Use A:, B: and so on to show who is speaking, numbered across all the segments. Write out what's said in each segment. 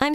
A: I'm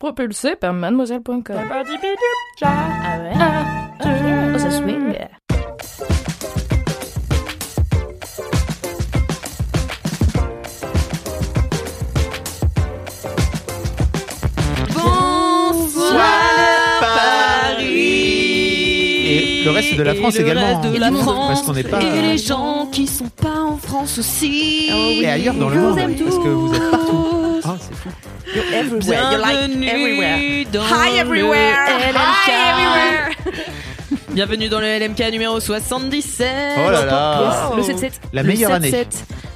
B: Propulsé par mademoiselle.com. Ah ouais. Oh, ça swing.
C: Et le reste de la France également.
D: reste de
C: hein.
D: la
C: Parce
D: France,
C: qu'on n'est pas. Ah
D: Et les gens qui sont pas en France aussi.
C: Et ailleurs dans le
D: Je
C: monde.
D: vous aime
C: Parce que vous êtes partout.
D: tous.
C: Ah, c'est fou.
D: Everywhere. You're like everywhere. Hi everywhere. Hi everywhere. Bienvenue dans le LMK numéro 77.
C: Oh là là.
D: Wow.
B: Le 7-7.
C: La
D: Le
C: meilleure année.
D: 7-7.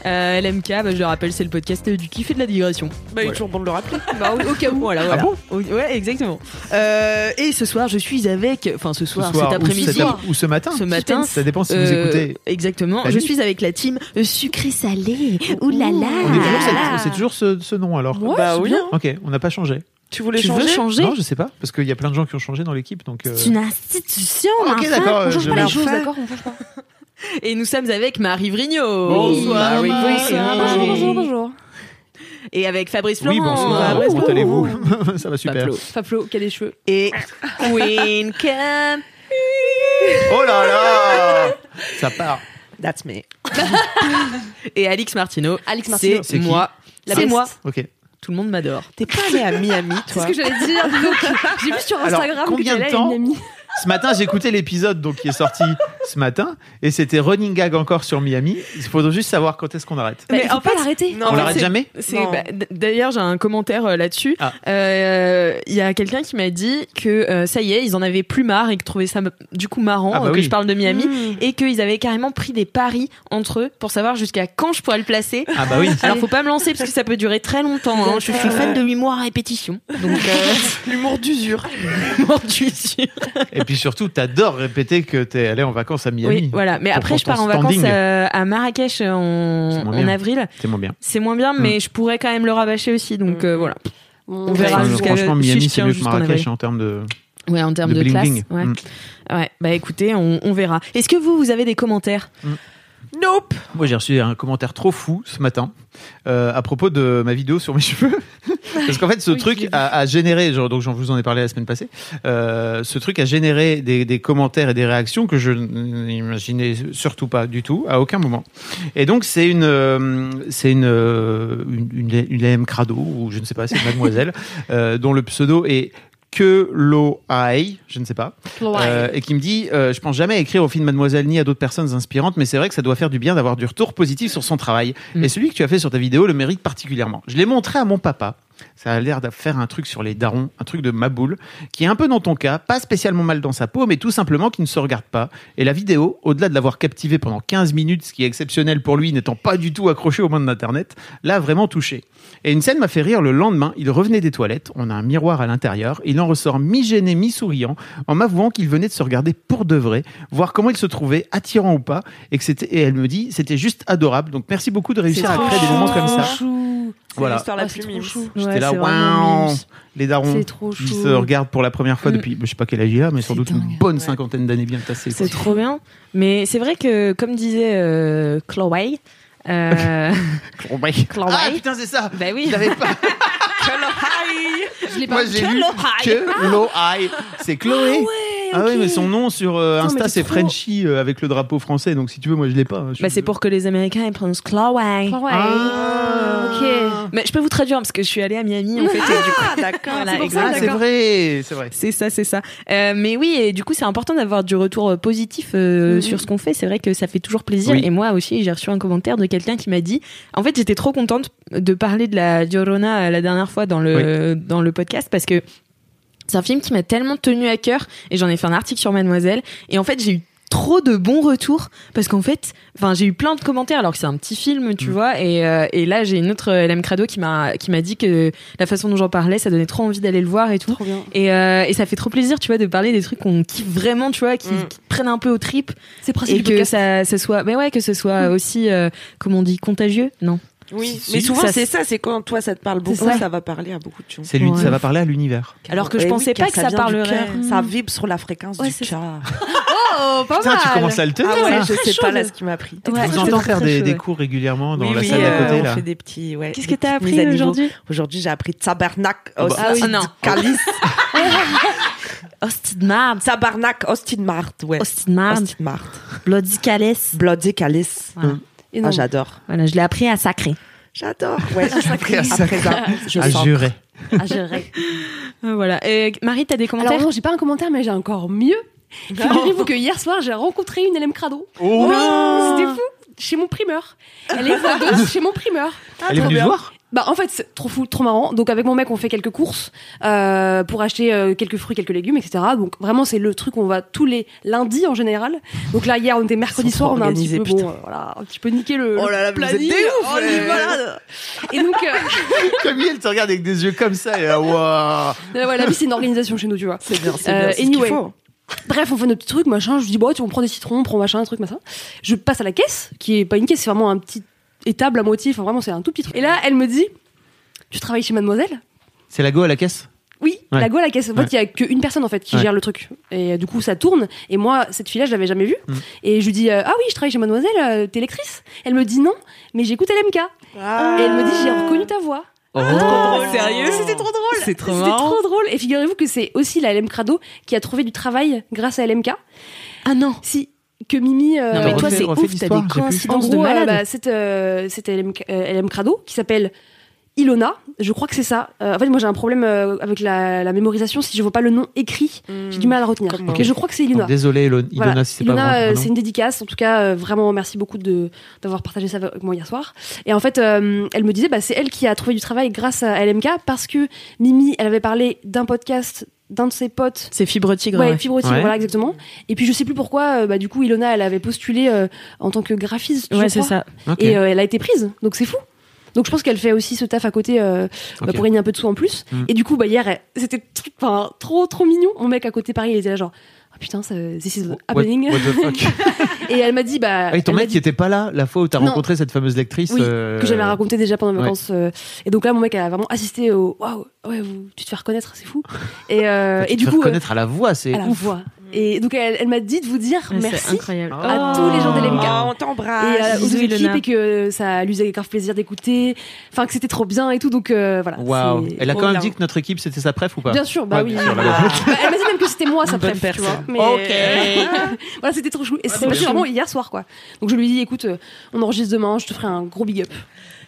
D: Euh, LMK, bah, je le rappelle, c'est le podcast euh, du kiff et de la digression. Bah,
C: il est
D: toujours bon de le rappeler. au, au cas où,
C: Ah
D: voilà. voilà. Au- ouais, exactement. Euh, et ce soir, je suis avec. Enfin, ce
C: Ce
D: soir,
C: soir,
D: cet
C: ou
D: après-midi.
C: cet ap- Ou ce matin.
D: Ce matin.
C: Ça dépend si vous
D: Euh,
C: écoutez.
D: Exactement.
C: La
D: Je
C: nuit.
D: suis avec la team sucré salé. Ouh là là.
C: On est toujours
D: Ah.
C: cette- C'est toujours ce, ce nom alors.
B: Ouais, Bah c'est oui. bien.
C: Ok, on n'a pas changé.
E: Tu voulais
D: Tu
E: changer
D: veux changer
C: Non, je sais pas, parce qu'il y a plein de gens qui ont changé dans l'équipe, donc. euh,
B: C'est une institution.
C: Ok,
B: enfin,
C: d'accord, euh,
B: On
C: je
B: change pas
C: vais
B: les choses,
E: faire.
B: d'accord On change pas.
D: Et nous sommes avec Marie Vrignot.
C: Bonsoir,
D: Marie
C: Marie.
D: Vrignot.
B: Bonjour, bonjour, bonjour.
D: Et avec Fabrice Florent.
C: Oui, bonsoir,
D: Fabrice
C: comment
D: Florent.
C: allez-vous Ça va super.
D: Pablo.
B: Fablo, qui a des cheveux.
D: Et Queen Camp.
C: Oh là là Ça part.
E: That's me.
D: Et Alix Martineau.
B: Alex Martineau.
D: C'est
C: C'est qui
D: moi.
B: La
D: C'est
B: peste.
D: moi.
C: Ok.
D: Tout le monde m'adore.
E: T'es pas allé à Miami,
B: C'est
E: toi
B: ce que j'allais dire. Donc, j'ai vu sur
C: Alors,
B: Instagram
C: combien
B: que
C: de
B: t'allais
C: temps
B: à une amie.
C: Ce matin, j'ai écouté l'épisode donc qui est sorti ce matin et c'était running gag encore sur Miami. Il faut juste savoir quand est-ce qu'on arrête.
B: Bah,
D: Mais
B: il faut
D: en
B: pas
D: fait-
B: l'arrêter.
D: Non,
C: on
D: mais
C: l'arrête
D: c'est-
C: jamais
D: C'est-
E: Non.
D: bah, d- D'ailleurs, j'ai un commentaire euh, là-dessus.
C: Ah.
D: Euh, Il y a quelqu'un qui m'a dit que euh, ça y est, ils en avaient plus marre et que trouvaient ça du coup marrant
C: Ah bah
D: euh, que
C: oui.
D: je parle de Miami
B: Hmm.
D: et qu'ils avaient carrément pris des paris entre eux pour savoir jusqu'à quand je pourrais le placer.
C: Ah bah oui.
D: Alors faut pas me lancer parce que ça peut durer très longtemps. hein. Je suis fan de l'humour à répétition. Donc euh,
E: L'humour d'usure.
D: l'humour du sûr.
C: Et puis surtout, t'adores répéter que t'es allé en vacances à Miami.
D: Oui, voilà. Mais
C: Pour
D: après, je
C: ton
D: pars en
C: standing.
D: vacances euh, à Marrakech euh,
C: C'est
D: en,
C: moins
D: en
C: bien. Hum.
D: avril.
C: C'est moins bien.
D: C'est moins bien, mais je pourrais quand même le rabâcher aussi. Donc euh, voilà.
B: On
D: On verra
C: Franchement,
D: jusqu'à-
C: Franchement, Miami, c'est
D: jusqu'à-
C: mieux que
D: jusqu'en
C: Marrakech
D: avril.
C: en termes de,
D: Ouais, en termes
C: de
D: de,
C: bling
D: classe.
C: bling.
D: Ouais.
C: Mm.
D: Ouais, bah écoutez, on, on verra. Est-ce que vous, vous avez des commentaires
E: Nope.
C: Moi, j'ai reçu un commentaire trop fou ce matin euh, à propos de ma vidéo sur mes cheveux. Parce qu'en fait, ce
B: Oui, je l'ai
C: truc
B: vu.
C: a, a généré, genre, donc j'en vous en ai parlé la semaine passée, euh, ce truc a généré des, des commentaires et des réactions que je n'imaginais surtout pas du tout, à aucun moment. Et donc, c'est une, euh, c'est une, euh, une, une, une AM Crado, ou je ne sais pas, c'est une mademoiselle, euh, dont le pseudo est que l'eau aille, je ne sais pas. Euh, et qui me dit euh, je pense jamais à écrire au film Mademoiselle ni à d'autres personnes inspirantes mais c'est vrai que ça doit faire du bien d'avoir du retour positif sur son travail
D: Mm.
C: et celui que tu as fait sur ta vidéo le mérite particulièrement je l'ai montré à mon papa ça a l'air de faire un truc sur les darons un truc de maboule qui est un peu dans ton cas pas spécialement mal dans sa peau mais tout simplement qui ne se regarde pas et la vidéo au-delà de l'avoir captivé pendant 15 minutes ce qui est exceptionnel pour lui n'étant pas du tout accroché au monde d'internet l'a vraiment touché et une scène m'a fait rire le lendemain. Il revenait des toilettes. On a un miroir à l'intérieur. Il en ressort mi-gêné, mi-souriant, en m'avouant qu'il venait de se regarder pour de vrai, voir comment il se trouvait, attirant ou pas. Et, que c'était, et elle me dit, c'était juste adorable. Donc merci beaucoup de réussir à
D: trop
C: créer des moments comme ça.
E: C'est
C: Voilà. Oh,
E: l'histoire la
B: Ah, c'est
E: plus
B: trop
E: mime.
B: chou.
C: J'étais
D: Ouais,
C: là,
D: c'est vraiment
C: waouh
D: mignon.
C: Les darons,
B: C'est trop
C: ils
B: chou.
C: se regardent pour la première fois
D: Mm.
C: depuis, je sais pas quel âge il a, mais sans
D: C'est
C: doute une
D: dingue,
C: bonne
D: ouais.
C: cinquantaine d'années bien tassées. quoi.
D: C'est trop bien. Mais c'est vrai que, comme disait euh, Chloé. euh, Chloé.
C: Ah putain, c'est ça
D: bah oui.
C: Je l'avais pas.
B: Je l'ai pas.
C: Moi, j'ai lu que l'eau aille. C'est Chloé. Ah oui, mais son nom sur euh,
B: Attends, mais
C: Insta,
B: t'es
C: c'est
B: trop-
C: Frenchy euh, avec le drapeau français. Donc si tu veux, moi je l'ai pas. hein, Je suis
D: Bah, c'est pour que les Américains ils prononcent Chloé.
B: Ouais.
C: Ah.
B: Ok.
D: Mais je peux vous traduire parce que je suis allée à Miami en fait. et du coup-
E: Ah, d'accord.
D: Voilà,
B: c'est pour ça,
C: Ah,
D: exact.
C: c'est vrai, c'est vrai.
D: C'est ça, c'est ça. Euh, mais oui, et du coup, c'est important d'avoir du retour euh, positif euh,
B: Mhm.
D: sur ce qu'on fait. C'est vrai que ça fait toujours plaisir.
C: Oui.
D: Et moi aussi, j'ai reçu un commentaire de quelqu'un qui m'a dit. En fait, j'étais trop contente de parler de la Diorona euh, la dernière fois dans le dans le podcast parce que c'est un film qui m'a tellement tenu à cœur et j'en ai fait un article sur Mademoiselle. Et en fait, j'ai eu trop de bons retours parce qu'en fait, enfin, j'ai eu plein de commentaires alors que c'est un petit film,
B: Mm.
D: tu vois. Et, euh, et là, j'ai une autre LM Crado qui m'a qui m'a dit que la façon dont j'en parlais, ça donnait trop envie d'aller le voir et tout.
E: Trop bien.
D: Et, euh, et ça fait trop plaisir, tu vois, de parler des trucs qu'on kiffe vraiment, tu vois, qui,
E: Mm.
D: qui te prennent un peu aux tripes
B: Ah, C'est le principe
D: et
B: du
D: que
B: podcast. Mm.
D: ça, ça soit, mais ouais, que ce soit aussi, euh, comment on dit, contagieux, non
E: Oui,
C: Si,
E: mais
C: si.
E: souvent
D: Ça,
E: c'est ça, c'est quand toi ça te parle beaucoup,
D: C'est ça.
E: ça. va parler à beaucoup de gens.
C: C'est lui,
D: Ouais.
C: ça va parler à l'univers.
D: Alors que je
E: Eh oui,
D: pensais
E: car
D: pas que ça
E: vient du
D: parlerait.
E: cœur. Ça vibre sur la fréquence
B: Ouais,
E: du
B: c'est
E: chat.
D: Oh, pas
C: Putain, tu commences à le tenir.
E: Ah ouais,
C: là.
E: je sais pas
B: chaude.
E: là ce qui m'a pris.
B: Ouais,
C: Je vous
B: c'est
C: entends
D: très,
C: faire
D: très
C: des, des
D: chaud.
C: cours régulièrement dans
E: Oui,
C: la
E: oui,
C: salle d'à
E: euh,
C: côté
E: On
C: là.
E: fait des petits. Ouais,
B: Qu'est-ce
E: des
B: que t'as
E: petites mises
B: appris
E: à niveau.
B: aujourd'hui
E: Aujourd'hui, j'ai appris tabarnak,
C: Ah bah,
D: ah oui.
E: hostie, calice.
D: Hostie de marde,
E: Tabarnak, hostie de Marthe, ouais.
D: hostie de marde,
E: Hostie de Marthe.
D: bloody calice.
E: Bloody calice.
D: Voilà.
E: Ah,
B: Énorme.
E: j'adore.
D: Voilà, je l'ai appris à sacrer.
E: J'adore. Ouais, après ça, je
C: À
E: sens.
C: jurer.
D: Voilà. Et Marie, t'as des
B: Ah, Alors
D: commentaires
B: non, j'ai pas un commentaire, mais j'ai encore mieux.
C: Ah.
B: Figurez-vous que hier soir, j'ai rencontré une LM Crado.
C: Oh,
B: C'était fou. Chez mon primeur. Elle est vendeuse chez mon primeur.
C: Elle est
D: Ah,
C: venue te voir
B: Bah en fait c'est trop fou, trop marrant. Donc avec mon mec on fait quelques courses euh, pour acheter euh, quelques fruits, quelques légumes, etc. Donc vraiment c'est le truc on va tous les lundis en général. Donc là hier on était mercredi
E: Ils sont
B: soir, on a un petit
E: organisés,
B: peu bon,
E: putain.
B: euh, voilà, un petit peu niqué le,
E: Oh
B: le
E: là là, vous êtes
B: planning.
E: des ouf,
D: Oh,
B: On est
E: euh.
B: malade. Et donc euh,
C: Camille, elle te regarde avec des yeux comme ça. Et, ah, waouh.
B: euh, ouais, la vie c'est une organisation chez nous, tu vois.
E: C'est bien, c'est
B: Euh,
E: bien. c'est ce qu'il
B: anyway.
E: faut.
B: Bref, on fait nos petits trucs, machin. Je dis, bon, tu on prend des citrons, on prend machin, un truc, machin. Je passe à la caisse, qui est pas une caisse, c'est vraiment un petit étable à moitié. Enfin, vraiment, c'est un tout petit truc. Et là, elle me dit, tu travailles chez Mademoiselle
C: C'est la go à la caisse
B: Oui,
C: Ouais.
B: la go à la caisse. En
C: Ouais.
B: fait, il y a qu'une personne, en fait, qui
C: Ouais.
B: gère le truc. Et euh, du coup, ça tourne. Et moi, cette fille-là, je l'avais jamais vue.
C: Mm.
B: Et je lui dis, euh, ah oui, je travaille chez Mademoiselle, euh, t'es lectrice Elle me dit, non, mais j'écoute LMK. Et elle me dit, j'ai reconnu ta voix.
D: Oh, sérieux
E: C'était trop drôle.
D: C'est trop
B: C'était trop drôle. Et figurez-vous que c'est aussi la LM Crado qui a trouvé du travail grâce à LMK.
D: Ah non.
B: Si, que Mimi.
D: Non,
B: euh,
D: mais
C: Attends,
D: toi,
C: refais-
D: c'est
C: refais
D: ouf, t'as
C: l'histoire,
D: des
C: j'ai plus.
B: En
D: coïncidences de
B: gros, euh,
D: malade.
B: bah, cette, euh, cette LM, euh, LM Crado qui s'appelle Ilona, je crois que c'est ça. Euh, en fait, moi j'ai un problème euh, avec la, la mémorisation. Si je vois pas le nom écrit,
D: Hmm.
B: j'ai du mal à le retenir.
E: Comme moi.
B: Mais je crois que c'est Ilona.
C: Donc, Désolé, Ilona,
B: Voilà.
C: Ilona, si c'est pas
B: Ilona, euh,
C: vrai.
B: c'est une dédicace. En tout cas, euh, vraiment, merci beaucoup de d'avoir partagé ça avec moi hier soir. Et en fait, euh, elle me disait, bah, c'est elle qui a trouvé du travail grâce à LMK parce que Mimi, elle avait parlé d'un podcast d'un de ses potes
D: C'est fibre tigre.
B: Ouais,
D: ouais.
B: fibre optique,
C: Ouais.
B: voilà exactement. Et puis je sais plus pourquoi, euh, bah, du coup Ilona elle avait postulé euh, en tant que graphiste. je
D: Ouais, c'est
B: crois.
D: ça.
C: Ok.
B: Et euh, elle a été prise, donc c'est fou. Donc je pense qu'elle fait aussi ce taf à côté euh, bah,
C: Ok.
B: pour gagner un peu de sous en plus.
C: Mm.
B: Et du coup bah hier elle- c'était tr- enfin, trop trop mignon. Mon mec à côté pareil il était là genre ah putain ça, this is
C: What-
B: happening.
C: what the fuck
B: Et elle m'a dit bah
C: Ah, et ton
B: elle m'a
C: mec qui était pas là la fois où t'as
B: Non.
C: rencontré cette fameuse lectrice
B: Oui,
C: euh,
B: que j'avais raconté déjà pendant mes
C: ouais.
B: vacances. euh, et donc là, mon mec a vraiment assisté au waouh, ouais, vous- tu te fais reconnaître, c'est fou. Et, euh,
C: bah, tu
B: et
C: te
B: du
C: fais
B: coup, euh,
C: reconnaître à la voix, c'est
B: à la
C: ouf.
B: voix. Et donc elle, elle m'a dit de vous dire
D: Ouais, C'est
B: merci
D: incroyable. Ah,
B: à tous les gens de LMK.
E: Oh, on
B: et à,
E: t'embrasse.
B: aux
D: Bisous,
B: équipes
D: Elena.
B: et que ça lui faisait grave plaisir d'écouter, enfin que c'était trop bien et tout, donc euh, voilà.
C: Waouh.
B: c'est-
C: Elle a quand même
E: Oh,
C: dit que notre équipe c'était sa préf ou pas
B: Bien sûr, bah
C: Ouais,
B: oui.
C: bien sûr, là,
E: Ah.
B: Bah, elle m'a dit même que c'était moi sa
E: Une bonne
B: préf, tu vois.
E: personne.
B: Mais voilà, c'était trop chou. Et c'était passé
C: Ah, bien.
B: vraiment hier soir, quoi. Donc je lui ai dit, écoute, euh, on enregistre demain, je te ferai un gros big up.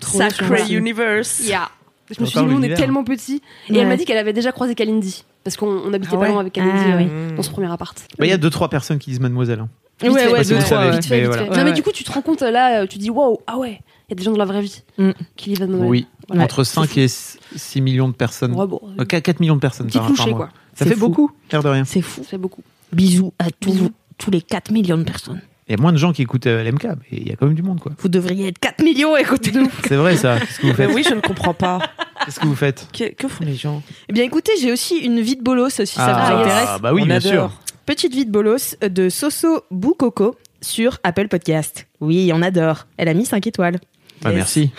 D: Trop
E: Sacré
D: bien.
E: universe.
B: Yeah. Je me suis
C: Encore
B: dit, nous on est
C: l'univers.
B: tellement petits. Et
D: Ouais.
B: elle m'a dit qu'elle avait déjà croisé Kalindi, parce qu'on on habitait
E: Ah
B: pas
E: ouais.
B: loin avec Kalindi
D: Ah
B: euh,
D: oui.
B: dans ce premier appart.
C: Bah, Il y a deux trois personnes qui disent mademoiselle. hein.
D: Ouais,
B: Vite fait,
D: ouais,
C: parce que
D: deux,
C: vous
D: trois.
C: savez,
D: ouais.
B: Vite fait,
C: Mais
B: vite
C: voilà.
B: fait.
D: Ouais,
B: non, mais
D: ouais.
B: du coup, tu te rends compte là, euh, tu dis waouh, ah ouais, il y a des gens de la vraie vie
D: Mm.
B: qui vivent à Noël.
C: Oui.
B: Voilà.
C: Entre 5 et 6 millions de personnes.
B: Ouais, bon,
C: Euh, qu- 4 millions de personnes
B: Petit
C: par, par
B: clouché,
C: mois.
B: quoi.
C: Ça
D: C'est
C: fait
D: fou.
C: beaucoup, l'air de rien.
D: C'est fou.
B: c'est beaucoup.
D: Bisous à tous,
B: Bisous.
D: tous les 4 millions de personnes.
C: Il y a moins de gens qui écoutent euh, LMK, mais il y a quand même du monde, quoi.
D: Vous devriez être 4 millions à écouter.
C: C'est vrai, ça. Qu'est-ce que vous
E: Mais
C: faites
E: oui, je ne comprends pas.
C: Qu'est-ce que vous faites
E: Que, que font les gens
D: Eh bien, écoutez, j'ai aussi une vie de bolos, si ça vous
B: Ah, yes.
D: intéresse.
C: bah oui,
E: On
C: bien
E: adore.
C: sûr.
D: Petite vie de bolos euh, de Soso Boukoko sur Apple Podcast. Oui, on adore. Elle a mis 5 étoiles.
C: Bah,
D: Yes.
C: merci,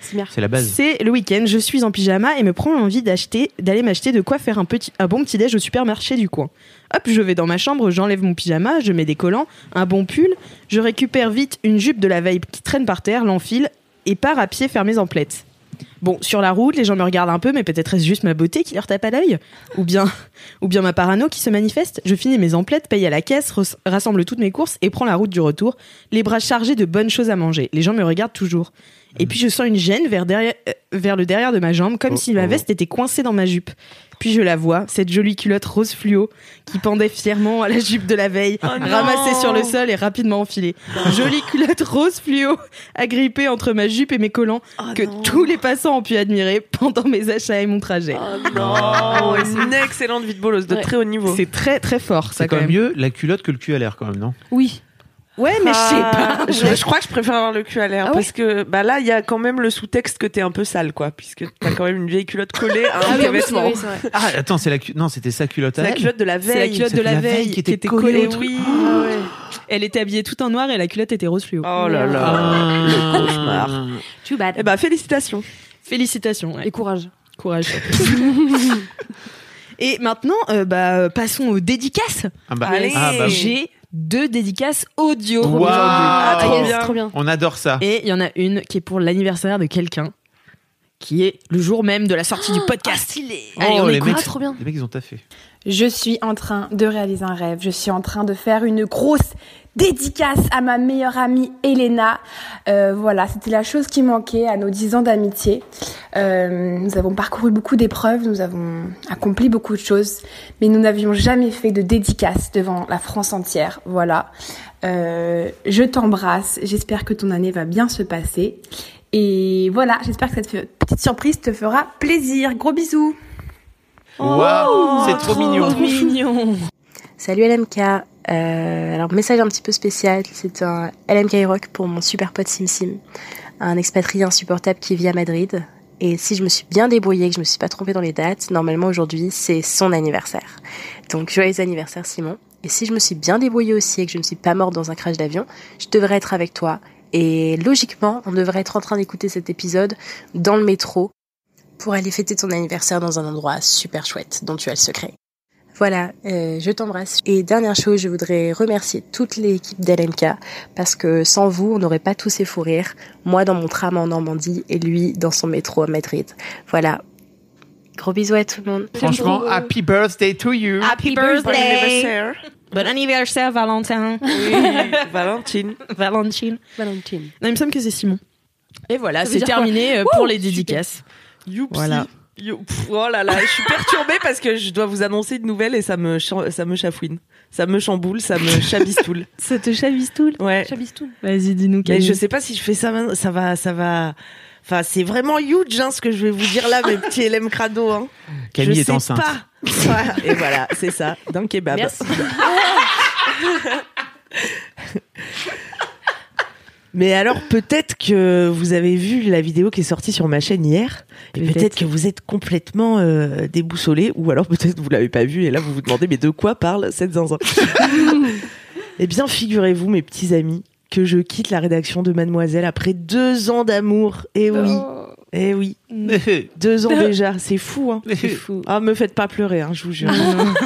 B: C'est bien.
C: c'est la base.
D: C'est le week-end, je suis en pyjama et me prend envie d'acheter, d'aller m'acheter de quoi faire un, petit, un bon petit déj au supermarché du coin. Hop, je vais dans ma chambre, j'enlève mon pyjama, je mets des collants, un bon pull, je récupère vite une jupe de la veille qui traîne par terre, l'enfile et pars à pied faire mes emplettes. Bon, sur la route, les gens me regardent un peu, mais peut-être est-ce juste ma beauté qui leur tape à l'œil ou bien, ou bien ma parano qui se manifeste. Je finis mes emplettes, paye à la caisse, res- rassemble toutes mes courses et prends la route du retour, les bras chargés de bonnes choses à manger. Les gens me regardent toujours. Et puis je sens une gêne vers, derrière, euh, vers le derrière de ma jambe, comme
C: Mm. Oh,
D: si ma
C: oh.
D: veste était coincée dans ma jupe. Puis je la vois, cette jolie culotte rose fluo qui pendait fièrement à la jupe de la veille,
C: Oh
D: ramassée sur le sol et rapidement enfilée. Jolie culotte rose fluo agrippée entre ma jupe et mes collants
C: Oh
B: Oh
D: que tous les passants ont pu admirer pendant mes achats et mon
B: Oh
D: trajet.
C: Ah
E: Non, et c'est Oh, une excellente vie de bolos de
B: Ouais.
E: très haut niveau.
D: C'est très très fort ça
C: C'est
D: quand même.
C: mieux la culotte que le cul à l'air, quand même, non
B: Oui.
D: Ouais mais je sais pas.
E: Ah, Je, je crois que je préfère avoir le cul à l'air
B: Ah ouais
E: parce que bah là il y a quand même le sous-texte que t'es un peu sale quoi puisque t'as quand même une vieille culotte collée à un
B: Ah oui,
E: de tes
B: en plus,
E: vêtements.
B: oui, c'est vrai.
C: Ah, attends, c'est la cu- non, c'était sa culotte à
E: C'est la
C: elle.
E: culotte de la
D: C'est la
E: veille.
D: culotte
C: C'était
D: de la,
C: la
D: veille, qui était, collée,
E: Et
D: au truc. Ah
E: oui.
D: Elle était habillée tout en noir et la culotte était rose fluo.
E: Oh là là.
C: Ah.
E: Le cauchemar.
B: Too bad.
E: Eh bah félicitations.
D: Félicitations. ouais.
B: Et courage.
D: Courage. et maintenant, euh, bah, passons aux dédicaces.
C: Ah bah,
E: Allez.
C: ah bah oui.
D: J'ai deux dédicaces audio
C: Wow.
D: aujourd'hui.
C: Ah,
E: trop
B: yes,
E: bien.
B: trop bien.
C: On adore ça.
D: Et il y en a une qui est pour l'anniversaire de quelqu'un, qui est le jour même de la sortie du podcast. Allez,
C: Oh,
D: on
C: les
D: écoute.
C: mecs,
B: Ah, trop bien.
C: les mecs, ils ont taffé.
F: Je suis en train de réaliser un rêve. Je suis en train de faire une grosse dédicace à ma meilleure amie Elena. Euh, voilà, c'était la chose qui manquait à nos 10 ans d'amitié. Euh, nous avons parcouru beaucoup d'épreuves, nous avons accompli beaucoup de choses, mais nous n'avions jamais fait de dédicace devant la France entière. Voilà. Euh, je t'embrasse. J'espère que ton année va bien se passer. Et voilà, j'espère que cette petite surprise te fera plaisir. Gros bisous.
E: Oh.
C: Waouh, c'est trop, mignon.
D: Trop mignon.
G: Salut LMK. Euh, alors message un petit peu spécial, c'est un LMK Rock pour mon super pote Sim Sim, un expatrié insupportable qui vit à Madrid. Et si je me suis bien débrouillée, que je me suis pas trompée dans les dates, normalement aujourd'hui c'est son anniversaire. Donc joyeux anniversaire Simon. Et si je me suis bien débrouillée aussi et que je ne suis pas morte dans un crash d'avion, je devrais être avec toi. Et logiquement, on devrait être en train d'écouter cet épisode dans le métro pour aller fêter ton anniversaire dans un endroit super chouette dont tu as le secret. Voilà, euh, je t'embrasse. Et dernière chose, je voudrais remercier toute l'équipe d'LMK parce que sans vous, on n'aurait pas tous ces fous rires. Moi dans mon tram en Normandie et lui dans son métro à Madrid. Voilà. Gros bisous à tout le monde.
C: Franchement, happy birthday to you.
E: Ah,
D: Happy
E: Bon anniversaire.
D: Bon anniversaire, Valentin.
E: Oui, Valentine.
D: Valentine.
B: Valentine.
D: Non, il me semble que c'est Simon. Et voilà,
B: Ça veut
D: c'est
B: dire quoi
D: terminé euh, pour les dédicaces.
E: Youpi.
D: Voilà.
E: You- Pff, Oh là là, je suis perturbée parce que je dois vous annoncer une nouvelle et ça me, cha- ça me chafouine. Ça me chamboule, ça me chabistoule.
D: Ça te chavise tout
E: Ouais.
B: Chabistoun.
D: Vas-y, dis-nous,
E: Mais
D: Camille.
E: je sais pas si je fais ça maintenant. Ça va, ça va. Enfin, c'est vraiment huge hein, ce que je vais vous dire là, mes petits LM crado. Hein.
C: Camille
E: je
C: est
E: sais
C: enceinte.
E: Pas. Voilà, et voilà, c'est ça, d'un kebab.
B: Merci.
E: Mais alors, peut-être que vous avez vu la vidéo qui est sortie sur ma chaîne hier. et
D: Peut-être.
E: Peut-être que vous êtes complètement euh, déboussolé, ou alors peut-être vous l'avez pas vu et là vous vous demandez mais de quoi parle cette zinzin Eh bien, figurez-vous, mes petits amis, que je quitte la rédaction de Mademoiselle après deux ans d'amour. Eh oui, eh oui, deux ans déjà, c'est fou, hein.
C: C'est
E: fou. Ah, me faites pas pleurer, hein, je vous jure.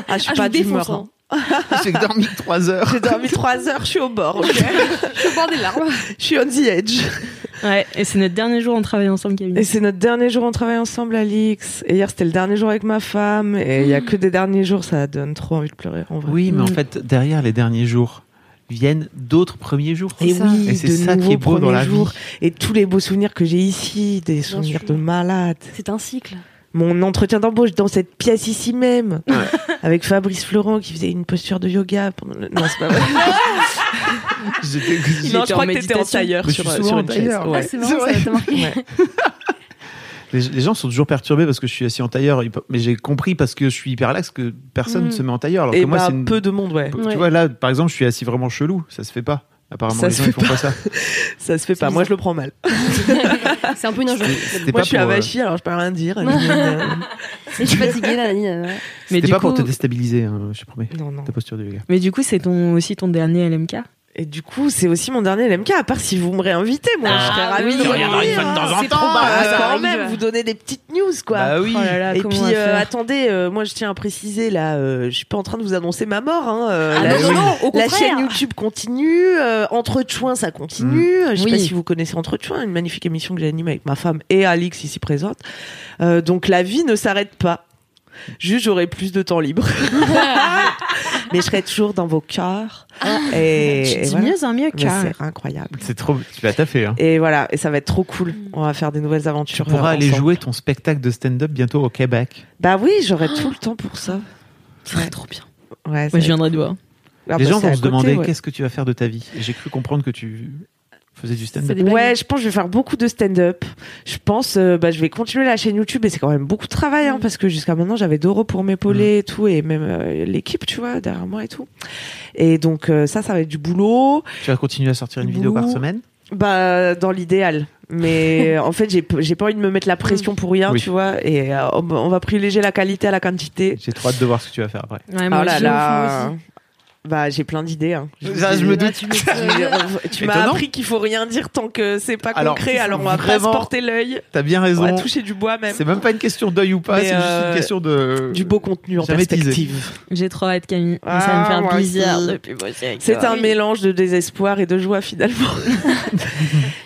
E: Ah, je
B: Ah,
E: suis
B: je
E: pas
B: vous défonce.
E: d'humeur. hein.
B: hein.
C: J'ai dormi 3 heures.
E: J'ai dormi trois heures, je suis au bord. ok
B: Je bois des larmes.
E: je suis on the edge.
D: Ouais, et c'est notre dernier jour, on travaille ensemble,
E: Et
D: Camille.
E: c'est notre dernier jour, on travaille ensemble, Alix. Et hier, c'était le dernier jour avec ma femme. Et il y a que des derniers jours, ça donne trop envie de pleurer. En vrai.
C: Oui, mais en fait, derrière les derniers jours viennent d'autres premiers jours.
E: Et
B: ça.
E: oui,
C: Et c'est
E: de
C: ça qui
E: nouveaux
C: est beau dans
E: premiers
C: la
E: jours.
C: vie.
E: Et tous les beaux souvenirs que j'ai ici, des souvenirs
B: sûr.
E: de malade.
B: C'est un cycle.
E: Mon entretien d'embauche dans cette pièce ici même, avec Fabrice Florent qui faisait une posture de yoga. Pendant le- Non, c'est pas vrai.
C: J'étais-
D: Non, je crois que t'étais en tailleur
C: Mais je sur- suis souvent sur une en tailleur. chaise. Ouais.
B: Ah, c'est marrant, ça t'a marqué.
C: Les, les gens sont toujours perturbés parce que je suis assis en tailleur. Ils pe- Mais j'ai compris parce que je suis hyper lax que personne
B: Mm.
C: se met en tailleur. Alors
E: Et
C: que moi,
E: bah,
C: c'est une...
E: peu de monde, ouais.
C: Tu
B: Ouais.
C: vois, là, par exemple, je suis assis vraiment chelou. Ça se fait pas. Apparemment,
E: Ça
C: les
E: se
C: gens,
E: fait
C: ils font pas, ça.
E: Ça se fait pas. Moi, je le prends mal.
B: C'est un peu une injustice.
C: C'était
E: Moi,
C: pas
E: je suis
C: pour, euh,
E: avachie, alors je peux rien dire. non,
B: Mais je suis fatiguée, là, Annie. euh, ouais.
D: Mais
C: C'était
D: du,
C: pas
D: coup,
C: pour te déstabiliser, hein, je te promets.
E: non.
C: Ta posture de yoga.
D: mais du coup, c'est ton, aussi ton dernier LMK.
E: Et du coup, c'est aussi mon dernier LMK, à part si vous me réinvitez, moi.
D: Ah,
E: je serais ravie
D: oui,
E: de
D: tu
E: venir.
D: reviendras une fois de
C: temps en
E: C'est
C: temps,
E: trop
C: bah,
E: marrant,
C: ça
E: quand
B: arrive.
E: même, vous donner des petites news, quoi.
C: Bah oui.
D: euh, Oh là là,
E: Et
D: comment
E: puis,
D: on va
E: euh,
D: faire
E: attendez, euh, moi je tiens à préciser là, euh, je suis pas en train de vous annoncer ma mort. Hein, euh,
B: Ah
E: la,
B: non, non, non, au
E: la
B: contraire.
E: chaîne YouTube continue, euh, Entrechoin ça continue. Je sais
D: Mm. Oui.
E: pas si vous connaissez Entrechoin, une magnifique émission que j'anime avec ma femme et Alix ici présente. Euh, donc la vie ne s'arrête pas. Juste j'aurai plus de temps libre. mais je serai toujours dans vos cœurs. et,
D: Ah, Tu
E: et
D: dis
E: voilà.
D: mieux en mieux
E: Mais
D: car.
E: C'est incroyable.
C: C'est trop. Tu vas taffer. Hein.
E: Et voilà, et ça va être trop cool.
D: Mm.
E: On va faire des nouvelles aventures.
C: Tu pourras
E: euh,
C: aller
E: ensemble.
C: jouer ton spectacle de stand-up bientôt au Québec.
E: Bah oui, j'aurai
D: Ah.
E: tout le temps pour ça.
D: C'est trop bien.
E: Ouais, ça
D: Moi, je
E: va être-
D: viendrai de voir.
E: Ah,
C: Les
E: bah,
C: gens
E: c'est
C: vont
E: à
C: se
E: côté,
C: demander
E: ouais.
C: qu'est-ce que tu vas faire de ta vie. Et J'ai cru comprendre que tu faisais du
B: C'est
C: stand-up.
B: des blagues.
E: Ouais, je pense que je vais faire beaucoup de stand-up. Je pense, euh, bah, je vais continuer la chaîne YouTube et c'est quand même beaucoup de travail,
C: Mm.
E: hein, parce que jusqu'à maintenant j'avais Doro pour m'épauler et tout, et même euh, l'équipe, tu vois, derrière moi et tout. Et donc euh, ça, ça va être du boulot,
C: Tu vas continuer à sortir une vidéo par
E: Ouh.
C: semaine.
E: bah dans l'idéal. Mais en fait, j'ai p- j'ai pas envie de me mettre la pression pour rien,
C: Mm. Oui.
E: tu vois, et euh, on on va privilégier la qualité à la quantité.
C: J'ai trop hâte de voir ce que tu vas faire après.
D: Ouais,
E: Oh
D: moi
E: là
D: aussi, au fond
E: là.
D: aussi.
E: Bah j'ai plein d'idées. hein. Je vous
C: Ça,
E: dis-
C: je me
B: Ah,
C: doute.
B: tu m'étonnes.
E: Tu m'as
C: Euh, Étonnant.
E: appris qu'il faut rien dire tant que c'est pas
C: Alors,
E: concret, alors on va pas se
C: vraiment,
E: porter l'œil,
C: T'as bien
E: on
C: raison.
E: va toucher du bois même.
C: C'est même pas une question d'œil ou pas,
E: Mais,
C: c'est juste
E: euh,
C: une question de.
E: du beau contenu en
C: Jamais teasé.
E: perspective.
D: J'ai trop hâte, Camille.
E: Ah,
D: ça va me faire
E: moi aussi.
D: plaisir depuis bosser.
E: C'est un mélange de désespoir et de joie finalement.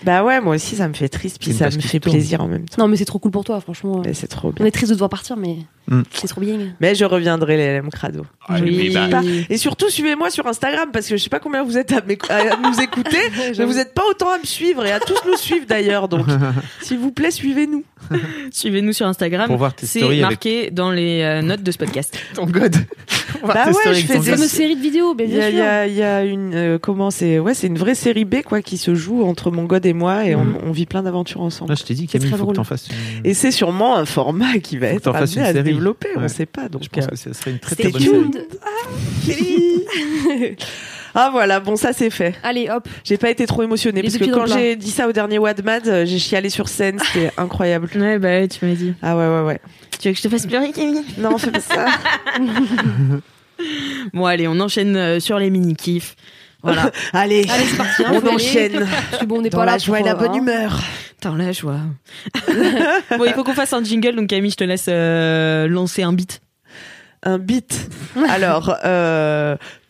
E: bah ouais, moi aussi ça me fait triste puis
C: C'est une
E: ça
C: page
E: me
C: qui
E: fait
C: tourne.
E: plaisir en même temps.
B: Non, mais c'est trop cool pour toi, franchement.
E: Mais c'est trop
B: On
E: bien.
B: est triste de devoir partir, mais
C: Mm.
B: c'est trop bien.
E: Mais je reviendrai les LM Crado.
D: Oui.
E: Et surtout suivez-moi sur Instagram parce que je sais pas combien vous êtes à, m'éc- à nous écouter, mais vous êtes pas autant à me suivre et à tous nous suivre d'ailleurs. Donc s'il vous plaît suivez-nous.
D: Suivez-nous sur Instagram.
C: Pour voir tes
D: C'est
C: stories avec-
D: marqué dans les euh, notes de ce podcast.
C: ton god. On va
E: Bah
C: tester
E: ouais,
C: avec
E: je fais
C: ton
E: des-
C: god.
B: Comme une série de vidéos, bien,
E: Il y
B: bien
E: a, il y
B: sûr.
E: a- il y a une euh, comment c'est ouais c'est une vraie série B quoi qui se joue entre mon god et moi et on-
C: Mhm.
E: on, vit plein d'aventures ensemble.
C: Là, Ah, je t'ai dit,
B: C'est
C: Camille,
B: très
C: il faut que
B: drôle.
C: t'en fasses une.
E: Et c'est sûrement un format qui va
C: Faut
E: être
C: t'en fasses
E: amené
C: une
E: à se
C: série.
E: développer, on
C: Ouais.
E: sait pas. Donc
C: Je pense
E: euh,
C: que ce serait une très
B: Stay
C: très bonne série.
B: tuned.
E: ah voilà, bon ça c'est fait.
B: Allez, hop.
E: J'ai pas été trop émotionnée
B: Les
E: parce
B: deux
E: que
B: pieds dans
E: quand
B: le plat.
E: j'ai dit ça au dernier Wadmad, euh, j'ai chialé sur scène, c'était incroyable.
D: Ouais, bah ouais, tu m'as dit.
E: Ah ouais ouais ouais.
D: Tu veux que je te fasse pleurer, Camille
E: Non, fais pas ça.
D: Bon, allez, on enchaîne euh, sur les mini-kifs. Voilà.
E: Allez,
B: Allez, c'est parti. hein,
E: on
B: faut y aller.
E: enchaîne
B: Parce que bon, on n'est
E: dans
B: pas là
E: la joie et
B: pour,
E: la bonne
B: hein.
E: humeur.
D: Dans la joie. bon, il faut qu'on fasse un jingle, donc Camille, je te laisse euh, lancer un beat.
E: Un beat. Alors euh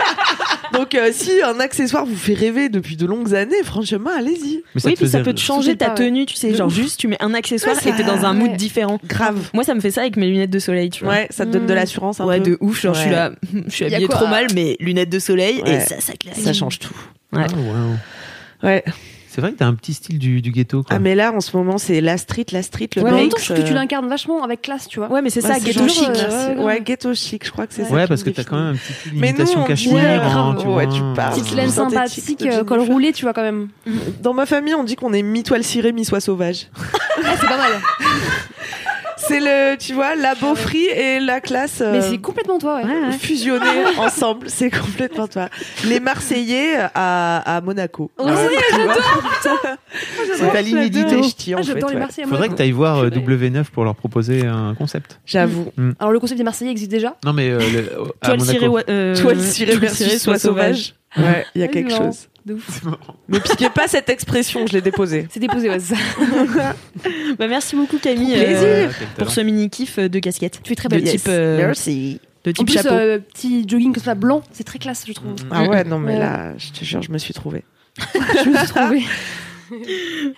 E: Donc euh, si un accessoire vous fait rêver depuis de longues années, franchement, allez-y.
C: Mais
D: oui,
C: te
D: puis ça
C: faisait-
D: peut te changer
B: Tout est
D: ta
B: pas,
D: tenue, tu sais.
E: De
D: Genre
E: ouf.
D: juste, tu mets un accessoire
E: Ouais, ça-
D: et t'es dans un mood
B: ouais.
D: différent.
E: Grave.
D: Moi, ça me fait ça avec mes lunettes de soleil, tu vois.
E: Ouais, ça te donne de
B: Mm.
E: l'assurance un
D: Ouais,
E: peu.
D: de ouf. Genre, je suis
E: Hmm. Ouais.
D: là, je suis
B: Y a
D: habillée
B: quoi
D: trop mal, mais lunettes de soleil
E: Ouais.
D: et ça, ça claque.
E: Ça change tout.
C: Ah, wow.
E: Ouais.
C: C'est vrai que t'as un petit style du, du ghetto. Quoi.
E: Ah, mais là, en ce moment, c'est la street, la street, le
B: Ouais, en même temps,
E: Bronx.
B: je trouve que tu
E: euh,
B: l'incarnes vachement avec classe, tu vois.
D: Ouais, mais c'est
E: ouais,
D: ça,
E: c'est
D: ghetto
E: toujours,
D: chic.
E: euh,
B: Ouais.
E: ouais, ghetto chic, je crois que c'est ça.
C: ouais,
E: qui
C: parce
E: me
C: que t'as
E: définit.
C: quand même un petit style
E: Mais nous,
C: imitation
E: on dit,
C: cachemire.
E: euh,
C: hein,
E: grave,
C: vois.
E: ouais, tu parles.
B: Petite laine
E: synthétique
B: sympathique,
E: de
B: euh, col
E: Jennifer.
B: roulé, tu vois, quand même.
E: Dans ma famille, on dit qu'on est mi-toile cirée, mi-soie sauvage.
B: c'est pas mal.
E: C'est le, tu vois, la beaufrie et la classe. euh,
B: Mais c'est complètement toi, ouais. Ah
E: fusionnés ensemble, c'est complètement toi. Les Marseillais à, à Monaco.
B: Ah Ouais,
C: C'est à l'inédito.
E: T'es ch'ti, en
B: Ah,
E: fait,
B: j'adore les
E: ouais.
B: Marseillais. moi.
C: Faudrait que t'ailles voir euh, W9 pour leur proposer un concept.
E: J'avoue.
B: Alors, le concept des Marseillais existe déjà.
C: Non, mais euh, le- au- à
D: Toile
C: Monaco.
D: cirée, wa- euh,
E: Toile cirée
D: toile
E: versus
D: cirée,
E: soie sauvage. Ouais, il y a
B: Ouais,
E: quelque
B: c'est marrant.
E: chose.
B: De ouf.
E: Ne piquez pas cette expression, je l'ai déposée.
B: C'est déposé, ouais, c'est ça.
D: Bah, merci beaucoup, Camille.
E: Trop plaisir.
D: euh,
C: Ah, quel
D: Pour
C: talent.
D: ce mini kiff euh, de casquette.
B: Tu es très
D: De
B: belle.
D: type, euh,
E: Merci.
D: de
B: En
D: type
B: plus,
D: chapeau.
B: euh, petit jogging comme ça, blanc, c'est très classe, je trouve.
E: Ah ouais, non, mais
B: Ouais.
E: là, je te jure, je me suis trouvée.
B: je me suis trouvée.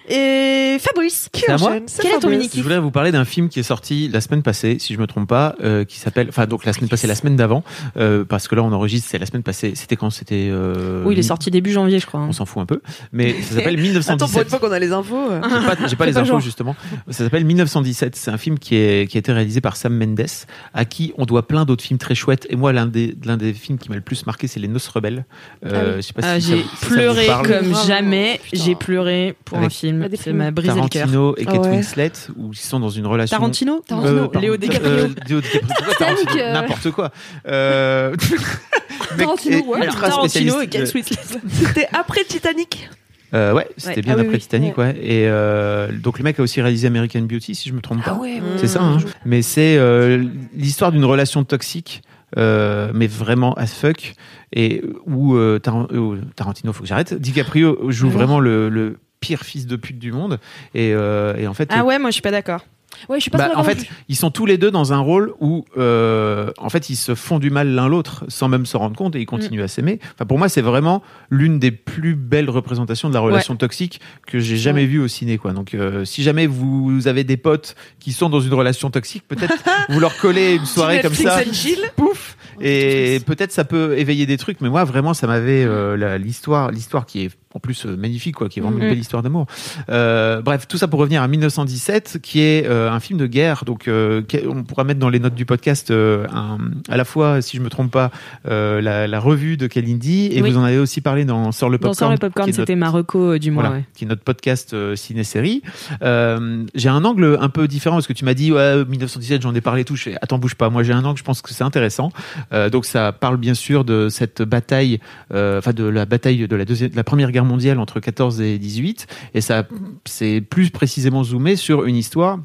D: Et Fabrice,
C: à moi
E: Enchaîne, c'est
D: Quel est ton
E: fabuleux.
D: mini
C: Je voulais vous parler d'un film qui est sorti la semaine passée, si je me trompe pas, euh, qui s'appelle. Enfin, donc la semaine passée, la semaine d'avant, euh, parce que là on enregistre, c'est la semaine passée. C'était quand C'était. euh,
D: Oui, il est sorti début janvier, je crois. hein.
C: On s'en fout un peu, mais ça s'appelle
E: Attends, pour une
C: 1917.
E: fois qu'on a les infos. euh.
C: J'ai pas, j'ai pas les
B: pas le
C: infos
B: genre.
C: justement. Ça s'appelle 1917. C'est un film qui, est, qui a été réalisé par Sam Mendes, à qui on doit plein d'autres films très chouettes. Et moi, l'un des, l'un des films qui m'a le plus marqué, c'est Les Noces Rebelles. Euh, Je sais pas
D: Ah,
C: si ça
D: j'ai
C: vous- si ça vous
D: pleuré
C: parle.
D: comme
B: Bravo.
D: jamais.
B: Putain.
D: J'ai pleuré pour un
C: Avec
D: film.
B: la déprime.
D: Ça m'a brisé le cœur.
C: Tarantino et Kate
E: Ah ouais.
C: Winslet, où ils sont dans une relation.
D: Tarantino
B: Tarantino,
C: pardon.
D: Léo DiCaprio.
C: Euh, Léo DiCaprio. Pourquoi
B: Titanic,
C: Tarantino
B: euh.
C: N'importe quoi. Euh... mec
B: Tarantino,
C: est
B: ouais.
D: Alors,
C: ultra
D: Tarantino
C: spécialiste
D: et
C: de-
D: Kate Winslet.
E: C'était après Titanic.
C: Euh, ouais, c'était
D: Ouais.
C: bien
E: Ah oui,
C: après
E: oui.
C: Titanic, ouais. Et euh, donc le mec a aussi réalisé American Beauty, si je me trompe pas.
B: Ah ouais,
C: C'est ça. hein. Mais c'est euh, l'histoire d'une relation toxique. euh, mais vraiment as fuck et où euh, Taran- euh, Tarantino faut que j'arrête DiCaprio joue vraiment le, le pire fils de pute du monde et, euh, et en fait
D: Ah ouais, moi je suis pas d'accord.
B: Ouais, je suis pas
C: bah,
B: très
C: en
B: d'accord
C: fait, ils sont tous les deux dans un rôle où, euh, en fait, ils se font du mal l'un l'autre sans même s'en rendre compte et ils
B: Mm.
C: continuent à s'aimer. Enfin, pour moi, c'est vraiment l'une des plus belles représentations de la relation toxique que j'ai jamais vue au ciné, quoi. Donc, euh, si jamais vous avez des potes qui sont dans une relation toxique, peut-être vous leur collez une soirée comme ça,
E: Netflix and chill.
C: pouf, et peut-être ça peut éveiller des trucs. Mais moi, vraiment, ça m'avait euh, la- l'histoire, l'histoire qui est en plus euh, magnifique, quoi, qui est vraiment
D: Mhm.
C: une belle histoire d'amour. Euh, bref, tout ça pour revenir à 1917, qui est euh, un film de guerre. Donc, euh, qui- on pourra mettre dans les notes du podcast euh, un- à la fois, si je me trompe pas, euh, la, la revue de Kalindi, et
D: Oui.
C: vous en avez aussi parlé dans Sort le
D: Dans
C: popcorn.
D: Sort le popcorn,
C: qui est notre-
D: c'était Marocco euh, du mois.
C: voilà,
D: ouais.
C: qui est notre podcast euh, ciné-série. Euh, j'ai un angle un peu différent parce que tu m'as dit ouais, 1917, j'en ai parlé tout. Je fais, Attends, bouge pas. Moi, j'ai un angle, je pense que c'est intéressant. Euh, donc, ça parle bien sûr de cette bataille, euh, enfin de la bataille de la deuxième, de la première guerre mondiale entre 14 et 18, et ça, c'est plus précisément zoomé sur une histoire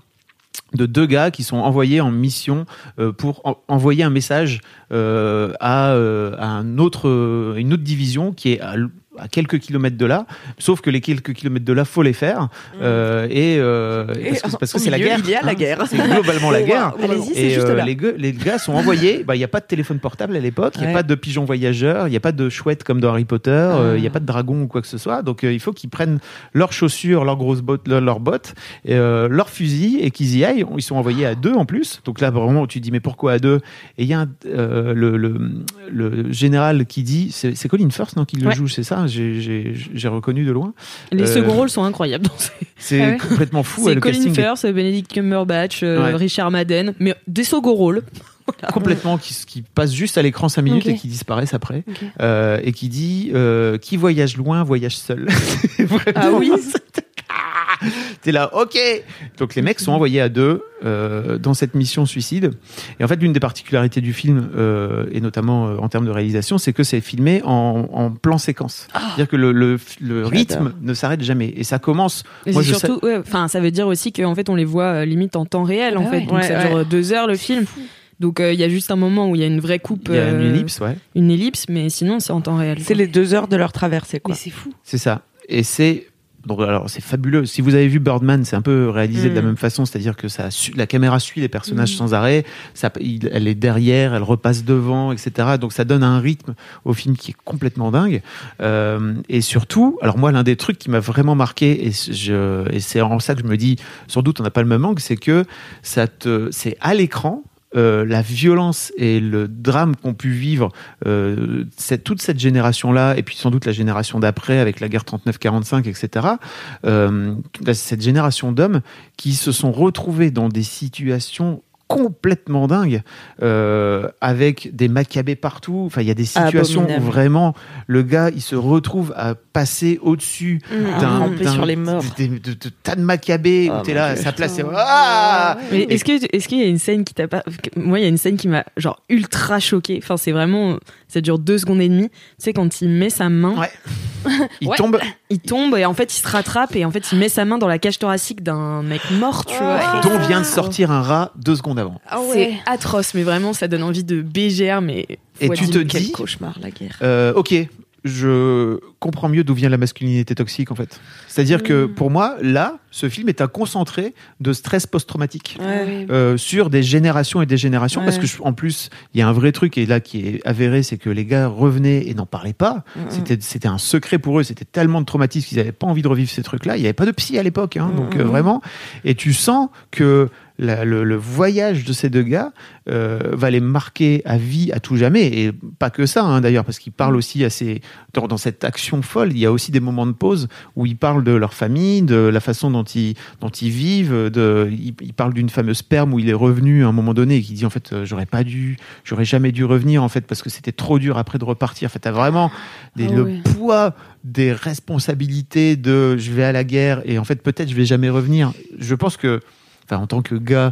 C: de deux gars qui sont envoyés en mission euh, pour en- envoyer un message euh, à, euh, à un autre, euh, une autre division qui est à, l- à quelques kilomètres de là, sauf que les quelques kilomètres de là, faut les faire. Euh, et, euh,
E: Mmh. Et
C: parce que- parce que
E: au
C: c'est la
E: milieu,
C: guerre. Hein,
E: il y a la guerre.
C: C'est globalement la
E: Wow.
C: guerre.
E: Allez-y, c'est
C: Et
E: juste
C: euh,
E: là.
C: les, gueux- les gars sont envoyés. Bah, Il n'y a pas de téléphone portable à l'époque, il n'y
E: Ouais.
C: a pas de pigeon voyageur, il n'y a pas de chouette comme dans Harry Potter, euh, il n'y a pas de dragon ou quoi que ce soit. Donc euh, il faut qu'ils prennent leurs chaussures, leurs grosses bottes, leurs leurs bottes, et, euh, leurs fusils et qu'ils y aillent. Ils sont envoyés à deux en plus. Donc là, vraiment, tu te dis, mais pourquoi à deux Et il y a un, euh, le, le- le général qui dit, c'est c'est Colin Firth non, qui le
D: Ouais.
C: joue, c'est ça J'ai- J'ai j'ai reconnu de loin.
D: Les
C: Euh,
D: seconds rôles sont incroyables. dans ce-
C: C'est
B: Ah ouais
C: complètement fou. et
D: C'est
C: le
D: Colin
C: casting est
D: Firth, Benedict Cumberbatch, euh,
C: Ouais.
D: Richard Madden, mais des seconds rôles.
C: complètement qui, qui passe juste à l'écran 5 minutes
B: Ok.
C: et qui disparaissent après
B: Ok.
C: Euh, et qui dit euh, qui voyage loin voyage seul C'est vraiment-
D: Ah oui.
C: Ah t'es là ok donc les mecs sont envoyés à deux euh, dans cette mission suicide et en fait l'une des particularités du film euh, et notamment euh, en termes de réalisation c'est que c'est filmé en, en plan séquence c'est-à-dire que le, le- le rythme ne s'arrête jamais et ça commence
D: Et
C: Moi,
D: c'est
C: je sais-
D: surtout, ouais, enfin, ça veut dire aussi qu'en fait, on les voit euh, limite en temps réel, en
B: Ah
D: fait.
B: ouais.
D: Donc, ça
E: Ouais,
D: dure euh, deux heures le film. Donc, euh, il y a juste un moment où il y a une vraie coupe,
C: il y a une
D: euh,
C: ellipse ouais
D: une ellipse, mais sinon, c'est en temps réel.
E: C'est
D: quoi.
E: les deux heures de leur traversée,
B: Mais
E: quoi.
B: c'est fou.
C: C'est ça. Et c'est donc alors c'est fabuleux. Si vous avez vu Birdman, c'est un peu réalisé de la
D: Mm.
C: même façon, c'est-à-dire que ça su- la caméra suit les personnages sans arrêt. Ça, il- elle est derrière, elle repasse devant, etc. Donc ça donne un rythme au film qui est complètement dingue. Euh, et surtout, alors moi l'un des trucs qui m'a vraiment marqué et, je, et c'est en ça que je me dis sans doute on n'a pas le même angle, c'est que ça te c'est à l'écran euh, la violence et le drame qu'ont pu vivre euh, cette, toute cette génération-là, et puis sans doute la génération d'après avec la guerre 39-45, etc., euh, cette génération d'hommes qui se sont retrouvés dans des situations complètement dingue euh, avec des macabées partout. Enfin, il y a des situations
E: Ah, Abominable.
C: où vraiment le gars il se retrouve à passer au-dessus
D: Mmh.
C: d'un
E: ramper
C: d'un-
E: sur les morts.
C: des- de, de tas de macabées
E: Oh
C: où t'es
E: mon
C: là à
E: Dieu.
C: sa place. et- Ah
D: Mais est-ce que est-ce qu'il y a une scène qui t'a pas que- moi il y a une scène qui m'a genre ultra choquée enfin c'est vraiment ça dure deux secondes et demie tu sais quand il met sa main
C: Ouais. Il
D: Ouais.
C: tombe,
D: il tombe et en fait il se rattrape et en fait il met sa main dans la cage thoracique d'un mec mort tu vois
C: dont vient de sortir un rat deux secondes avant.
B: Ah
D: c'est atroce mais vraiment ça donne envie de BGR mais
C: Et
D: fois
C: tu
D: dix
C: te
D: mille.
C: dis-
E: Quel cauchemar, la guerre.
C: Euh, ok, je comprends mieux d'où vient la masculinité toxique en fait. C'est-à-dire que pour moi, là, ce film est un concentré de stress post-traumatique. euh, sur des générations et des générations parce
E: Ouais.
C: que je- en plus il y a un vrai truc et là qui est avéré c'est que les gars revenaient et n'en parlaient pas
E: Mm, mm.
C: c'était c'était un secret pour eux c'était tellement de traumatisme qu'ils n'avaient pas envie de revivre ces trucs là il n'y avait pas de psy à l'époque hein,
E: Mm,
C: donc euh, vraiment et tu sens que la- le, le voyage de ces deux gars euh, va les marquer à vie à tout jamais et pas que ça hein, d'ailleurs parce qu'ils
E: Mm.
C: parlent aussi à ces dans, dans cette action folle il y a aussi des moments de pause où ils parlent de leur famille de la façon dont ils dont ils vivent. De, il, il parle d'une fameuse perme où il est revenu à un moment donné et qui dit en fait euh, j'aurais pas dû, j'aurais jamais dû revenir en fait parce que c'était trop dur après de repartir. En fait, t'as vraiment des,
B: Ah
C: le
B: ouais.
C: poids des responsabilités de je vais à la guerre et en fait peut-être je vais jamais revenir. Je pense que, enfin en tant que gars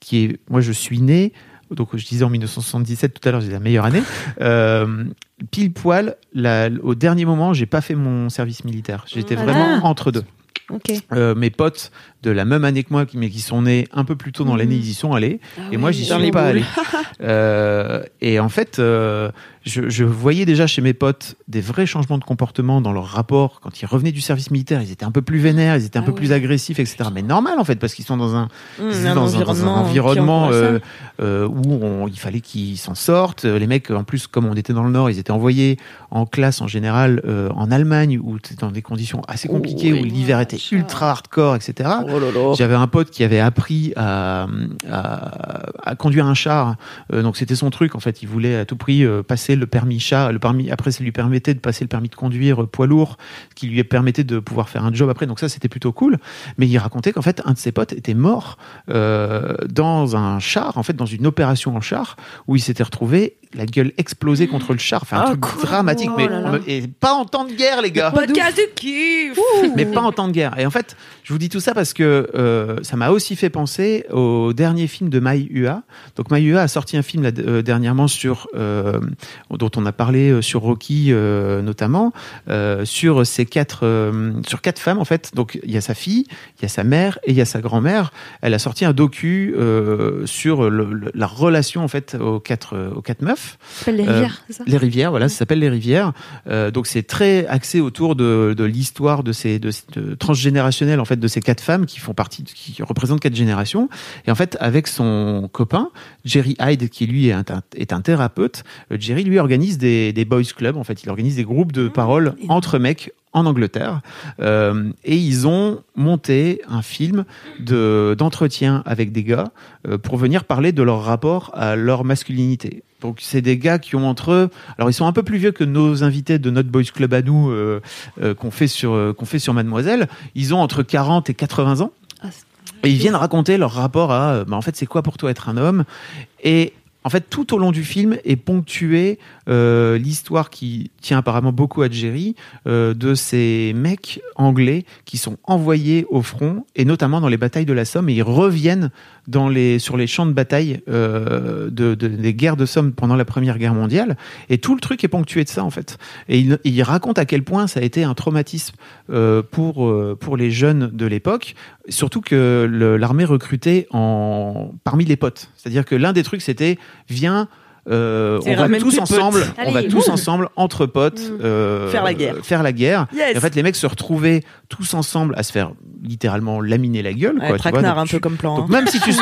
C: qui est, moi je suis né. Donc, je disais en 1977 tout à l'heure, j'ai la meilleure année. Euh, pile poil, la- au dernier moment, j'ai pas fait mon service militaire. J'étais
D: Ah.
C: vraiment entre deux.
D: ok
C: Euh, mes potes de la même année que moi, qui- mais qui sont nés un peu plus tôt dans l'année, ils y sont allés. et moi, j'y
E: dans
C: suis
E: les
C: pas
E: boules.
C: allé. Euh, et en fait, euh, je, je voyais déjà chez mes potes des vrais changements de comportement dans leur rapport. Quand ils revenaient du service militaire, ils étaient un peu plus vénères, ils étaient un
B: Ah
C: peu
B: ouais.
C: plus agressifs, etc. Mais normal, en fait, parce qu'ils sont dans un,
E: Mm,
C: ils étaient dans un- dans un environnement,
E: qui encourage
C: euh, euh, où on- il fallait qu'ils s'en sortent. Euh, Les mecs, en plus, comme on était dans le Nord, ils étaient envoyés en classe en général euh, en Allemagne, où c'était dans des conditions assez
E: Oh,
C: compliquées, où l'hiver
E: Ah,
C: était ultra hardcore, etc.
E: ça. Oh là là.
C: J'avais un pote qui avait appris à, à- à conduire un char. Euh, donc c'était son truc en fait. Il voulait à tout prix euh, passer le permis char. Le permis après, ça lui permettait de passer le permis de conduire euh, poids lourd, ce qui lui permettait de pouvoir faire un job après. Donc ça c'était plutôt cool. Mais il racontait qu'en fait un de ses potes était mort euh, dans un char, en fait dans une opération en char où il s'était retrouvé la gueule explosée contre le char. Enfin un
E: Ah,
C: truc
E: quoi
C: dramatique.
E: Oh
C: mais
E: là là.
C: et pas en temps de guerre les gars.
E: Podcast de kiff.
C: Mais pas en temps de guerre. Et en fait, je vous dis tout ça parce que euh, ça m'a aussi fait penser au dernier film de Mai Ua. Donc Mai Ua a sorti un film là, euh, dernièrement sur euh, dont on a parlé euh, sur Rocky euh, notamment euh, sur ces quatre euh, sur quatre femmes en fait. Donc il y a sa fille, il y a sa mère et il y a sa grand-mère. Elle a sorti un docu euh, sur le- le- la relation en fait aux quatre aux quatre meufs.
B: s'appelle les
C: Euh,
B: rivières, c'est ça
C: Les rivières, voilà, ça s'appelle Les rivières. Euh, donc c'est très axé autour de, de l'histoire de ces de, de transgénérationnelle en fait de ces quatre femmes qui font partie, de- qui représentent quatre générations. Et en fait, avec son copain Jerry Hyde, qui lui est un, est un thérapeute, euh, Jerry lui organise des, des boys clubs. En fait, il organise des groupes de parole entre mecs en Angleterre. Euh, et ils ont monté un film de d'entretien avec des gars euh, pour venir parler de leur rapport à leur masculinité. Donc c'est des gars qui ont entre eux, alors ils sont un peu plus vieux que nos invités de notre boys club à nous euh, euh, qu'on fait sur euh, qu'on fait sur Mademoiselle. Ils ont entre 40 et 80 ans
B: Ah,
C: et ils viennent raconter leur rapport à, euh, bah, en fait c'est quoi pour toi être un homme et en fait, tout au long du film est ponctué euh, l'histoire qui tient apparemment beaucoup à Jerry euh, de ces mecs anglais qui sont envoyés au front et notamment dans les batailles de la Somme et ils reviennent dans les, sur les champs de bataille euh, de, de- des guerres de Somme pendant la Première Guerre mondiale. Et tout le truc est ponctué de ça, en fait. Et il, il raconte à quel point ça a été un traumatisme euh, pour, euh, pour les jeunes de l'époque, surtout que le- l'armée recrutait en, parmi les potes. C'est-à-dire que l'un des trucs, c'était viens. euh,
E: C'est
C: on va
E: ramène
C: tous
E: tes
C: ensemble,
E: potes.
C: on va
B: Allez,
C: tous
B: ouh.
C: ensemble entre potes
B: Mm.
C: euh,
E: Faire la guerre.
C: faire la guerre.
E: Yes.
C: Et en fait, les mecs se retrouvaient tous ensemble à se faire littéralement laminer la gueule.
E: Ouais,
C: quoi, tu vois.
E: traquenard
C: Donc,
E: un
C: tu-
E: peu comme plan. hein.
C: donc même si tu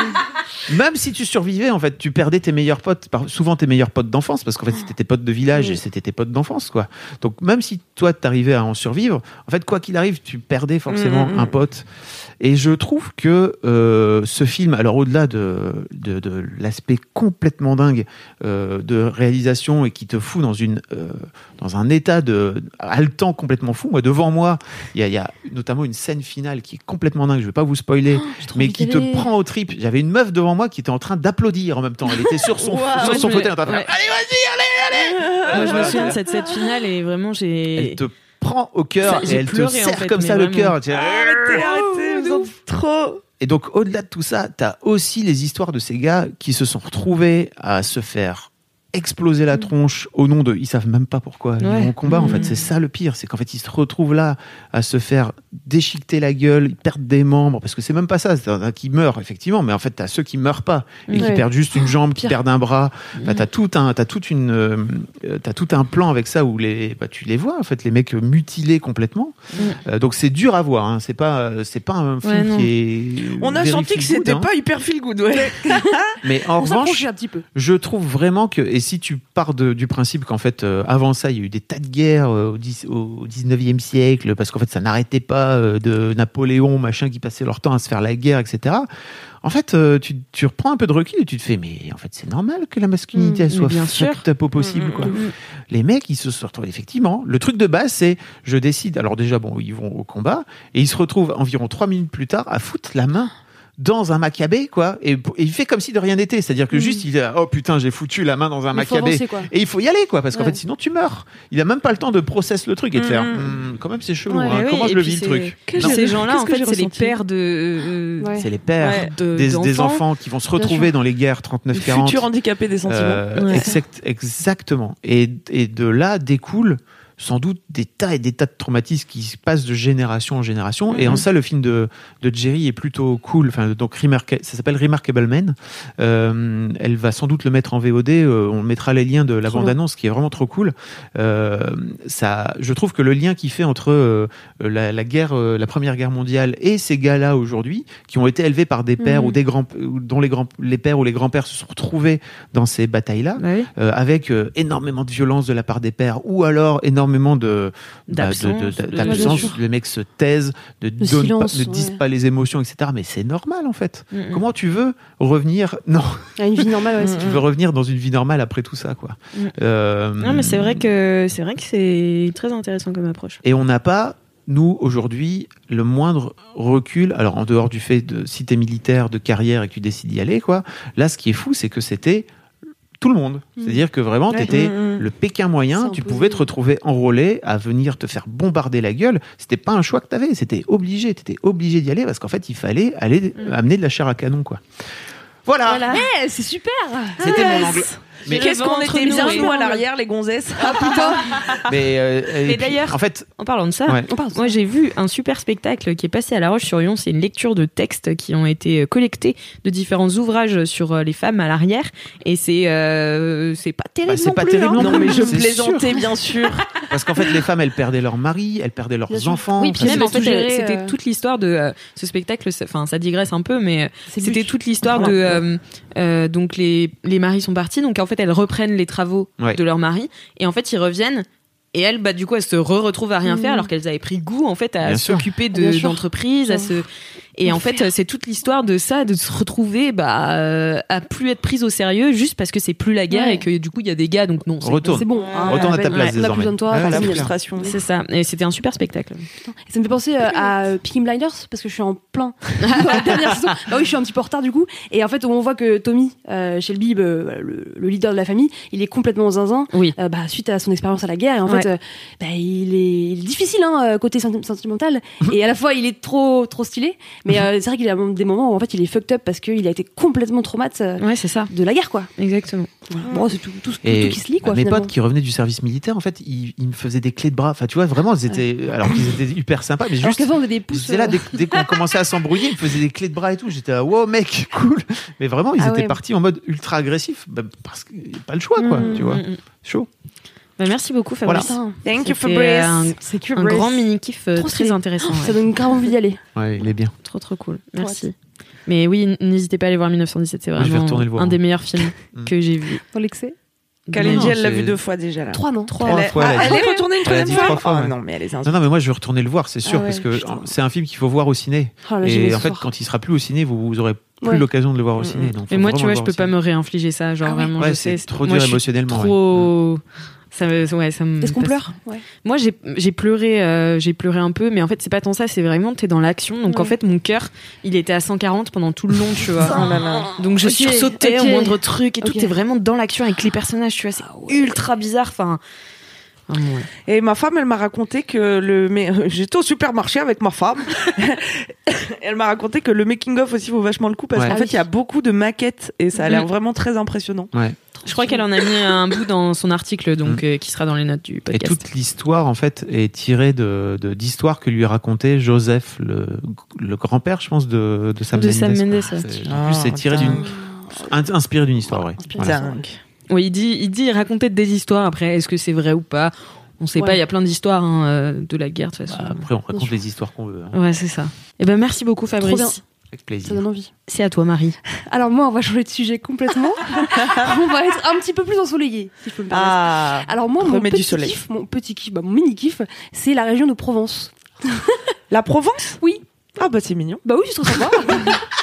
C: Même si tu survivais, en fait, tu perdais tes meilleurs potes, par- souvent tes meilleurs potes d'enfance, parce qu'en fait, c'était tes potes de village et c'était tes potes d'enfance, quoi. Donc, même si toi, t'arrivais à en survivre, en fait, quoi qu'il arrive, tu perdais forcément
B: Mm,
E: Mhm.
C: un pote. Et je trouve que euh, ce film, alors au-delà de, de, de l'aspect complètement dingue euh, de réalisation et qui te fout dans une euh, dans un état de haletant complètement fou. Moi, devant moi, il y a, il y a notamment une scène finale qui est complètement dingue. Je vais pas vous spoiler, mais
B: envie
C: qui
B: d'y
C: te
B: aller.
C: prend aux tripes. J'avais une meuf devant moi qui était en train d'applaudir en même temps. Elle était sur son,
D: Ouah,
C: sur
D: ouais,
C: son
D: je
C: fauteuil
D: me-
C: en train de faire,
D: ouais.
C: Allez, vas-y, allez, allez.
D: Moi, je me
C: Voilà.
D: souviens de cette scène finale et vraiment, j'ai.
C: Elle te prend au cœur
D: Ça,
C: et
D: j'ai
C: elle te
D: pleuré, en
C: serre
D: fait,
C: comme
D: mais
C: ça le
D: vraiment.
C: cœur. Tu-
E: Arrêtez, arrêtez, vous êtes trop.
C: Et donc, au-delà de tout ça, t'as aussi les histoires de ces gars qui se sont retrouvés à se faire exploser
B: Mm.
C: la tronche au nom de. Ils savent même pas pourquoi. Ils
D: Ouais.
C: vont au combat, en fait.
D: Mhm.
C: C'est ça le pire. C'est qu'en fait, ils se retrouvent là à se faire déchiqueter la gueule, ils perdent des membres. Parce que c'est même pas ça. C'est un qui meurt, effectivement. Mais en fait, t'as ceux qui meurent pas et qui
B: Ouais.
C: perdent juste une jambe, qui
B: pire. Mm.
C: perdent un bras. Bah, t'as tout un, t'as toute une, euh, euh, t'as tout un plan avec ça où les, bah, tu les vois, en fait, les mecs mutilés complètement. Euh, donc, c'est dur à voir. hein. C'est pas, euh, c'est pas un
D: Ouais,
C: film
D: non.
C: qui est
E: On a
C: very
E: senti que
C: feel good,
E: c'était
C: hein.
E: pas hyper feel good, ouais.
C: Mais en
B: On s'approche
C: revanche,
B: un petit peu.
C: je trouve vraiment que, et si tu pars de- du principe qu'en fait, euh, avant ça, il y a eu des tas de guerres euh, au, dix- au 19e siècle, parce qu'en fait, ça n'arrêtait pas euh, de Napoléon, machin, qui passait leur temps à se faire la guerre, etc. En fait, euh, tu, tu reprends un peu de recul et tu te fais, mais en fait, c'est normal que la masculinité
D: Mm,
C: elle soit
D: mais bien Mmh,
C: fucked up au possible, quoi. Les mecs, ils se sont retrouvés, effectivement. Le truc de base, c'est je décide. Alors, déjà, bon, ils vont au combat et ils se retrouvent environ trois minutes plus tard à foutre la main dans un macabé, quoi. Et, et il fait comme si de rien n'était. C'est-à-dire que juste, il dit Oh putain, j'ai foutu la main dans un
B: Il faut
C: macabé.
B: avancer, quoi.
C: Et il faut y aller, quoi, parce qu'en
B: Ouais.
C: fait, sinon tu meurs. Il a même pas le temps de processer le truc et de faire
D: Mhm.
C: Hmm, Quand même, c'est chelou.
D: Ouais,
C: hein.
D: ouais,
C: Comment
D: et
C: je le
D: puis
C: vis le
D: c'est-
C: truc
D: Puis
C: Non.
D: Ces gens-là,
E: Qu'est-ce
D: en
E: que
D: fait,
E: j'ai
D: c'est les
E: ressenti
D: pères de. euh,
B: Ouais.
C: C'est les pères
D: ouais, Euh, de-
C: des, des
D: d'enfants.
C: enfants qui vont se
B: Bien
C: retrouver
B: sûr.
C: dans les guerres
E: Le
C: 39-40.
E: futur handicapé des sentiments.
C: Euh,
D: Ouais.
C: exact- exactement. Et, et de là découlent sans doute des tas et des tas de traumatismes qui se passent de génération en génération. Et en ça, le film de, de Jerry est plutôt cool. Enfin, donc, Remarca- ça s'appelle Remarkable Men. Euh, elle va sans doute le mettre en VOD. Euh, on mettra les liens de la
B: Trop
C: bande-annonce qui est vraiment trop cool. Euh, ça, je trouve que le lien qu'il fait entre euh, la, la guerre, euh, la première guerre mondiale et ces gars-là aujourd'hui, qui ont été élevés par des pères
D: Mhm.
C: ou des grands, ou dont les grands, les pères ou les grands-pères se sont retrouvés dans ces batailles-là,
E: Bah
D: Ouais.
C: euh, avec euh, énormément de violence de la part des pères, ou alors énormément de bah, de-
D: D'absence,
C: de-
D: de-
C: de-
B: Ouais, bien
C: d'absence.
B: sûr.
C: Les mecs se taisent, ne, donnent
B: silence,
C: pas- ne disent
B: ouais.
C: pas les émotions, etc. Mais c'est normal en fait.
D: Mhm.
C: Comment tu veux revenir Non,
B: À Ah, une vie normale, ouais,
C: Mm,
B: c'est
D: Mm,
C: tu veux revenir dans une vie normale après tout ça, quoi.
D: Mhm.
C: Euh,
D: Non, mais c'est vrai que c'est vrai que c'est très intéressant comme approche.
C: Et on n'a pas, nous, aujourd'hui, le moindre recul. Alors, en dehors du fait de si t'es militaire, de carrière et que tu décides d'y aller, quoi. Là, ce qui est fou, c'est que c'était tout le monde. C'est-à-dire que vraiment,
D: Ouais.
C: t'étais
D: Mm, mm.
C: le Pékin moyen,
B: C'est
C: tu
B: imposé.
C: pouvais te retrouver enrôlé à venir te faire bombarder la gueule. C'était pas un choix que t'avais, c'était obligé. T'étais obligé d'y aller parce qu'en fait, il fallait aller amener de la chair à canon, quoi. Voilà,
B: Eh, c'est super
C: c'était mon angle. Mais-
E: Qu'est-ce qu'on était
D: Entre
E: bien
D: nous,
E: nous à
D: oui.
E: l'arrière, les gonzesses
C: Ah, Mais, euh, et puis,
D: d'ailleurs-
C: en fait,
D: En parlant de ça,
C: ouais.
B: On parle de ça.
D: moi j'ai vu un super spectacle qui est passé à La Roche-sur-Yon. C'est une lecture de textes qui ont été euh, collectés de différents ouvrages sur euh, les femmes à l'arrière. Et c'est euh, c'est pas terrible.
C: Bah, c'est
D: non
C: pas
D: plus,
C: terrible
D: hein.
C: non,
E: Non, mais je
C: c'est
E: plaisantais, bien sûr.
C: parce qu'en fait, les femmes, elles perdaient leur mari, elles perdaient leurs
B: Bien sûr.
C: enfants.
B: Oui,
D: Puis
B: Ça,
D: même
B: c'est
D: en fait,
B: suggéré,
D: elle- c'était
B: euh,
D: toute l'histoire de euh, ce spectacle. c'est- Enfin, ça digresse un peu, mais euh,
B: C'est
D: c'était
B: but.
D: toute
B: Ah.
D: l'histoire de euh, euh, donc les les maris sont partis, donc en fait elles reprennent les travaux
C: Ouais.
D: de leur mari et en fait ils reviennent. Et elles, bah, du coup, elles se re-retrouvent à rien
B: Mhm.
D: faire alors qu'elles avaient pris goût, en fait, à
C: Bien sûr.
D: s'occuper
B: Bien
D: de
B: sûr.
D: l'entreprise, à se. Et en fait, c'est toute l'histoire de ça, de se retrouver, bah, euh, à plus être prise au sérieux juste parce que c'est plus la guerre
B: Ouais.
D: et que du coup, il y a des gars, donc non. c'est-
C: Retourne.
B: C'est bon. hein,
C: Retourne à ta
B: Abel,
C: place
B: On a
C: désormais.
B: plus besoin de toi.
C: Ah,
B: c'est
C: la
E: La
B: fini.
C: frustration.
E: frustration.
D: C'est ça. Et c'était un super spectacle.
B: Et ça me fait penser euh, à euh, Peaky Blinders parce que je suis en plein dans la dernière saison. Bah oui, je suis un petit peu en retard du coup. Et en fait, on voit que Tommy euh, Shelby, euh, voilà, le, le leader de la famille, il est complètement zinzin.
D: Oui.
B: euh, bah, suite à son expérience à la guerre, et en
D: Ouais.
B: fait, euh, bah, il, est, il est difficile hein, euh, côté senti- sentimental. et à la fois, il est trop trop stylé. Mais euh, c'est vrai qu'il a des moments où en fait, il est fucked up parce qu'il a été complètement traumatisé euh,
D: Ouais, c'est ça.
B: de la guerre, quoi.
D: Exactement.
B: Voilà. Bon, c'est tout, tout, tout-
C: Et
B: tout qui se lie, quoi.
C: mes
B: finalement.
C: potes qui revenaient du service militaire, en fait, ils, ils me faisaient des clés de bras. Enfin, tu vois, vraiment, ils étaient, alors qu'ils étaient hyper sympas, mais
B: Alors
C: juste.
B: qu'avant, on avait des pouces.
C: C'est là,
B: euh,
C: dès, dès qu'on commençait à s'embrouiller, ils me faisaient des clés de bras et tout. J'étais là, wow, mec, cool. Mais vraiment, ils
B: Ah
C: étaient
B: ouais.
C: partis en mode ultra agressif. Bah, parce que pas le choix, quoi.
D: Mhm,
C: Tu vois,
D: mhm.
C: chaud.
D: Bah, merci beaucoup,
C: Voilà.
D: Fabrice.
B: putain,
E: Thank you,
D: C'était
E: Fabrice.
D: un-
E: Thank you,
D: Un
E: Fabrice.
D: grand mini kiff
B: Trop
D: très
B: stylé. Oh,
D: intéressant.
B: Ça
D: ouais.
B: donne grave envie d'y aller.
C: Ouais, il est bien.
D: Trop trop cool.
B: Trop
D: Merci. Mais oui, n- n'hésitez pas à aller voir 1917, c'est
C: Oui, je vais
D: vraiment
C: retourner le voir,
D: un
C: hein.
D: des meilleurs films que j'ai vu.
B: Dans l'excès
D: de ma
E: Kalindi,
D: vie.
E: elle l'a vu
C: c'est-
E: deux fois déjà là.
B: Trois, non
C: Trois
E: elle est-
C: fois,
E: ah,
C: elle a
E: elle
C: dit.
E: est retournée
C: Elle
E: une
C: a
E: troisième
C: dit
E: fois.
C: trois fois,
E: Ah
C: ouais.
E: non, mais elle est
C: Non,
E: zinzin.
C: non, mais moi je vais retourner le voir, c'est sûr,
B: Ah ouais,
C: parce que
B: putain.
C: c'est un film qu'il faut voir au ciné.
B: Oh là là, j'y vais
C: et
B: ce
C: en fait,
B: soir.
C: quand il sera plus au ciné, vous, vous aurez plus
B: Ouais.
C: l'occasion de le voir au
E: Mm,
C: ciné.
E: mm.
C: donc
D: Mais
C: faut
D: moi,
C: vraiment
D: tu vois,
C: le
D: je
C: voir
D: peux
C: au
D: pas
C: ciné.
D: me réinfliger ça.
B: Ah
D: Genre, vraiment,
C: Ouais,
D: je sais.
C: c'est trop
D: moi,
C: dur
D: je suis
C: émotionnellement. ouais. Mm.
D: Trop. Ça me- ouais, ça me
B: Mm. Est-ce qu'on
D: passe-
B: pleure Ouais.
D: Moi, j'ai j'ai pleuré, euh, j'ai pleuré un peu, mais en fait, c'est pas tant ça, c'est vraiment, t'es dans l'action. Donc, en
B: Ouais.
D: fait, mon cœur, il était à 140 pendant tout le long, tu vois.
E: Oh là là.
D: Donc, je
B: Ok,
D: sursautais
B: ok.
D: au moindre truc et tout.
B: Ok. Ah
D: T'es vraiment dans l'action avec les personnages, tu vois. C'est ultra bizarre. Enfin. Ah, ouais.
E: Et ma femme, elle m'a raconté que le. mais- J'étais au supermarché avec ma femme. elle m'a raconté que le making-of aussi vaut vachement le coup parce
C: Ouais.
E: qu'en
C: Ah
E: fait, il y a beaucoup de maquettes et ça a l'air
D: Mhm.
E: vraiment très impressionnant.
D: Je crois qu'elle en a mis un bout dans son article, donc euh, qui sera dans les notes du
C: Et
D: podcast.
C: toute l'histoire, en fait, est tirée de, de- d'histoires que lui racontait Joseph, le, le grand-père, je pense, de, de Sam
D: De
C: Mendes.
D: Sam Mendes,
C: C'est-
D: ouais.
C: en plus, c'est tiré d'une. in- inspiré d'une histoire, ouais.
B: inspiré
C: Voilà.
E: Dingue.
D: Oui, il dit, il dit raconter des histoires. Après, est-ce que c'est vrai ou pas On sait
B: Ouais.
D: pas. Il y a plein d'histoires hein, euh, de la guerre de toute façon.
C: Bah, Après, on raconte les histoires qu'on veut. hein.
D: Ouais, c'est ça. Eh ben, merci beaucoup,
B: bien.
D: Fabrice.
C: Avec
B: Ça
C: plaisir.
B: donne envie.
D: C'est à toi, Marie.
B: Alors moi, on va changer de sujet complètement. on va être un petit peu plus ensoleillé, si je peux me permettre.
E: Ah
B: Alors moi, mon
E: Remet
B: petit,
E: du soleil.
B: kiff, mon petit kiff, bah, mon mini kiff, c'est la région de Provence.
E: La Provence
B: Oui.
E: Ah bah c'est mignon.
B: Bah oui, c'est trop sympa.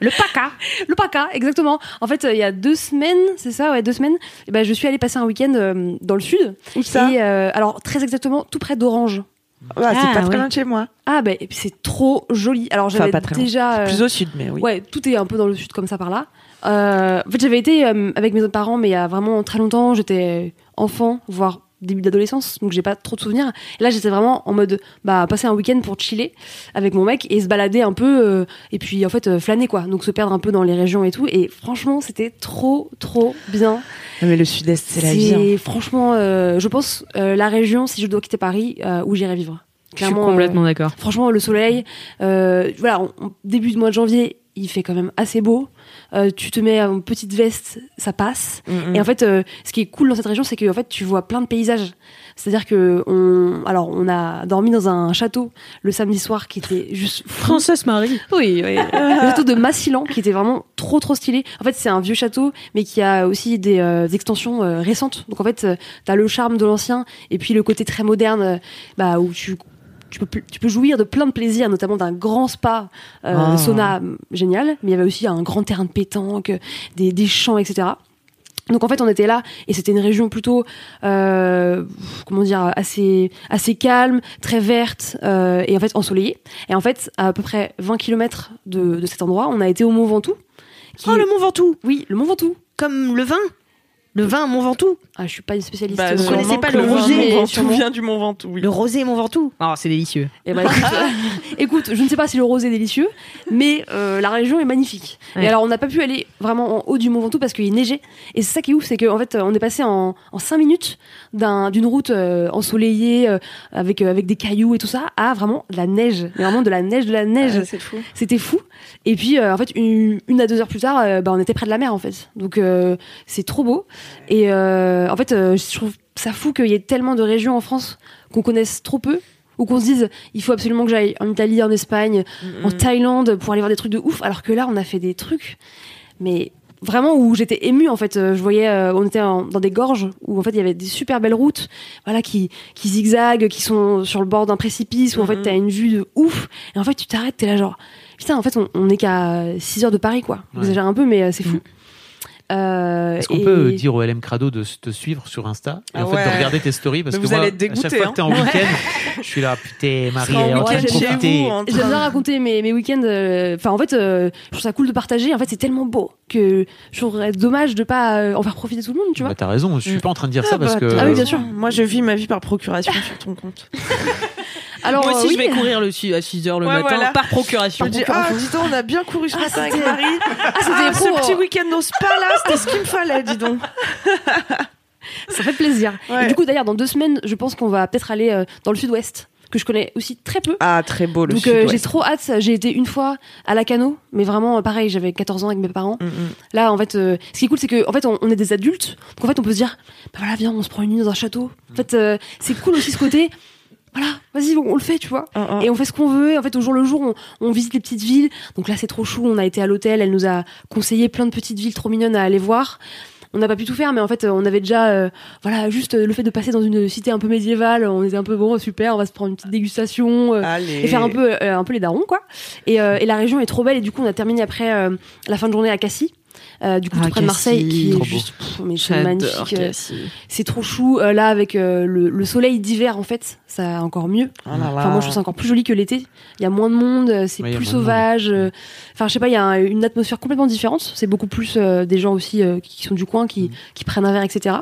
B: Le PACA. Le PACA, exactement. En fait, euh, il y a deux semaines, c'est ça, ouais, deux semaines, eh ben, je suis allée passer un week-end euh, dans le sud.
E: Où ça
B: Et, euh, alors, très exactement, tout près d'Orange.
E: Ah, C'est
D: Ah,
E: pas très
D: ouais.
E: loin de chez moi.
B: Ah, bah, et puis c'est trop joli. Alors,
E: Enfin,
B: j'avais
E: pas très loin.
B: déjà. euh,
E: Plus au sud, mais oui.
B: Ouais, tout est un peu dans le sud comme ça par là. Euh, en fait, j'avais été euh, avec mes autres parents, mais il y a vraiment très longtemps, j'étais enfant, voire début d'adolescence, donc j'ai pas trop de souvenirs. Et là, j'étais vraiment en mode bah passer un week-end pour chiller avec mon mec et se balader un peu, euh, et puis en fait euh, flâner quoi, donc se perdre un peu dans les régions et tout. Et franchement, c'était trop trop bien.
E: Ah, Mais le sud-est, c'est la vie. hein.
B: C'est franchement, euh, je pense euh, la région si je dois quitter Paris euh, où j'irai vivre.
D: je
B: Clairement,
D: suis
B: euh,
D: complètement d'accord.
B: Franchement, le soleil, euh, voilà, on- on- début du mois de janvier, il fait quand même assez beau. Euh, tu te mets en petite veste, ça passe.
E: Mhm.
B: Et en fait, euh, ce qui est cool dans cette région, c'est que en fait, tu vois plein de paysages. C'est-à-dire que, on, alors, on a dormi dans un château le samedi soir qui était juste fou.
D: Princesse Marie.
B: Oui, oui. le château de Massilan qui était vraiment trop trop stylé. En fait, c'est un vieux château, mais qui a aussi des euh, extensions euh, récentes. Donc en fait, euh, t'as le charme de l'ancien et puis le côté très moderne, euh, bah où tu tu peux, pl- tu peux jouir de plein de plaisirs, notamment d'un grand spa, euh,
E: Ah.
B: sauna mm, génial, mais il y avait aussi un grand terrain de pétanque, des, des champs, etc. Donc en fait, on était là et c'était une région plutôt, euh, comment dire, assez, assez calme, très verte euh, et en fait ensoleillée. Et en fait, à, peu près 20 km de, de cet endroit, on a été au Mont Ventoux. qui-
D: Oh, le Mont Ventoux.
B: Oui, le Mont Ventoux.
D: Comme le vin. Le vin Mont Ventoux.
B: Ah, je suis pas une spécialiste.
E: Bah,
B: euh,
E: sûrement
D: connaissez pas
E: que
D: le
E: vin
D: rosé,
E: Mont Ventoux
B: sûrement.
E: vient du Mont Ventoux. oui.
D: Le rosé Mont Ventoux. Oh, c'est délicieux.
B: Eh ben, écoute, euh, écoute, je ne sais pas si le rosé est délicieux, mais euh, la région est magnifique.
D: Ouais.
B: Et alors, on n'a pas pu aller vraiment en haut du Mont Ventoux parce qu'il neigeait. Et c'est ça qui est ouf, c'est qu'en fait, euh, on est passé en, en 5 minutes d'un- d'une route euh, ensoleillée, euh, avec, euh, avec des cailloux et tout ça, à vraiment de la neige. Mais vraiment de la neige, de la neige.
E: Ah, c'est fou.
B: C'était fou. Et puis, euh, en fait, une, une à deux heures plus tard, euh, bah, on était près de la mer, en fait. Donc, euh, c'est trop beau. Et euh, en fait, euh, je trouve ça fou qu'il y ait tellement de régions en France qu'on connaisse trop peu. Ou qu'on se dise, il faut absolument que j'aille en Italie, en Espagne, en Thaïlande pour aller voir des trucs de ouf. Alors que là, on a fait des trucs, mais vraiment où j'étais émue en fait. Euh, Je voyais, euh, on était en- dans des gorges où en fait il y avait des super belles routes, voilà qui qui zigzaguent, qui sont sur le bord d'un précipice où en fait
E: Mhm.
B: t'as une vue de ouf. Et en fait tu t'arrêtes, t'es là genre putain en fait on, on est qu'à 6 heures de Paris quoi.
C: Ouais.
B: J'exagère un peu mais euh, c'est fou. Euh,
C: Est-ce qu'on
B: et-
C: peut dire au LM Crado de s- te suivre sur Insta et
E: Ah
C: en fait de
E: ouais.
C: regarder tes stories parce
E: Mais
C: que
E: vous
C: moi,
E: allez être
C: à chaque
E: dégoûté,
C: fois que t'es en
E: hein.
C: week-end, je suis là, putain, Marie
E: Sera en
C: elle est en train de
E: week-end chez vous, hein,
C: profiter.
E: en train
B: J'aime
E: de-
B: bien raconter mes, mes week-ends. euh, Enfin, en fait, euh, je trouve ça cool de partager. En fait, c'est tellement beau que je trouverais dommage de pas euh, en faire profiter tout le monde, tu vois.
C: Bah, t'as raison, je suis
D: Mm.
C: pas en train de dire ça
E: bah,
C: parce que. euh,
B: Ah oui, bien sûr.
E: Moi, je vis ma vie par procuration sur ton compte.
B: Alors,
D: Moi aussi,
B: euh,
D: je vais
B: oui.
D: courir le su- à 6 heures le
E: Ouais,
D: matin
E: voilà.
D: par
E: Je
D: procuration.
E: me dis, ah, dis donc, on a bien couru ce
B: Ah,
E: matin avec
B: c'était-
E: Marie.
B: Ah, c'était
E: Ah,
B: pro,
E: ce petit
B: euh,
E: week-end au spa là, c'était ce qu'il me fallait, dis donc.
B: Ça fait plaisir.
E: Ouais.
B: Et du coup, d'ailleurs, dans deux semaines, je pense qu'on va peut-être aller euh, dans le sud-ouest, que je connais aussi très peu.
E: Ah, très beau le
B: Donc, euh, j'ai trop hâte. J'ai été une fois à la Cano, mais vraiment, euh, pareil, j'avais 14 ans avec mes parents.
E: Mm,
B: Là, en fait, euh, ce qui est cool, c'est que en fait, on, on est des adultes. Donc, en fait, on peut se dire, bah voilà, viens, on se prend une nuit dans un château. En fait, euh, c'est cool aussi ce côté. voilà, vas-y, on, on le fait, tu vois.
E: mm.
B: Et on fait ce qu'on veut. Et en fait, au jour le jour, on, on visite les petites villes. Donc là, c'est trop chou. On a été à l'hôtel. Elle nous a conseillé plein de petites villes trop mignonnes à aller voir. On n'a pas pu tout faire, mais en fait, euh, on avait déjà, euh, voilà, juste euh, le fait de passer dans une cité un peu médiévale. On était un peu bon, super. On va se prendre une petite dégustation euh,
E: Allez.
B: et faire un peu, euh, un peu les darons, quoi. Et, euh, et la région est trop belle. Et du coup, on a terminé après euh, la fin de journée à Cassis. Euh, du coup,
D: Ah,
B: tout près de Marseille,
D: Cassis,
B: qui
D: trop
B: est
D: beau.
B: juste pff, mais c'est
D: J'adore
B: magnifique. euh,
D: Cassis.
B: C'est trop chou. Euh, là, avec euh, le, le soleil d'hiver, en fait, ça encore mieux.
E: Ah
B: Enfin, moi, je trouve ça encore plus joli que l'été. Il y a moins de monde, euh, c'est
C: Ouais, il y a
B: plus
C: moins de monde.
B: sauvage. euh, Enfin, je sais pas, il y a un- une atmosphère complètement différente. C'est beaucoup plus euh, des gens aussi euh, qui sont du coin,
C: Mm.
B: qui, qui prennent un verre, etc.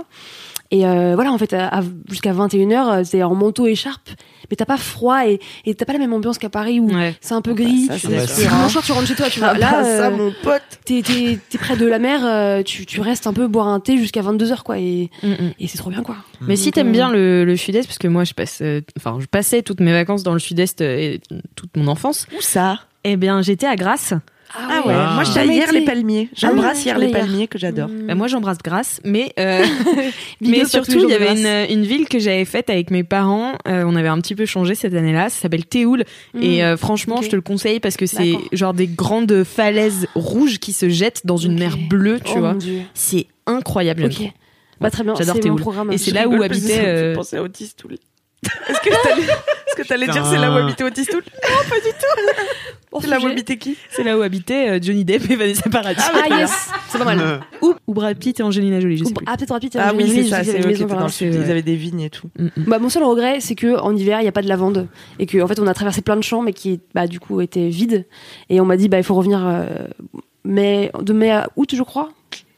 B: Et euh, voilà, en fait, à- à- jusqu'à 21h, euh, c'est en manteau écharpe, mais t'as pas froid et et t'as pas la même ambiance qu'à Paris où
D: Ouais.
B: c'est un peu gris.
E: ça, c'est
B: Et
C: d'accord.
B: en short, tu rentres chez toi, tu vas
E: Ah
B: là.
E: bah, ça,
B: euh,
E: mon pote.
B: T'es t'es- t'es près de la mer, euh, tu, tu restes un peu boire un thé jusqu'à 22h, quoi. Et,
D: Mm, mm.
B: et c'est trop bien, quoi.
D: Mais si
B: euh,
D: t'aimes bien le, le sud-est, parce que moi je passe, euh, enfin je passais toutes mes vacances dans le sud-est euh, et toute mon enfance,
E: Où ça
D: eh bien j'étais à Grasse.
E: Ah ouais,
C: Ah.
E: moi je
B: Jamais
E: hier
B: été.
E: les palmiers. J'embrasse
B: Ah,
E: hier les
B: j'allais hier.
E: palmiers que j'adore.
D: Bah, moi j'embrasse Grasse, mais euh,
B: Mm. Vidéo
D: mais
B: pas tous les
D: surtout
B: jours
D: il y
B: de
D: avait
B: Grasse.
D: une, une ville que j'avais faite avec mes parents. euh, on avait un petit peu changé cette année-là. Ça s'appelle Théoul et euh, franchement
B: Mm. ok.
D: je te le conseille parce que c'est
B: D'accord.
D: genre des grandes falaises rouges qui se jettent dans une
B: Ok.
D: mer bleue, tu
B: Oh
D: vois.
B: mon Dieu.
D: C'est incroyable. j'aime
B: Ok.
D: trop.
B: Bah, très bien,
D: J'adore
B: c'est mon
D: Théoul.
B: programme.
D: Et c'est là où habitait. euh,
E: pensais à Otistoul. Est-ce que t'allais, est-ce que t'allais dire c'est là où
C: Putain.
E: habitait Otistoul C'est là où habitait qui
D: C'est là où habitait euh, Johnny Depp et Vanessa Paradis.
B: Ah yes, c'est pas mal.
D: ou, ou Brad Pitt et Angelina Jolie, je sais
B: Ou-
D: plus.
B: Ah peut-être rapide.
E: Ah oui, c'est ça,
B: Ils
E: c'est eux qui étaient dans le sud.
D: c'est vrai.
E: Ils avaient des vignes et tout.
D: Mm,
B: Bah mon seul regret, c'est que en hiver, il n'y a pas de lavande et que en fait, on a traversé plein de champs, mais qui bah du coup étaient vides. Et on m'a dit bah il faut revenir euh, mai- de mai à août, je crois,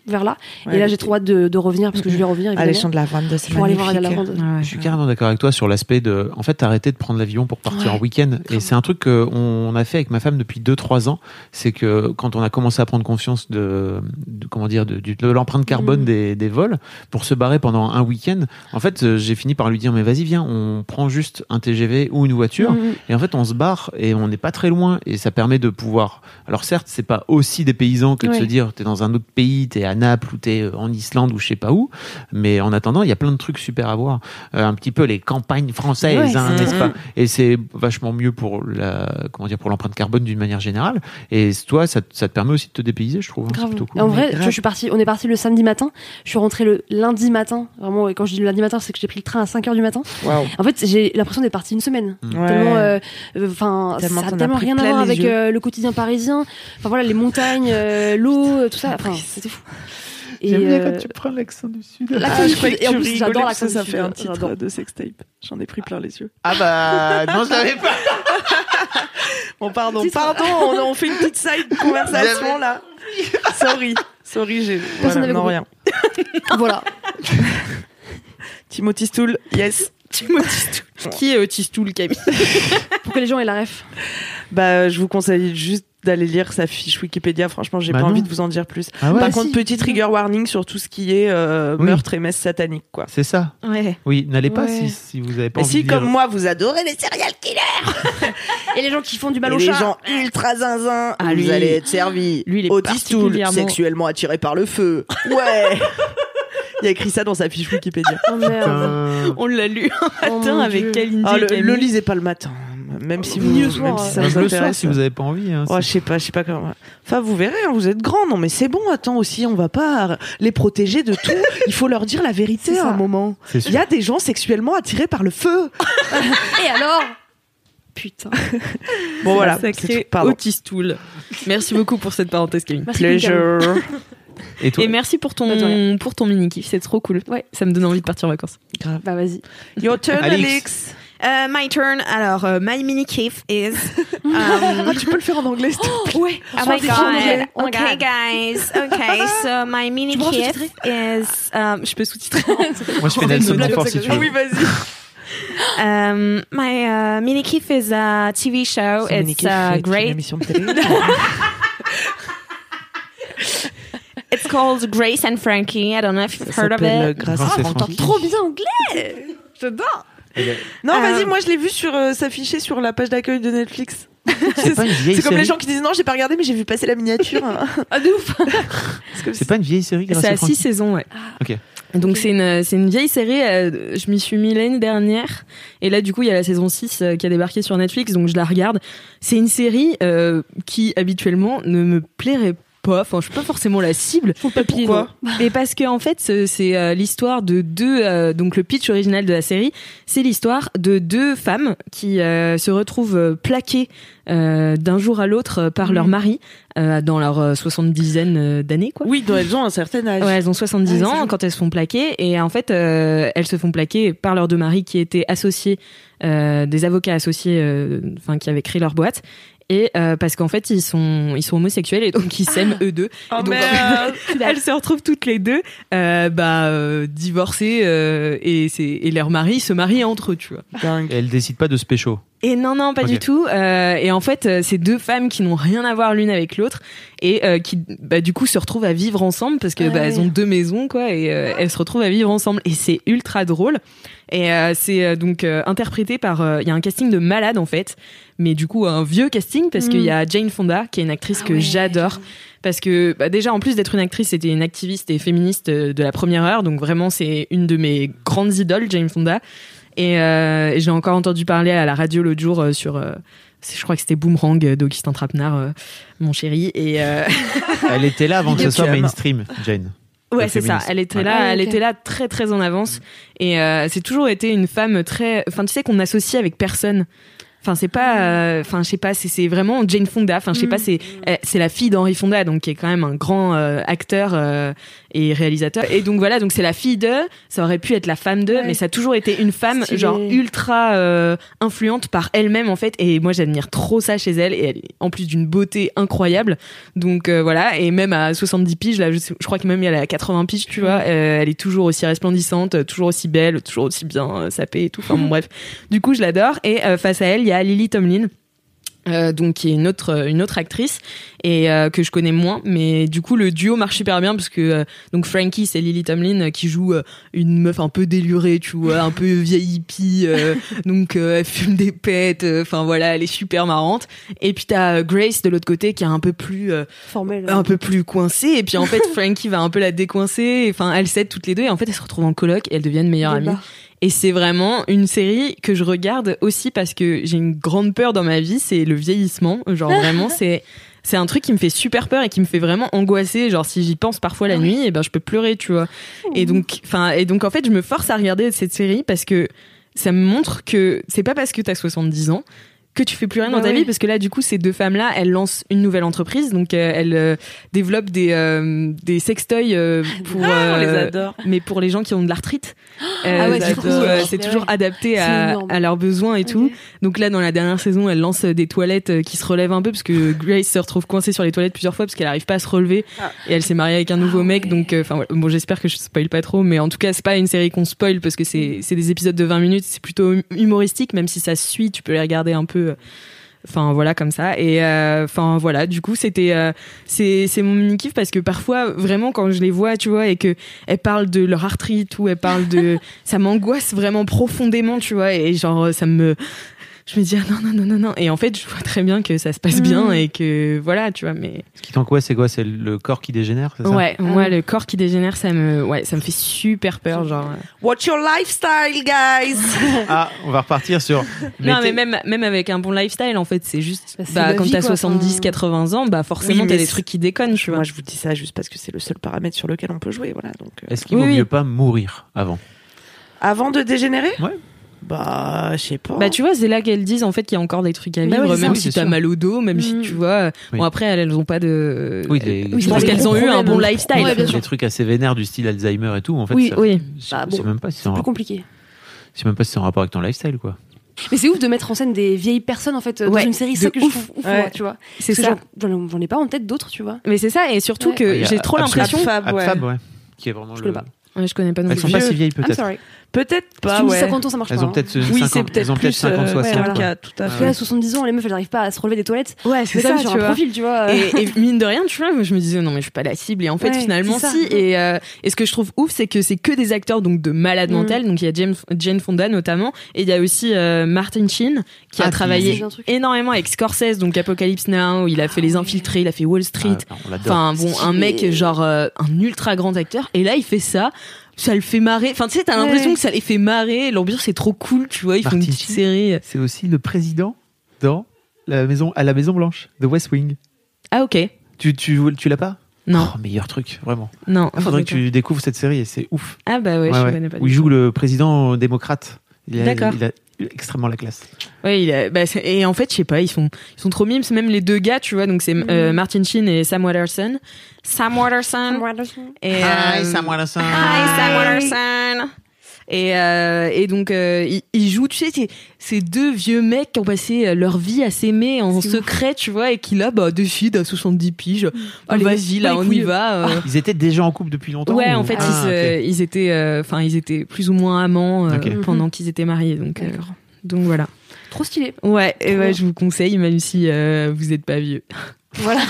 B: vers là. et là, j'ai trop hâte de, de revenir parce que je vais revenir
E: Ah, les
B: évidemment
E: champs de la Vendée, c'est
B: pour aller voir la
E: magnifique.
B: lavande.
D: Ouais.
C: Je suis carrément d'accord avec toi sur l'aspect de. En fait, arrêter de prendre l'avion pour partir en week-end. Et c'est un truc qu'on a fait avec ma femme depuis 2-3 ans. C'est que quand on a commencé à prendre conscience de, de- comment dire, de, du- de l'empreinte carbone des, des vols, pour se barrer pendant un week-end, en fait, euh, j'ai fini par lui dire Mais vas-y, viens, on prend juste un TGV ou une voiture.
B: Mhm.
C: Et en fait, on se barre et on n'est pas très loin. Et ça permet de pouvoir. Alors, certes, c'est pas aussi des paysans que de
B: Ouais.
C: se dire t'es dans un autre pays, t'es à Naples ou t'es euh, en Islande ou je sais pas où. Mais en attendant, il y a plein de trucs super à voir. Euh, un petit peu les campagnes françaises,
B: Ouais,
C: hein,
E: c'est
C: n'est-ce
E: vrai.
C: pas Et c'est vachement mieux pour la comment dire pour l'empreinte carbone d'une manière générale. Et toi, ça, te- ça te permet aussi de te dépayser, je trouve. hein. C'est
B: Grave.
C: plutôt cool.
B: Et en vrai,
E: Mais
B: tu vois,
E: grave.
B: je suis partie, on est parti le samedi matin, je suis rentrée le lundi matin, vraiment, et quand je dis le lundi matin, c'est que j'ai pris le train à 5h du matin.
E: Waouh.
B: En fait, j'ai l'impression d'être partie une semaine. tellement
E: Ouais.
B: euh, euh, enfin
E: Tellement
B: ça
E: t'en
B: a
E: as
B: tellement
E: pris
B: rien à
E: plein
B: voir
E: les
B: avec
E: yeux.
B: euh, le quotidien parisien enfin voilà les montagnes euh, l'eau euh, tout ça enfin
E: Fabrice.
B: c'était fou et euh,
C: prends l'accent du sud.
B: l'accent
E: Ah,
B: du
E: je croyais
B: Sud, et
E: que
B: en
E: tu
B: plus
E: rigolais
B: j'adore
E: parce
B: l'accent
E: que
B: du
E: ça
B: Sud,
E: fait un
B: j'adore.
E: titre de sextape. J'en ai pris plein les yeux.
C: Ah bah non, je l'avais pas.
E: Bon, Oh, pardon,
B: Titre.
E: pardon, on, on fait une petite side conversation là. Sorry, sorry, j'ai. Voilà,
B: n'avait
E: non,
B: compris.
E: rien.
B: voilà
E: Timothy Stool, yes.
D: Qui est Tistoul, Camille
B: pour que les gens aient la ref
E: Bah, je vous conseille juste d'aller lire sa fiche Wikipédia. Franchement, j'ai
C: Bah
E: pas
C: non.
E: envie de vous en dire plus.
C: Ah ouais,
D: Bah
E: Par
B: Bah si.
E: contre, petit trigger warning sur tout ce qui est euh,
C: Oui.
E: meurtre et messe satanique, quoi.
C: c'est ça.
D: Ouais.
C: Oui, n'allez pas
B: Ouais. Bah
C: si, si vous avez pas
E: Mais
C: envie
E: si,
C: de lire.
E: comme moi, vous adorez les serial killers
B: et les gens qui font du mal
E: et
B: au
E: les
B: chat
E: gens ultra zinzin,
D: Ah,
E: vous
D: lui-
E: allez être servis.
D: lui, il est
E: Otis Tool,
D: particulièrement-
E: sexuellement attiré par le feu. Ouais Il y a écrit ça dans sa fiche Wikipédia.
B: oh merde
C: Putain.
D: On l'a lu un
B: Oh
D: matin
B: mon
D: avec
B: Dieu.
D: Kalindi
E: Ah,
D: et
E: le,
D: Camille.
E: le lisez pas le matin, même si vous,
B: Ni le
E: même
B: soir,
E: si
B: euh.
E: ça
C: Même
E: vous
C: Bah, le soir,
E: intéresse.
C: si vous avez pas envie. hein,
E: Oh,
C: c'est-
E: je sais pas, je sais pas comment. Enfin, vous verrez, hein, vous êtes grands, non mais c'est bon. Attends aussi, on va pas les protéger de tout. Il faut leur dire la vérité
B: C'est
E: à
B: ça.
E: un moment.
C: c'est sûr.
E: Il y a des gens sexuellement attirés par le feu.
B: et alors putain
E: Bon voilà, c'est
D: Sacré
E: tout. pardon.
D: Otistoul. Merci beaucoup pour cette parenthèse, Camille.
B: merci Duncan.
E: Pleasure.
C: Et toi,
D: Et merci pour
B: Pas de
D: ton,
B: rien.
D: pour ton mini-kiff, c'est trop cool.
B: Ouais.
D: Ça me donne envie de partir en vacances.
B: bah vas-y
E: Your turn,
C: Alix.
E: Alix.
H: Euh,
D: my turn, alors, my mini-kiff is...
E: Ah, tu peux le faire en anglais. s'il te plaît.
B: oh ouais
H: Oh um, my
B: Sois fort en anglais.
H: god.
B: oh my
H: okay,
B: god
H: guys. Okay, so my mini
B: Tu pourras
H: gift is um,
D: Je peux sous-titrer
C: moi je fais Nelson Dufour si tu veux.
E: oui, vas-y.
H: um my uh, mini gift is a TV
D: Oh,
H: show.
E: Son
H: It's uh,
E: mini-kiff est Une
H: great.
E: émission de télé.
H: It's called Grace and Frankie. I don't know if you've heard of
E: s'appelle, euh,
H: it.
E: Grâce
C: Ah,
E: à
C: c'est
E: Francky.
C: Francky.
B: trop bien anglais
E: Non,
H: Euh,
E: vas-y, moi je l'ai vu sur euh, s'afficher sur la page d'accueil de Netflix.
C: C'est pas une vieille
E: C'est comme les
C: série.
E: gens qui disent non, j'ai pas regardé, mais j'ai vu passer la miniature.
B: ah de ouf
E: C'est
C: C'est
E: comme si-
C: pas une vieille série. Grâce
D: C'est
C: à
D: à 6
C: Francky.
D: saisons, ouais.
C: Ok.
D: Donc c'est une, c'est une vieille série, euh, je m'y suis mis l'année dernière, et là du coup il y a la saison 6 euh, qui a débarqué sur Netflix, donc je la regarde. C'est une série euh, qui habituellement ne me plairait pas, enfin je suis pas forcément la cible. Pourquoi Mais parce que en fait c'est- c'est euh, l'histoire de deux, euh, donc le pitch original de la série, c'est l'histoire de deux femmes qui euh, se retrouvent euh, plaquées euh, d'un jour à l'autre euh, par leur mari euh, dans leur euh, soixante-dizaine euh, d'années quoi.
E: Oui, dont elles ont un certain âge.
D: Ouais, elles ont 70 ans quand elles se font plaquer. Et en fait, euh, elles se font plaquer par leurs deux maris qui étaient associés, euh, des avocats associés, euh, enfin, qui avaient créé leur boîte. Et euh, parce qu'en fait, ils sont, ils sont homosexuels et donc ils s'aiment eux deux.
E: Oh,
D: Et donc, elles se retrouvent toutes les deux euh, bah, euh, divorcées euh, et, c'est- et leurs maris se marient entre eux, tu vois.
E: Dingue.
C: Et elle décide pas de se pécho.
D: Et non, non, pas
C: Ok.
D: du tout. Euh, et en fait, euh, c'est deux femmes qui n'ont rien à voir l'une avec l'autre et euh, qui, bah, du coup, se retrouvent à vivre ensemble parce que bah, elles ont deux maisons, quoi, et euh, elles se retrouvent à vivre ensemble. Et c'est ultra drôle. Et euh, c'est euh, donc euh, interprété par. euh, Il y a un casting de malade en fait, mais du coup un vieux casting parce qu'il y a Jane Fonda qui est une actrice que j'adore parce que bah, déjà en plus d'être une actrice, c'était une activiste et féministe euh, de la première heure, donc vraiment c'est une de mes grandes idoles, Jane Fonda. Et, euh, et j'ai encore entendu parler à la radio l'autre jour euh, sur, euh, c'est- je crois que c'était Boomerang euh, d'Augustin Trapenard, euh, mon chéri. Et euh,
C: Elle était là avant que ce soit
E: Yokum.
C: mainstream, Jane.
D: ouais,
C: La
D: c'est ça.
C: féministe.
D: Elle était
C: Ouais.
D: là,
B: Ah,
D: elle
B: ok.
D: était là très très en avance. Et euh, c'est toujours été une femme très, enfin tu sais qu'on associe avec personne. Enfin c'est
B: Mm.
D: pas, euh, enfin je sais pas, c'est- c'est vraiment Jane Fonda. Enfin je sais pas, c'est euh, c'est la fille d'Henri Fonda, donc qui est quand même un grand euh, acteur euh, et réalisateur. Et donc voilà, donc c'est la fille de, ça aurait pu être la femme de, mais ça a toujours été une femme
B: Stylé.
D: genre ultra euh, influente par elle-même en fait. Et moi j'admire trop ça chez elle. Et elle est en plus d'une beauté incroyable. Donc euh, voilà, et même à 70 piges, là je, sais- je crois que même elle est à 80 piges, tu vois, euh, elle est toujours aussi resplendissante, euh, toujours aussi belle, toujours aussi bien euh, sapée et tout. Enfin bon, bref, du coup je l'adore. Et euh, face à elle, il y a Lily Tomlin. Euh, donc qui est une autre euh, une autre actrice et euh, que je connais moins mais du coup le duo marche super bien parce que euh, donc Frankie c'est Lily Tomlin euh, qui joue euh, une meuf un peu délurée tu vois un peu vieille hippie euh, donc euh, elle fume des pètes euh, enfin voilà elle est super marrante et puis t'as euh, Grace de l'autre côté qui est un peu plus euh,
B: Formel.
D: un peu plus coincée et puis en fait Frankie va un peu la décoincer enfin elles s'aident toutes les deux et en fait elles se retrouvent en coloc et elles deviennent meilleures amies et c'est vraiment une série que je regarde aussi parce que j'ai une grande peur dans ma vie, c'est le vieillissement. Genre vraiment, c'est c'est un truc qui me fait super peur et qui me fait vraiment angoisser. Genre si j'y pense parfois
E: Ah
D: la nuit, et ben je peux pleurer, tu vois. Et donc, enfin, et donc en fait, je me force à regarder cette série parce que ça me montre que c'est pas parce que t'as 70 ans que tu fais plus rien dans
B: Bah
D: ta
B: oui.
D: vie parce que là du coup ces deux femmes là elles lancent une nouvelle entreprise donc euh, elles euh, développent des euh, des sextoys euh, pour
E: Ah, On les
D: euh,
E: adore.
D: mais pour les gens qui ont de l'arthrite. Euh,
B: Ah ouais,
D: du
B: c'est
D: coup,
B: trop
D: euh,
B: stylé.
D: c'est
B: Mais
D: toujours
B: ouais.
D: adapté
B: C'est
D: à,
B: énorme.
D: à leurs besoins et tout. Donc là, dans la dernière saison, elle lance euh, des toilettes euh, qui se relèvent un peu parce que Grace se retrouve coincée sur les toilettes plusieurs fois parce qu'elle n'arrive pas à se relever et elle s'est mariée avec un nouveau mec. Donc, euh, enfin, voilà. bon, j'espère que je spoil pas trop, mais en tout cas, c'est pas une série qu'on spoil parce que c'est c'est des épisodes de 20 minutes, c'est plutôt hum- humoristique, même si ça se suit, tu peux les regarder un peu. euh, Enfin voilà comme ça et euh, enfin voilà du coup c'était euh, c'est c'est mon mini kiff parce que parfois vraiment quand je les vois tu vois et que elles parlent de leur arthrite ou elles parlent de ça m'angoisse vraiment profondément tu vois et genre ça me je me dis ah non non non non non et en fait je vois très bien que ça se passe bien et que voilà tu vois mais
C: Ce qui t'angoisse, c'est quoi C'est le corps qui dégénère, c'est ça
B: Ah
D: ouais moi le corps qui dégénère ça me ouais ça me fait super peur genre
E: Watch your lifestyle, guys.
C: Ah, on va repartir sur.
D: non mais
C: Mettez-
D: même même avec un bon lifestyle en fait c'est juste
B: Bah, c'est
D: bah,
B: la
D: quand
B: vie,
D: t'as
B: quoi,
D: 70
B: enfin.
D: 80 ans bah forcément
E: Oui, mais
D: t'as des
E: c'est-
D: trucs qui déconnent tu vois
E: Moi, je vous dis ça juste parce que c'est le seul paramètre sur lequel on peut jouer, voilà. Donc, euh,
C: Est-ce qu'il vaut
D: Oui, oui.
C: mieux pas mourir avant
E: avant de dégénérer.
C: Ouais.
E: Bah, je sais pas.
D: Bah tu vois, c'est là qu'elles disent en fait qu'il y a encore des trucs à
B: Bah
D: vivre,
B: ouais, c'est
D: même
C: ça.
D: si
C: Oui,
D: t'as
C: c'est
D: mal au dos, même si
B: Mhm.
D: tu vois.
C: Oui.
D: Bon après, elles, elles ont pas de. Euh,
C: Oui, des-
D: je
C: des
D: pense
C: gros
D: qu'elles ont eu un
B: problèmes. hein.
D: bon lifestyle.
B: Ouais, bien sûr.
C: Des trucs assez vénères du style Alzheimer et tout, en fait.
D: oui,
C: ça-
D: oui.
C: Je
B: Bah,
C: sais
B: bon,
C: même pas si c'est en
B: plus
C: rapport-
B: compliqué.
C: je sais même pas si c'est en rapport avec ton lifestyle, quoi.
B: Mais c'est ouf de mettre en scène des vieilles personnes en fait euh,
D: Ouais,
B: dans une série,
D: de
B: c'est ça que je
D: ouf.
B: trouve ouf,
E: Ouais.
B: moi, tu vois.
D: c'est
B: Parce que
D: ça.
B: j'en- j'en j'en ai pas en tête d'autres, tu vois.
D: Mais c'est ça, et surtout
B: Ouais.
D: que
C: Ouais, il Ah, y a
D: Euh, j'ai trop
C: Absol-
D: l'impression.
E: Abfab, ouais.
C: Abfab, ouais. Qui est vraiment
B: Je
C: le.
B: connais pas.
D: Ouais, je connais pas Ah, non
C: Elles
D: plus.
C: sont pas
E: Vieux.
C: si vieilles,
B: I'm
C: peut-être.
B: sorry.
E: Peut-être
B: Si
E: pas.
B: tu me dis
E: ouais.
B: 50 ans, ça marche
C: Elles
B: pas.
C: ont
B: hein.
C: peut-être
E: Oui,
C: 50
E: c'est
C: elles
E: peut-être
C: ont peut-être
E: plus. euh,
C: 50,
E: ouais,
C: 60.
E: voilà.
C: quoi. Ah
E: tout à
B: Parce
E: fait.
B: que là, à 70 ans, les meufs, elles arrivent pas à se relever des toilettes.
D: Ouais,
B: C'est ça, sur un profil, tu vois.
D: Et, et mine de rien, tu vois, je me disais non mais je suis pas la cible et en fait
B: Euh. Ouais,
D: finalement
B: c'est ça.
D: si et, euh, et ce que je trouve ouf c'est que c'est que des acteurs donc de malade
B: Mm.
D: mental donc il y a James, Jane Fonda notamment et il y a aussi euh, Martin Sheen qui
C: Ah,
D: a
C: qui-
D: travaillé
B: C'est un truc.
D: énormément avec Scorsese donc Apocalypse Now où il
B: Ah
D: a fait Les Infiltrés il a fait Wall Street
C: Ah, on l'adore.
D: Enfin bon, un mec genre euh, un ultra grand acteur et là il fait ça ça le fait marrer. Enfin, tu sais, t'as
B: Ouais,
D: l'impression
B: ouais.
D: que ça les fait marrer. L'ambiance est trop cool, tu vois. Ils font une
C: Martin
D: petite
C: Sheen.
D: série.
C: C'est aussi le président dans la maison, à la Maison Blanche, de West Wing.
D: Ah, ok.
C: Tu, tu, tu l'as pas
D: Non, Ah,
C: Oh, meilleur truc, vraiment.
D: non.
C: Il faudrait que tu découvres cette série et c'est ouf.
D: Ah, bah ouais,
C: Ouais,
D: je
C: ouais.
D: connais pas.
C: Où il joue le président euh, démocrate. Il a-
D: D'accord.
C: Il a extrêmement la classe.
D: Ouais, il a- bah, c'est- et en fait, je sais pas, ils sont, ils sont trop mimes. C'est Même les deux gars, tu vois, donc c'est euh, Martin Sheen et Sam Waterson. Sam Waterson. Et, euh, Hi,
C: Waterson.
D: Sam Waterson. Et, euh, et donc, euh, ils, ils jouent, tu sais, c'est- ces deux vieux mecs qui ont passé euh, leur vie à s'aimer en secret, tu vois, et qui là, bah, décident à 70 piges. Ah,
B: les-
D: Vas-y,
B: pas
D: là,
B: les
D: on y
B: couilles.
D: va. euh.
C: Ils étaient déjà en couple depuis longtemps
D: Ouais,
C: ou-
D: en fait,
C: Ah,
D: ils, se- ils étaient, euh, enfin, ils étaient plus ou moins amants euh,
C: Ok.
D: pendant qu'ils étaient mariés, donc, euh,
B: D'accord.
D: donc voilà.
B: Trop stylé.
D: Ouais, et
B: Trop
D: ouais,
B: bien.
D: je vous conseille, même si euh, vous n'êtes pas vieux.
B: Voilà.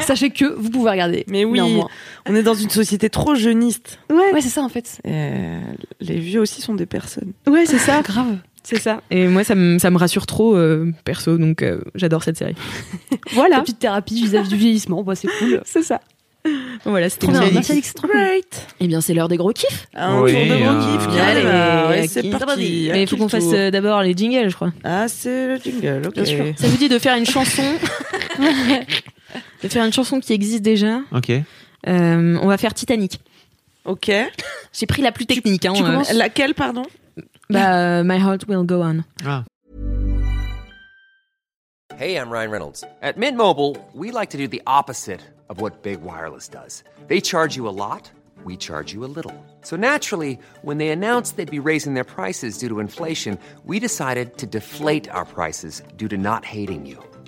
B: Sachez que vous pouvez regarder.
E: Mais oui.
B: néanmoins.
E: On est dans une société trop jeuniste.
B: Ouais, c'est ça en fait.
E: Euh, les vieux aussi sont des personnes.
D: Ouais, c'est ça.
B: Grave.
D: C'est ça. Et moi, ça me, ça me rassure trop, euh, perso, donc euh, j'adore cette série.
B: Voilà. Petite thérapie vis-à-vis du vieillissement. Bah, c'est cool.
D: C'est ça. Voilà, c'était
C: Trop bien.
D: bien.
C: Merci,
B: Alix.
E: Great.
D: Eh bien, c'est l'heure des gros kiffs.
E: Un
C: Oui,
E: tour de
C: hein.
E: gros
D: Ah,
E: kiff. qui
C: Allez,
E: démarre. Et
D: euh,
E: c'est
D: qui-
E: parti.
D: Mais il faut qu'on fasse euh, d'abord les jingles, je crois.
E: Ah, c'est le jingle. Ok.
D: Ça vous dit de faire une chanson De faire une chanson qui existe déjà.
C: Ok.
D: Euh, on va faire Titanic.
E: Ok.
D: J'ai pris la plus technique. hein,
E: Tu
D: euh,
E: commences laquelle, pardon
D: bah, euh, My Heart Will Go On.
C: Ah.
I: Hey, I'm Ryan Reynolds. At Mint Mobile, we like to do the opposite of what Big Wireless does. They charge you a lot, we charge you a little. So naturally, when they announced they'd be raising their prices due to inflation, we decided to deflate our prices due to not hating you.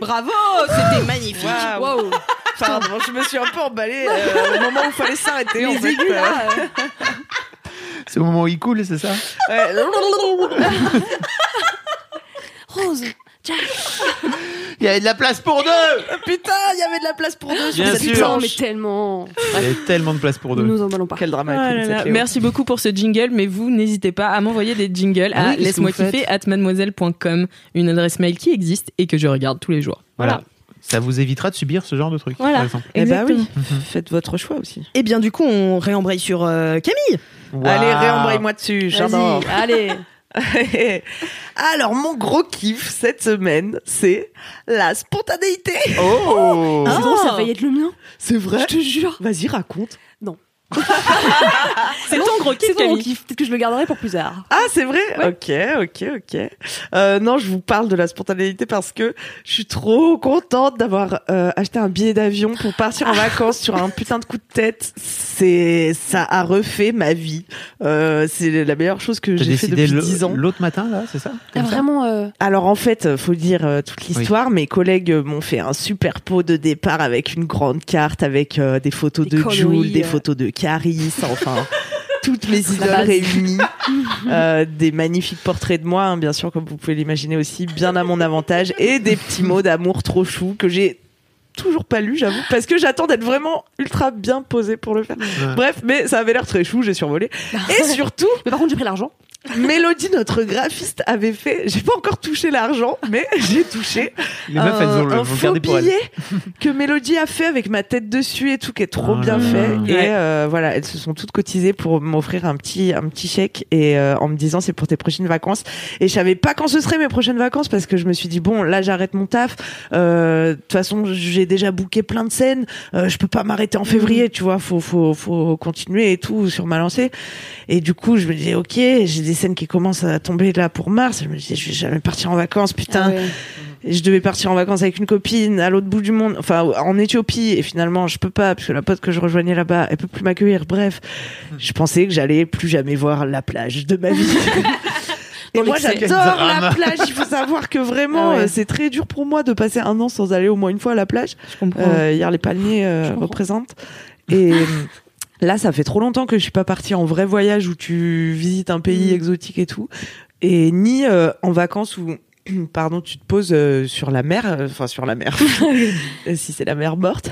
D: Bravo, c'était magnifique.
E: Waouh. Pardon, je me suis un peu emballée euh, au moment où il fallait s'arrêter. en fait.
C: C'est au moment où il coule, c'est ça
E: Ouais.
B: Rose.
C: Il y avait de la place pour deux
E: Putain, il y avait de la place pour
C: Bien
E: deux. sur cette
C: sûr.
B: Putain,
E: planche.
B: mais tellement.
C: Il y avait tellement de place pour
B: Nous
C: deux.
B: nous emballons pas.
E: Quel drama.
D: Oh
E: écrit
D: là
E: de
D: là,
E: cette Léo.
D: Merci beaucoup pour ce jingle, mais vous n'hésitez pas à m'envoyer des jingles
C: Ah oui,
D: à
C: qu'est-ce que
D: laisse-moi
C: vous faites
D: kiffer at mademoiselle.com, une adresse mail qui existe et que je regarde tous les jours.
C: Voilà. Ça vous évitera de subir ce genre de truc,
D: Voilà.
C: par exemple.
E: Eh bah oui,
C: Mhm.
E: faites votre choix aussi.
D: Et bien du coup, on réembraye sur Camille.
E: Allez, réembraye-moi dessus, j'adore.
B: Vas-y, Allez.
E: Alors, mon gros kiff cette semaine, c'est la spontanéité.
C: Oh
B: C'est drôle, ça va être le mien.
E: C'est vrai
B: Je te jure.
E: Vas-y, raconte.
D: C'est ton gros kiff,
B: C'est ton
D: Camille.
B: kiff. Peut-être que je le garderai pour plus tard.
E: Ah, c'est vrai Ok, ok, ok. Euh, non, je vous parle de la spontanéité parce que je suis trop contente d'avoir euh, acheté un billet d'avion pour partir en vacances sur un putain de coup de tête. C'est ça a refait ma vie. Euh, c'est la meilleure chose que
C: T'as
E: j'ai fait
C: décidé
E: depuis
C: le-
E: 10 ans.
C: l'autre matin, là, c'est ça
B: Ah,
C: Comme ça
B: vraiment. euh,
E: Alors en fait, euh, faut le dire euh, toute l'histoire. Mes collègues euh, m'ont fait un super pot de départ avec une grande carte, avec euh, des photos
B: Des
E: de
B: conneries,
E: Jules, des
B: euh.
E: photos de Caris, enfin toutes mes
B: La
E: idoles
B: base.
E: réunies, Euh, des magnifiques portraits de moi, hein, bien sûr, comme vous pouvez l'imaginer aussi, bien à mon avantage, et des petits mots d'amour trop chou que j'ai toujours pas lu, j'avoue, parce que j'attends d'être vraiment ultra bien posée pour le faire.
C: Ouais.
E: Bref, mais ça avait l'air très chou, j'ai survolé. Et surtout,
B: Mais par contre, j'ai pris l'argent.
E: Mélodie, notre graphiste, avait fait. J'ai pas encore touché l'argent, mais j'ai touché
C: Les
B: Euh,
C: meufs, elles ont le
E: Euh, un
C: vont le
E: faux
C: garder pour elles.
E: billet que Mélodie a fait avec ma tête dessus et tout, qui est trop
C: Oh
E: bien
C: là
E: fait.
C: là.
E: Et euh, voilà, elles se sont toutes cotisées pour m'offrir un petit, un petit chèque et euh, en me disant c'est pour tes prochaines vacances. Et je savais pas quand ce serait mes prochaines vacances parce que je me suis dit bon là j'arrête mon taf. Euh, De toute façon j'ai déjà booké plein de scènes. Euh, je peux pas m'arrêter en février, tu vois. Faut, faut, faut continuer et tout sur ma lancée. Et du coup je me disais ok j'ai des scènes qui commencent à tomber là pour mars. Je me disais je vais jamais partir en vacances putain.
B: Ah ouais.
E: Et je devais partir en vacances avec une copine à l'autre bout du monde, enfin en Éthiopie, et finalement je peux pas parce que la pote que je rejoignais là-bas, elle peut plus m'accueillir. Bref, je pensais que j'allais plus jamais voir la plage de ma vie. Et moi,
C: c'est-
E: j'adore
C: Drame.
E: la plage. Il faut savoir que vraiment,
D: Ah ouais.
E: euh, c'est très dur pour moi de passer un an sans aller au moins une fois à la plage.
D: Je comprends.
E: Euh, hier, les palmiers euh, représentent. Et euh, là, ça fait trop longtemps que je suis pas partie en vrai voyage où tu visites un pays exotique et tout, et ni euh, en vacances où pardon, tu te poses euh, sur la mer, euh, enfin sur la mer, Euh, si c'est la mer morte,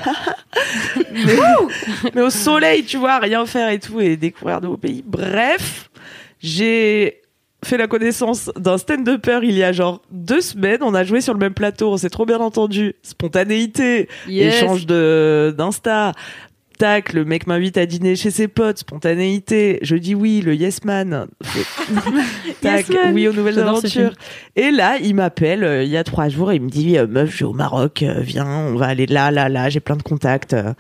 E: mais, mais au soleil, tu vois, rien faire et tout, et découvrir de nouveaux pays. Bref, j'ai fait la connaissance d'un stand-upper il y a genre deux semaines, on a joué sur le même plateau, on s'est trop bien entendu, spontanéité,
B: Yes.
E: échange de d'insta, tac, le mec m'invite à dîner chez ses potes, spontanéité, je dis oui, le yes man,
D: Yes
E: tac,
D: Man.
E: oui aux nouvelles
D: J'adore ce
E: aventures. Et là, il m'appelle euh, il y a trois jours et il me dit euh, meuf, je suis au Maroc, euh, viens, on va aller là, là, là, j'ai plein de contacts. euh.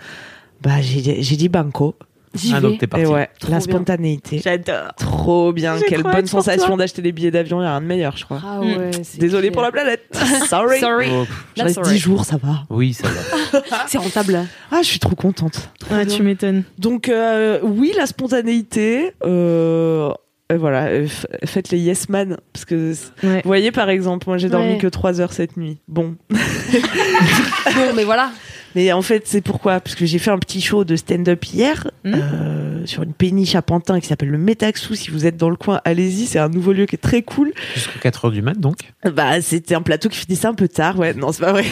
E: Bah j'ai j'ai dit banco.
B: J'y
C: Ah,
B: vais.
C: donc t'es parti.
E: Et ouais, la
B: bien.
E: spontanéité.
D: J'adore.
E: Trop bien,
D: J'ai
E: quelle
D: trop
E: bonne
D: hâte pour
E: sensation
D: toi.
E: d'acheter des billets d'avion, il y a rien de meilleur, je crois.
B: Ah ouais,
D: Mm.
B: c'est
E: Désolé
B: clair.
E: pour la planète. Sorry.
B: Sorry.
C: Oh,
E: Je reste 10 jours, ça va.
C: oui, ça va.
B: C'est rentable.
E: Ah, je suis trop contente.
D: Ah, tu m'étonnes.
E: Donc euh, oui, la spontanéité. euh, et voilà, euh, f- faites les yes man parce que c-
D: Ouais.
E: vous voyez par exemple, moi j'ai dormi
B: Ouais.
E: que 3 heures cette nuit. Bon,
B: Bon, mais voilà.
E: mais en fait c'est pourquoi Parce que j'ai fait un petit show de stand-up hier
D: Mhm.
E: euh, sur une péniche à Pantin qui s'appelle le Métaxou. Si vous êtes dans le coin, allez-y, c'est un nouveau lieu qui est très cool.
C: Jusqu'à 4 heures du mat, donc.
E: Bah, c'était un plateau qui finissait un peu tard, ouais. Non, c'est pas vrai.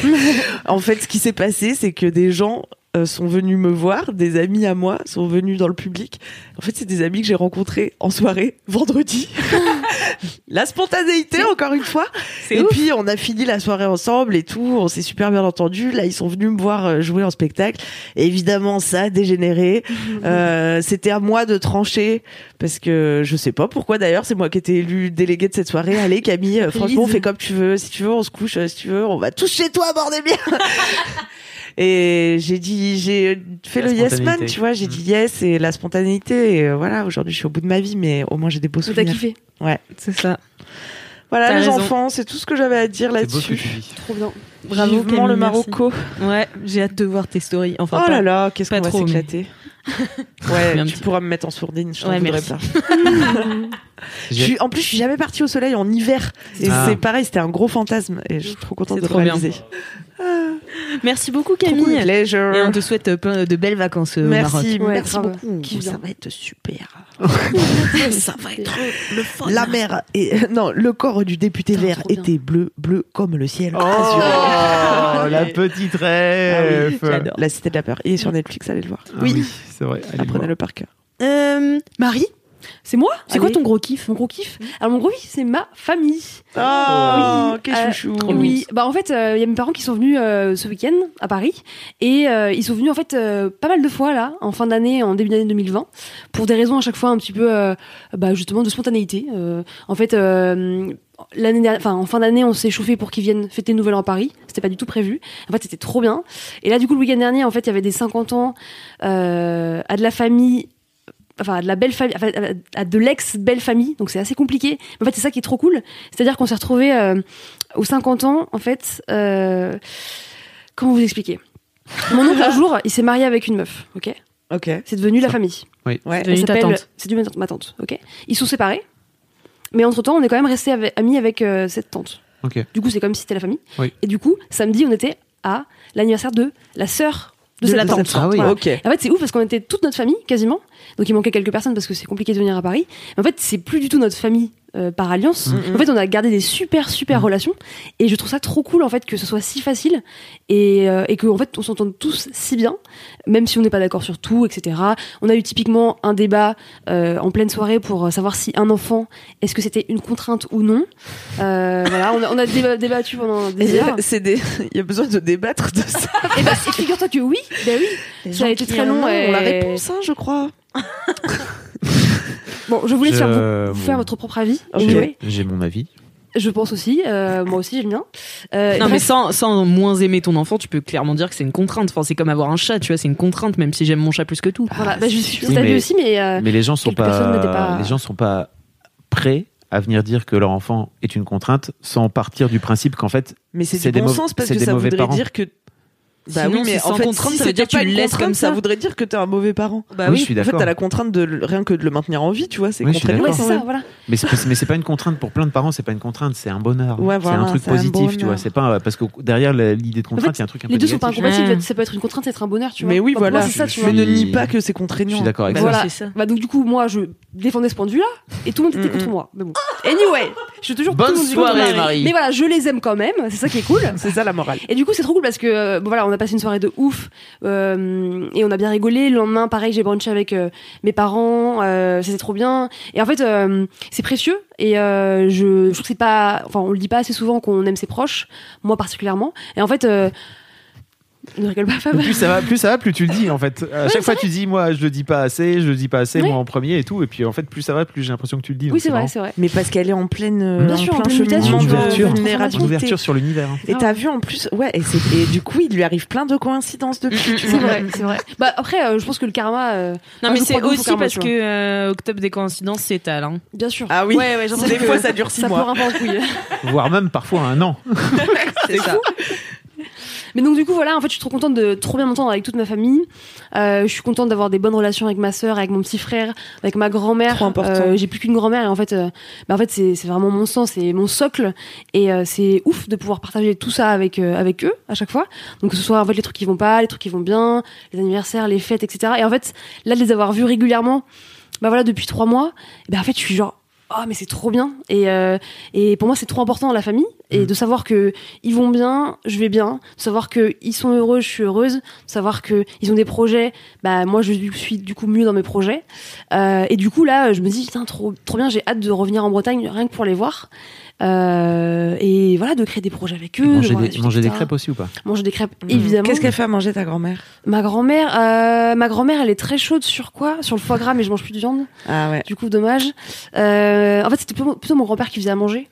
E: en fait, ce qui s'est passé, c'est que des gens euh, sont venus me voir, des amis à moi sont venus dans le public. En fait, c'est des amis que j'ai rencontrés en soirée, vendredi. la spontanéité, encore une fois. Et puis, on a fini la soirée ensemble et tout. On s'est super bien entendu. Là, ils sont venus me voir euh, jouer en spectacle. Et évidemment, ça a dégénéré. Euh, c'était à moi de trancher parce que je sais pas pourquoi d'ailleurs, c'est moi qui étais élue déléguée de cette soirée. Allez Camille, euh, franchement, on fait comme tu veux. Si tu veux, on se couche. euh, Si tu veux, on va tous chez toi, bordel bien. et j'ai dit, j'ai fait
C: La
E: le yes man,
C: spontanéité.
E: tu vois. J'ai
C: Mm.
E: dit yes et la spontanéité. Et euh, voilà, aujourd'hui, je suis au bout de ma vie, mais au moins j'ai des beaux
B: T'as
E: souvenirs.
B: kiffé.
D: C'est ça.
E: Voilà
D: T'as
E: les
D: raison.
E: enfants, c'est tout ce que j'avais à dire
C: C'est beau ce que
E: là-dessus.
C: tu dis.
B: Trop bien.
D: Bravo,
E: Vivement
D: Camille,
E: le
D: merci.
E: Marocco.
D: Ouais, j'ai hâte de voir tes stories. Enfin,
E: oh
D: pas-
E: là là, qu'est-ce
D: pas
E: qu'on va
D: trop, mais-
E: s'éclater.
D: Mais
E: ouais,
D: un
E: tu
D: petit
E: pourras me mettre en sourdine, je t'en
D: Ouais,
E: voudrais
D: merci.
E: pas. Je
C: J'ai-
E: suis- en plus, je suis jamais partie au soleil en hiver. Et
C: Ah.
E: c'est pareil, c'était un gros fantasme. Et je suis trop contente
D: C'est
E: de le
D: trop bien.
E: réaliser.
D: Merci beaucoup,
E: Trop cool.
D: Camille.
E: Pleasure.
D: Et on te souhaite euh, plein de belles vacances euh, au Maroc.
E: Merci,
B: Ouais,
E: merci
B: grave.
E: beaucoup.
B: Qui
E: Ça
B: vient.
E: va être super.
D: Ça va être le fun.
E: La mer et non, le corps du député
B: Putain,
E: vert
B: trop bien.
E: était bleu, bleu comme le ciel. Ah
C: Oh, la petite rêve.
B: Ah
E: J'adore. La cité de la peur. Il est sur Netflix, allez le voir.
C: Ah oui, c'est vrai. allez voir.
E: Apprenez-le par cœur.
D: Euh, Marie,
B: C'est moi
D: c'est quoi
B: Allez.
D: ton gros kiff
B: Mon gros kiff Mm. Alors, mon gros kiff, c'est ma famille.
E: Oh, quel
B: Euh,
E: chouchou.
B: Oui, bah en fait, euh, il y a mes parents qui sont venus euh, ce week-end à Paris et euh, ils sont venus en fait euh, pas mal de fois là, en fin d'année, en début d'année 2020, pour des raisons à chaque fois un petit peu, euh, bah, justement, de spontanéité. Euh, en fait, euh, l'année, dernière- enfin en fin d'année, on s'est chauffé pour qu'ils viennent fêter le Nouvel An à Paris. C'était pas du tout prévu. En fait, c'était trop bien. Et là, du coup, le week-end dernier, en fait, il y avait des 50 ans euh, à de la famille enfin à de la belle famille enfin, à- à de l'ex belle famille donc c'est assez compliqué Mais en fait c'est ça qui est trop cool c'est-à-dire qu'on s'est euh, retrouvé aux 50 ans en fait euh, comment vous expliquer mon oncle un jour il s'est marié avec une meuf ok
E: Ok.
B: c'est devenu la
C: Ça.
B: famille
E: Ouais.
D: Devenu
B: Elle
D: ta
B: s'appelle-
D: tante.
B: c'est devenu ma tante ok ils sont séparés mais entre temps on est quand même resté amis avec euh, cette tante
C: Ok.
B: du coup c'est comme si c'était la famille
C: Oui.
B: et du coup samedi on était à l'anniversaire de la sœur de,
D: De
B: cette
D: la
B: tante.
D: tante.
C: Ah oui.
B: Voilà.
E: Ok.
B: En fait, c'est ouf parce qu'on était toute notre famille quasiment. Donc il manquait quelques personnes parce que c'est compliqué de venir à Paris. Mais en fait, c'est plus du tout notre famille euh, par alliance.
E: Mm,
B: En fait, on a gardé des super super relations et je trouve ça trop cool en fait que ce soit si facile et, euh, et que en fait on s'entende tous si bien, même si on n'est pas d'accord sur tout, etc. On a eu typiquement un débat euh, en pleine soirée pour euh, savoir si un enfant est-ce que c'était une contrainte ou non. Euh, voilà, on a, on a déba- débattu pendant des heures.
E: C'est des... Il y a besoin de débattre de ça.
B: et bah, et figure-toi que oui, bah oui. Ça a été très long.
E: On la
B: et-
E: réponse, hein, je crois.
B: Bon, je voulais
C: Je-
B: faire
C: Euh,
B: vous, vous faire votre propre avis. anyway.
C: J'ai- J'ai mon avis.
B: Je pense aussi. euh, moi aussi, j'ai le mien. Euh,
D: Non,
B: bref,
D: mais sans, sans moins aimer ton enfant, tu peux clairement dire que c'est une contrainte. Enfin, c'est comme avoir un chat, tu vois, c'est une contrainte, même si j'aime mon chat plus que tout.
B: Voilà, bah, je suis
C: Oui,
B: cette année
C: mais-
B: aussi, mais, euh,
C: Mais les gens sont
B: quelques personnes
C: pas,
B: n'étaient pas-
C: les gens sont pas prêts à venir dire que leur enfant est une contrainte sans partir du principe qu'en fait
E: Mais c'est
C: C'est
E: du
C: des
E: bon
C: mauvais-
E: sens parce
C: c'est
E: que
C: des
E: ça
C: mauvais
E: voudrait
C: parents.
E: dire que Bah
D: Sinon,
E: oui, mais
D: c'est
E: en
D: sans
E: fait,
D: contrainte,
E: si
D: ça veut
E: c'était
D: dire que
E: pas
D: tu le
E: une
D: laisses
E: contrainte,
D: comme ça.
E: Ça voudrait dire que t'es un mauvais parent.
D: Bah
C: Oui,
D: oui.
C: je suis
E: En fait,
C: d'accord.
E: t'as la contrainte de le- rien que de le maintenir en vie, tu vois, c'est
C: Oui, je suis
E: contraignant.
B: Ouais,
C: d'accord.
B: c'est ça, voilà.
C: Mais c'est pas- mais c'est pas une contrainte pour plein de parents, c'est pas une contrainte, c'est un bonheur.
E: Ouais,
C: c'est
E: voilà,
C: un truc
E: c'est un
C: positif, tu vois.
E: bonheur.
C: C'est pas euh, parce que derrière la- l'idée de contrainte, il y a un truc un peu
B: Les deux sont pas
C: négatif.
B: incompatibles.
D: Ouais.
B: Ça peut être une contrainte, être un bonheur, tu vois.
E: Mais oui,
B: Enfin, pour
E: voilà.
B: moi, c'est ça,
C: Je-
B: tu
C: je
B: vois.
E: Mais ne
C: suis-
E: nie pas que c'est contraignant.
C: Je suis d'accord avec
D: Bah
C: ça.
D: oui,
B: Voilà.
D: c'est ça.
B: Bah donc du coup moi je défendais ce point de vue là et tout le monde était
E: Mm,
B: contre moi. Mais bon. Anyway, je suis toujours
C: Bonne
B: tout le monde est
C: soirée,
B: contre moi.
C: Marie.
B: Mais voilà, je les aime quand même, c'est ça qui est cool.
E: C'est ça la morale.
B: Et du coup, c'est trop cool parce que euh, bon, voilà, on a passé une soirée de ouf euh, et on a bien rigolé. Le lendemain, pareil, j'ai brunché avec euh, mes parents, euh, c'était trop bien. Et en fait, euh, c'est précieux et euh, je, je trouve que c'est pas, enfin, on le dit pas assez souvent qu'on aime ses proches, moi particulièrement. Et en fait, euh, ne rigole pas, Fab.
C: Plus ça va, plus ça va, plus tu le dis en fait. À chaque fois, tu dis moi, je le dis pas assez, je le dis pas assez,
B: Oui.
C: moi en premier et tout. Et puis en fait, plus ça va, plus j'ai l'impression que tu le dis.
B: Oui,
C: donc
B: c'est vrai,
C: marrant.
B: c'est vrai.
E: Mais parce qu'elle est en pleine, euh,
B: Bien sûr, en
E: plein
B: pleine mutation,
E: cheminement
C: tu vois,
E: de
C: en
B: transformation.
C: Une
E: vulnérabilité.
C: ouverture sur l'univers. hein.
E: Et t'as vu en plus, ouais, et, c'est- et du coup, il lui arrive plein de coïncidences depuis. tu
B: mm. C'est
E: vois.
B: vrai, c'est vrai. Bah après, euh, je pense que le karma. euh,
D: Non,
B: Ah,
D: mais
B: je
D: c'est
B: crois beaucoup
D: aussi
B: quand même,
D: parce
B: tu
D: que
B: vois.
D: euh, Octobre des coïncidences s'étale. Hein.
B: Bien sûr.
E: Ah oui,
D: Ouais, ouais, j'en sais
E: des
D: que-
E: fois ça dure six
B: ça
E: mois.
B: pleure un peu en couille.
C: Voire même parfois un an.
D: C'est ça.
B: Mais donc du coup voilà, en fait, je suis trop contente de trop bien m'entendre avec toute ma famille. Euh, je suis contente d'avoir des bonnes relations avec ma sœur, avec mon petit frère, avec ma grand-mère.
E: Trop important.
B: Euh, j'ai plus qu'une grand-mère et en fait, euh, bah, en fait c'est c'est vraiment mon sang, c'est mon socle et euh, c'est ouf de pouvoir partager tout ça avec euh, avec eux à chaque fois. Donc que ce soit en fait les trucs qui vont pas, les trucs qui vont bien, les anniversaires, les fêtes, etc. Et en fait, là de les avoir vus régulièrement, bah voilà depuis trois mois, et ben en fait je suis genre oh mais c'est trop bien et euh, et pour moi c'est trop important la famille et
C: Mm.
B: de savoir que ils vont bien, je vais bien, de savoir que ils sont heureux, je suis heureuse, de savoir que ils ont des projets, bah moi je suis du coup mieux dans mes projets Euh, et du coup là je me dis putain trop trop bien, j'ai hâte de revenir en Bretagne rien que pour les voir Euh, et voilà de créer des projets avec eux, de
C: Manger
B: voir la
C: des,
B: suite,
C: manger des
B: etc.
C: crêpes aussi ou pas
B: manger des crêpes Mm. évidemment.
E: Mm. Qu'est-ce qu'elle fait à manger ta grand-mère
B: Ma grand-mère, euh, ma grand-mère, elle est très chaude sur quoi Sur le foie gras, mais je mange plus de viande.
E: Ah ouais.
B: Du coup, dommage. Euh, en fait, c'était plutôt plutôt mon grand-père qui faisait à manger.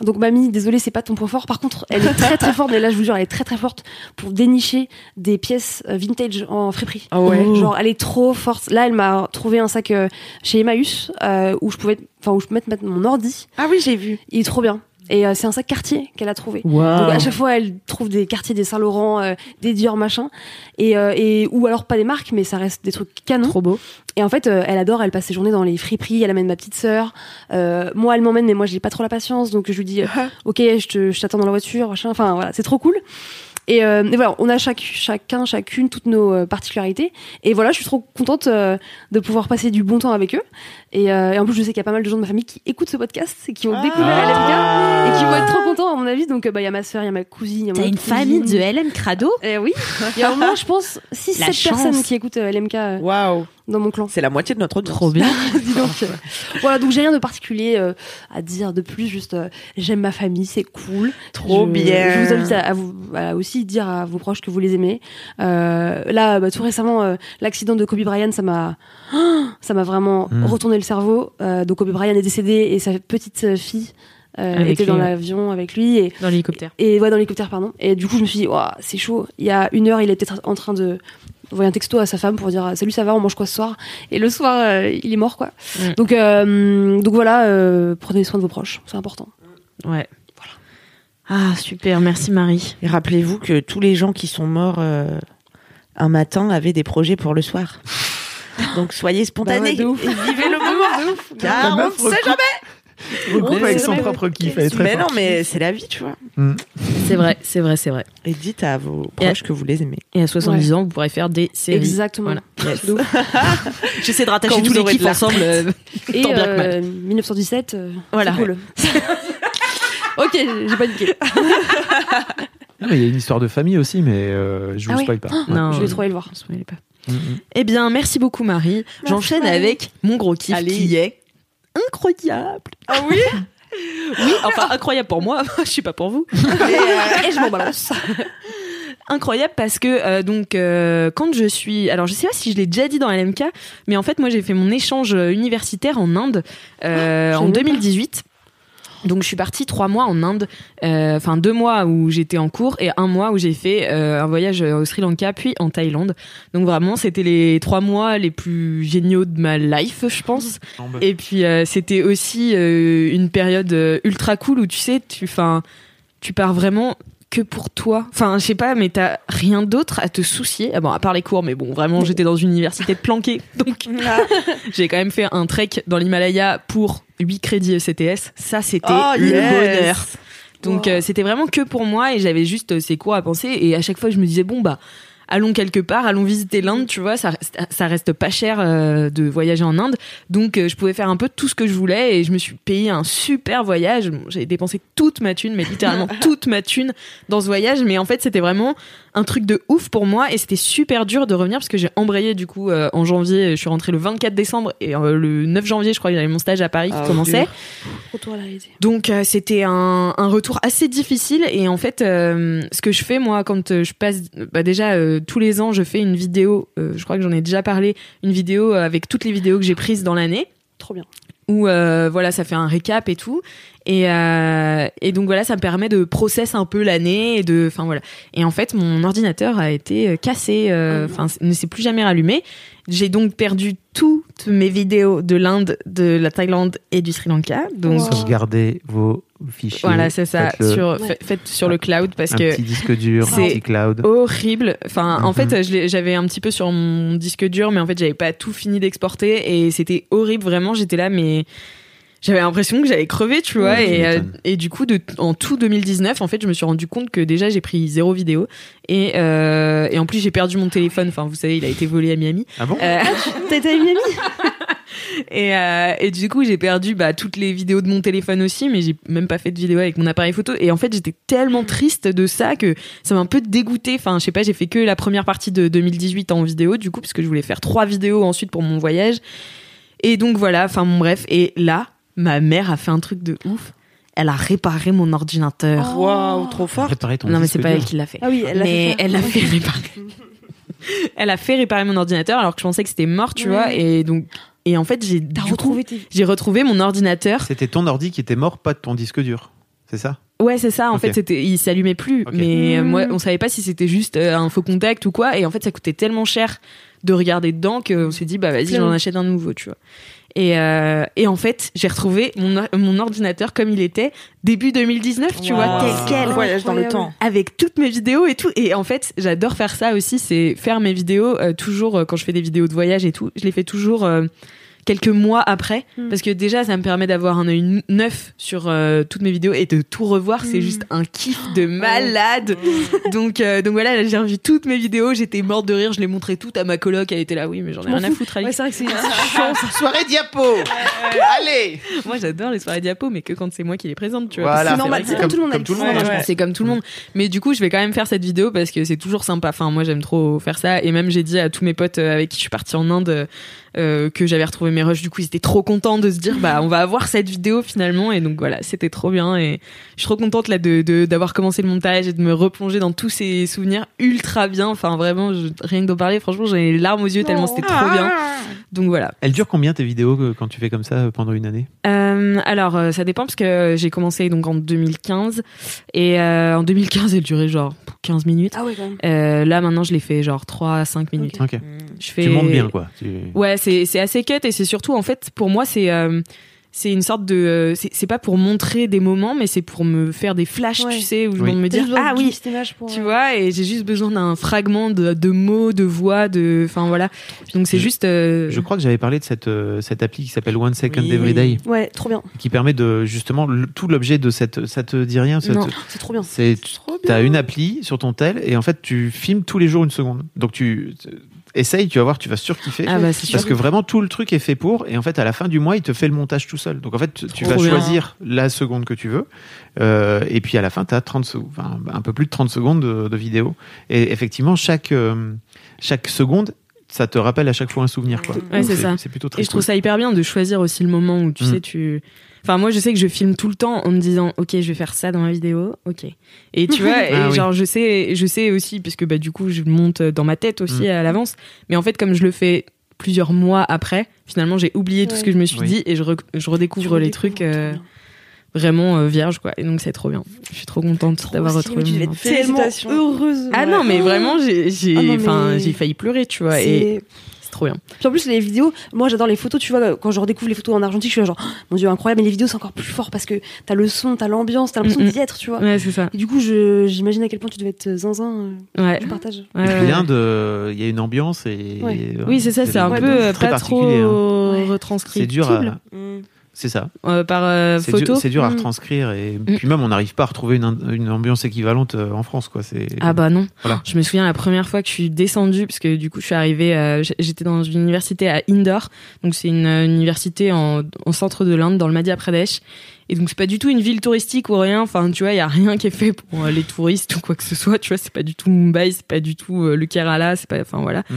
B: Donc, mamie, désolée, c'est pas ton point fort. Par contre, elle est très très forte. Mais là, je vous jure, elle est très très forte pour dénicher des pièces euh, vintage en friperie.
E: Ah ouais.
B: Genre, elle est trop forte. Là, elle m'a trouvé un sac euh, chez Emmaüs euh, où je pouvais, enfin, où je peux mettre maintenant mon ordi.
E: Ah oui, j'ai vu.
B: Il est trop bien. Et euh, c'est un sac quartier qu'elle a trouvé. Donc à chaque fois, elle trouve des quartiers des Saint-Laurent, euh, des Dior, machin, et, euh, et ou alors pas des marques, mais ça reste des trucs canons.
D: Trop beau.
B: Et en fait, euh, elle adore, elle passe ses journées dans les friperies, elle amène ma petite sœur. Euh, moi, elle m'emmène, mais moi, j'ai pas trop la patience, donc je lui dis, euh,
D: Ah.
B: ok, je te- je t'attends dans la voiture, machin. Enfin voilà, c'est trop cool. Et, euh, et voilà, on a chaque, chacun, chacune, toutes nos euh, particularités. Et voilà, je suis trop contente euh, de pouvoir passer du bon temps avec eux. Et, euh, et en plus, je sais qu'il y a pas mal de gens de ma famille qui écoutent ce podcast
D: Ah.
B: et qui ont découvert
C: Ah.
B: LMK et qui vont être trop contents, à mon avis. Donc, euh, bah, il y a ma sœur, il y a ma cousine, il y a mon
D: T'as une famille de LM Crado
B: Eh oui, il y a au moins, je pense, 6-7
D: La chance.
B: personnes qui écoutent euh, LMK euh,
E: Waouh.
B: dans mon clan.
E: C'est la moitié de notre audience.
D: Trop bien.
B: Dis donc. voilà, donc j'ai rien de particulier euh, à dire de plus. Juste, euh, j'aime ma famille, c'est cool.
E: Trop
B: Je-
E: bien.
B: Je vous invite à, à vous à aussi dire à vos proches que vous les aimez. Euh, là, bah, tout récemment, euh, l'accident de Kobe Bryant, ça m'a, ça m'a vraiment
C: Mm.
B: retourné le cerveau. Euh, donc Kobe Bryant est décédé et sa petite fille euh,
D: Avec
B: était
D: lui,
B: dans
D: ouais.
B: l'avion avec lui et
D: Dans l'hélicoptère.
B: et ouais, dans l'hélicoptère, pardon. Et du coup, je me suis dit, Ouah, c'est chaud. Il y a une heure, il était en train de envoyer un texto à sa femme pour dire Salut, ça va, on mange quoi ce soir Et le soir, euh, il est mort, quoi.
D: Mm.
B: Donc, euh, donc voilà, euh, prenez soin de vos proches, c'est important.
D: Ouais. Ah, super, merci Marie.
E: Et rappelez-vous que tous les gens qui sont morts euh, un matin avaient des projets pour le soir. Donc soyez spontanés.
B: Bah ouais, de ouf.
E: et vivez le moment. Car
C: La
E: on ne
C: meuf
E: sait
C: recoupe-
E: jamais.
C: Recoupe
E: Ouais,
C: avec
E: c'est
C: son
E: vrai,
C: propre kiff. elle est très
E: mais non,
C: forte.
E: mais c'est la vie, tu vois.
D: C'est vrai, c'est vrai, c'est vrai.
E: Et dites à vos proches que vous les aimez.
D: Et à 70 ans, vous pourrez faire des séries.
B: Exactement.
D: Voilà.
B: De ouf.
D: J'essaie de rattacher
E: Quand
D: tous
E: vous
D: les
E: aurez de
D: kiffs
E: la
D: ensemble. euh,
B: Et
D: Tant bien que mal.
B: euh, 1917, euh,
D: Voilà.
B: c'est cool. ok, j'ai paniqué.
C: Ah, mais il y a une histoire de famille aussi, mais euh, je vous
B: Ah oui.
C: spoil pas. Ouais.
D: Non.
B: Je vais trop aller le voir.
D: On se mêlait pas.
C: Mm, mm.
D: Eh bien, merci beaucoup Marie. J'enchaîne avec mon gros kiff qui est incroyable.
E: Ah oui
D: Oui, enfin incroyable pour moi, je sais pas pour vous.
B: Et je m'en balance.
D: Incroyable parce que euh, donc euh, quand je suis alors je sais pas si je l'ai déjà dit dans LMK, mais en fait moi j'ai fait mon échange euh, universitaire en Inde euh,
B: je
D: en
B: savais
D: 2018. Donc je suis partie trois mois en Inde, euh, enfin deux mois où j'étais en cours et un mois où j'ai fait euh, un voyage au Sri Lanka puis en Thaïlande. Donc vraiment c'était les trois mois les plus géniaux de ma life je pense. Et puis euh, c'était aussi euh, une période euh, ultra cool où tu sais tu enfin tu pars vraiment que pour toi. Enfin, je sais pas, mais t'as rien d'autre à te soucier. Ah bon, à part les cours, mais bon, vraiment, j'étais dans une université de planqué. Donc,
E: Ah,
D: j'ai quand même fait un trek dans l'Himalaya pour 8 crédits E ECTS. Ça, c'était
J: Oh,
D: le
J: yes.
D: bonheur. Donc, euh, c'était vraiment que pour moi et j'avais juste euh, ces cours à penser. Et à chaque fois, je me disais, bon, bah, allons quelque part, allons visiter l'Inde, tu vois, ça, reste- ça reste pas cher euh, de voyager en Inde. Donc euh, je pouvais faire un peu tout ce que je voulais et je me suis payé un super voyage. Bon, J'ai dépensé toute ma thune, mais littéralement toute ma thune dans ce voyage. Mais en fait, c'était vraiment un truc de ouf pour moi et c'était super dur de revenir parce que j'ai embrayé du coup euh, en janvier. Je suis rentrée le 24 décembre et euh, le 9 janvier, je crois, j'avais mon stage à Paris qui
B: Ah,
D: commençait.
B: dur.
E: oh,
B: Retour à la réalité.
D: Donc euh, c'était un, un retour assez difficile et en fait euh, ce que je fais moi quand euh, je passe bah déjà euh, tous les ans je fais une vidéo euh, je crois que j'en ai déjà parlé une vidéo avec toutes les vidéos que j'ai prises dans l'année
B: Trop bien.
D: où euh, voilà ça fait un récap et tout et, euh, et donc voilà ça me permet de process un peu l'année et de enfin voilà et en fait mon ordinateur a été euh, cassé euh, enfin c- ne s'est plus jamais rallumé j'ai donc perdu toutes mes vidéos de l'Inde de la Thaïlande et du Sri Lanka donc
C: Sauvegardez vos fichiers.
D: voilà, c'est ça.
C: Faites-le.
D: Sur, fa- faites sur le cloud parce
C: un
D: que
C: petit disque dur, un
D: c'est-
C: petit cloud.
D: horrible. Enfin, en
C: Mhm.
D: fait, je l'ai- j'avais un petit peu sur mon disque dur, mais en fait, j'avais pas tout fini d'exporter et c'était horrible. Vraiment, j'étais là, mais j'avais l'impression que j'allais crever, tu vois.
C: Ouais, tu
D: et, euh,
C: m'étonnes.
D: et du coup, de, en tout 2019, en fait, je me suis rendu compte que déjà, j'ai pris zéro vidéo et, euh, et en plus, j'ai perdu mon téléphone. Enfin, vous savez, il a été volé à Miami.
C: Ah bon
D: Euh,
B: T'étais avec Miami
D: et, euh, et du coup, j'ai perdu bah, toutes les vidéos de mon téléphone aussi, mais j'ai même pas fait de vidéo avec mon appareil photo. Et en fait, j'étais tellement triste de ça que ça m'a un peu dégoûtée. Enfin, je sais pas, j'ai fait que la première partie de 2018 en vidéo, du coup, parce que je voulais faire trois vidéos ensuite pour mon voyage. Et donc voilà, enfin bon, bref. Et là, ma mère a fait un truc de ouf. Elle a réparé mon
B: Oh.
D: ordinateur.
E: Waouh, trop fort.
C: Réparer ton
D: non, mais
C: disque
D: c'est pas
C: dur.
D: elle qui l'a fait.
B: Ah oui, elle l'a
D: mais
B: fait faire.
D: elle l'a
B: Ouais.
D: fait réparer. elle a fait réparer mon ordinateur alors que je pensais que c'était mort, tu
B: Ouais.
D: vois. Et donc, et en fait, j'ai du
B: T'as
D: coup-
B: retrouvé tes.
D: j'ai retrouvé mon ordinateur.
C: C'était ton ordi qui était mort, pas de ton disque dur. C'est ça
D: Ouais, c'est ça. En
C: Ok.
D: fait, c'était, il s'allumait plus.
C: Ok.
D: Mais euh, moi, on savait pas si c'était juste euh, un faux contact ou quoi. Et en fait, ça coûtait tellement cher de regarder dedans qu'on s'est dit, bah vas-y,
B: Clairement.
D: j'en achète un nouveau, tu vois. Et, euh, et en fait, j'ai retrouvé mon, or- mon ordinateur comme il était début 2019, tu vois, tel quel.
E: voyage dans le temps.
D: Avec toutes mes vidéos et tout. Et en fait, j'adore faire ça aussi, c'est faire mes vidéos euh, toujours euh, quand je fais des vidéos de voyage et tout. Je les fais toujours euh, quelques mois après.
B: Mm.
D: Parce que déjà, ça me permet d'avoir un œil n- neuf sur euh, toutes mes vidéos et de tout revoir.
B: Mm.
D: C'est juste un kiff de malade.
B: Oh.
D: donc, euh, donc voilà, là, j'ai revu toutes mes vidéos. J'étais morte de rire. Je les montrais toutes à ma coloc. Elle était là, oui, mais j'en ai
B: m'en
D: rien à foutre. Alix.
B: Ouais, c'est vrai que c'est.
C: Ah, Soirée diapo Allez
D: Moi, j'adore les soirées diapos, mais que quand c'est moi qui les présente, tu vois.
C: Voilà,
B: c'est normal,
C: vrai
B: c'est
C: que
B: comme tout le monde,
C: Comme tout le monde.
B: Alex.
C: hein.
D: Ouais, C'est comme tout le monde. Mais du coup, je vais quand même faire cette vidéo parce que c'est toujours sympa. Enfin, moi, j'aime trop faire ça. Et même, j'ai dit à tous mes potes euh, avec qui je suis partie en Inde euh, que j'avais retrouvé mes rushs. Du coup, ils étaient trop contents de se dire, bah, on va avoir cette vidéo finalement. Et donc, voilà, c'était trop bien. Et je suis trop contente là de de- d'avoir commencé le montage et de me replonger dans tous ces souvenirs ultra bien. Enfin, vraiment, je- rien que d'en parler, franchement, j'ai les larmes aux yeux tellement c'était trop bien.
E: Ah.
D: Donc voilà.
C: Elles durent combien tes vidéos euh, quand tu fais comme ça euh, pendant une année
D: Euh, alors, euh, ça dépend parce que j'ai commencé donc en 2015 et euh, en 2015 elle durait genre 15 minutes.
B: Ah ouais, quand même.
D: Euh, là maintenant je l'ai fait genre 3 à 5 minutes.
C: Ok.
D: Je fais...
C: Tu montes bien quoi. Tu-
D: Ouais, c'est c'est assez cut et c'est surtout en fait pour moi c'est euh, c'est une sorte de euh, c'est c'est pas pour montrer des moments mais c'est pour me faire des flashs
B: Ouais.
D: tu sais où je
C: Oui.
D: me dire ah oui
B: Cette image pour.
D: tu
B: euh,
D: vois et j'ai juste besoin d'un fragment de, de mots de voix de enfin voilà donc c'est
C: Je-
D: juste euh,
C: Je crois que j'avais parlé de cette, euh, cette appli qui s'appelle One Second
E: Oui.
C: Everyday,
B: Ouais, trop bien.
C: qui permet de justement le- tout l'objet de cette. Ça te dit rien cette-
D: Non.
B: C'est trop bien.
C: C'est t'as une appli sur ton tel et en fait tu filmes tous les jours une seconde. Donc tu essayes, tu vas voir, tu vas surkiffer.
D: ah bah c'est sûr
C: Parce que vraiment tout le truc est fait pour et en fait à la fin du mois il te fait le montage tout seul. Donc en fait tu tu vas
D: bien.
C: choisir la seconde que tu veux euh, et puis à la fin tu as 30 secondes, enfin, un peu plus de 30 secondes de, de vidéo et effectivement chaque euh, chaque seconde ça te rappelle à chaque fois un souvenir quoi.
D: Ouais,
C: Donc,
D: c'est ça.
C: C'est plutôt très
D: Et je trouve
C: cool.
D: ça hyper bien de choisir aussi le moment où tu
C: Mm.
D: sais, tu. Enfin, moi, je sais que je filme tout le temps en me disant, ok, je vais faire ça dans ma vidéo, ok. Et tu vois, et
C: Ah oui.
D: genre, je sais, je sais aussi, puisque bah, du coup, je monte dans ma tête aussi
C: Mm.
D: à l'avance. Mais en fait, comme je le fais plusieurs mois après, finalement, j'ai oublié tout
B: Ouais.
D: ce que je me suis
C: Oui.
D: dit et je, re- je redécouvre les trucs euh, vraiment euh, vierges, quoi. Et donc, c'est trop bien. Je suis trop contente d'avoir retrouvé.
B: Tu
D: mon
B: devais
D: enfant.
B: être tellement
E: Félicitations.
B: heureuse.
D: Ah
B: ouais.
D: non, mais vraiment, j'ai j'ai-
B: Ah non, mais-
D: enfin, j'ai failli pleurer, tu vois. Et
B: C'est
D: c'est trop bien.
B: Puis en plus, les vidéos, moi j'adore les photos, tu vois, quand je redécouvre les photos en Argentique, je suis là genre, Oh, mon dieu, incroyable, mais les vidéos c'est encore plus fort parce que t'as le son, t'as l'ambiance, t'as l'impression
D: Mm, mm.
B: d'y être, tu vois.
D: Ouais, c'est ça.
B: Et du coup, je- j'imagine à quel point tu devais être zinzin. euh,
D: Ouais.
B: Je partage.
D: Ouais, ouais, ouais.
C: Rien de. Il y a une ambiance et.
B: Ouais.
D: Oui, c'est ça, c'est un
C: Ouais,
D: peu
C: donc,
D: euh,
C: très
D: pas trop
C: particulier, hein.
D: euh, retranscrit.
C: C'est dur à.
E: Mm.
C: C'est ça.
D: Euh, par euh,
C: C'est dur,
D: photo.
C: c'est dur à
D: Mm.
C: retranscrire et puis même on n'arrive pas à retrouver une, une ambiance équivalente euh, en France quoi. C'est
D: Ah bah non.
C: Voilà.
D: Je me souviens la première fois que je suis descendue, parce que du coup je suis arrivée, euh, j- j'étais dans une université à Indore, donc c'est une, euh, une université en, au centre de l'Inde, dans le Madhya Pradesh. Et donc c'est pas du tout une ville touristique ou rien. Enfin tu vois, il y a rien qui est fait pour euh, les touristes ou quoi que ce soit. Tu vois, c'est pas du tout Mumbai, c'est pas du tout euh, le Kerala, c'est pas. Enfin voilà.
C: Mm.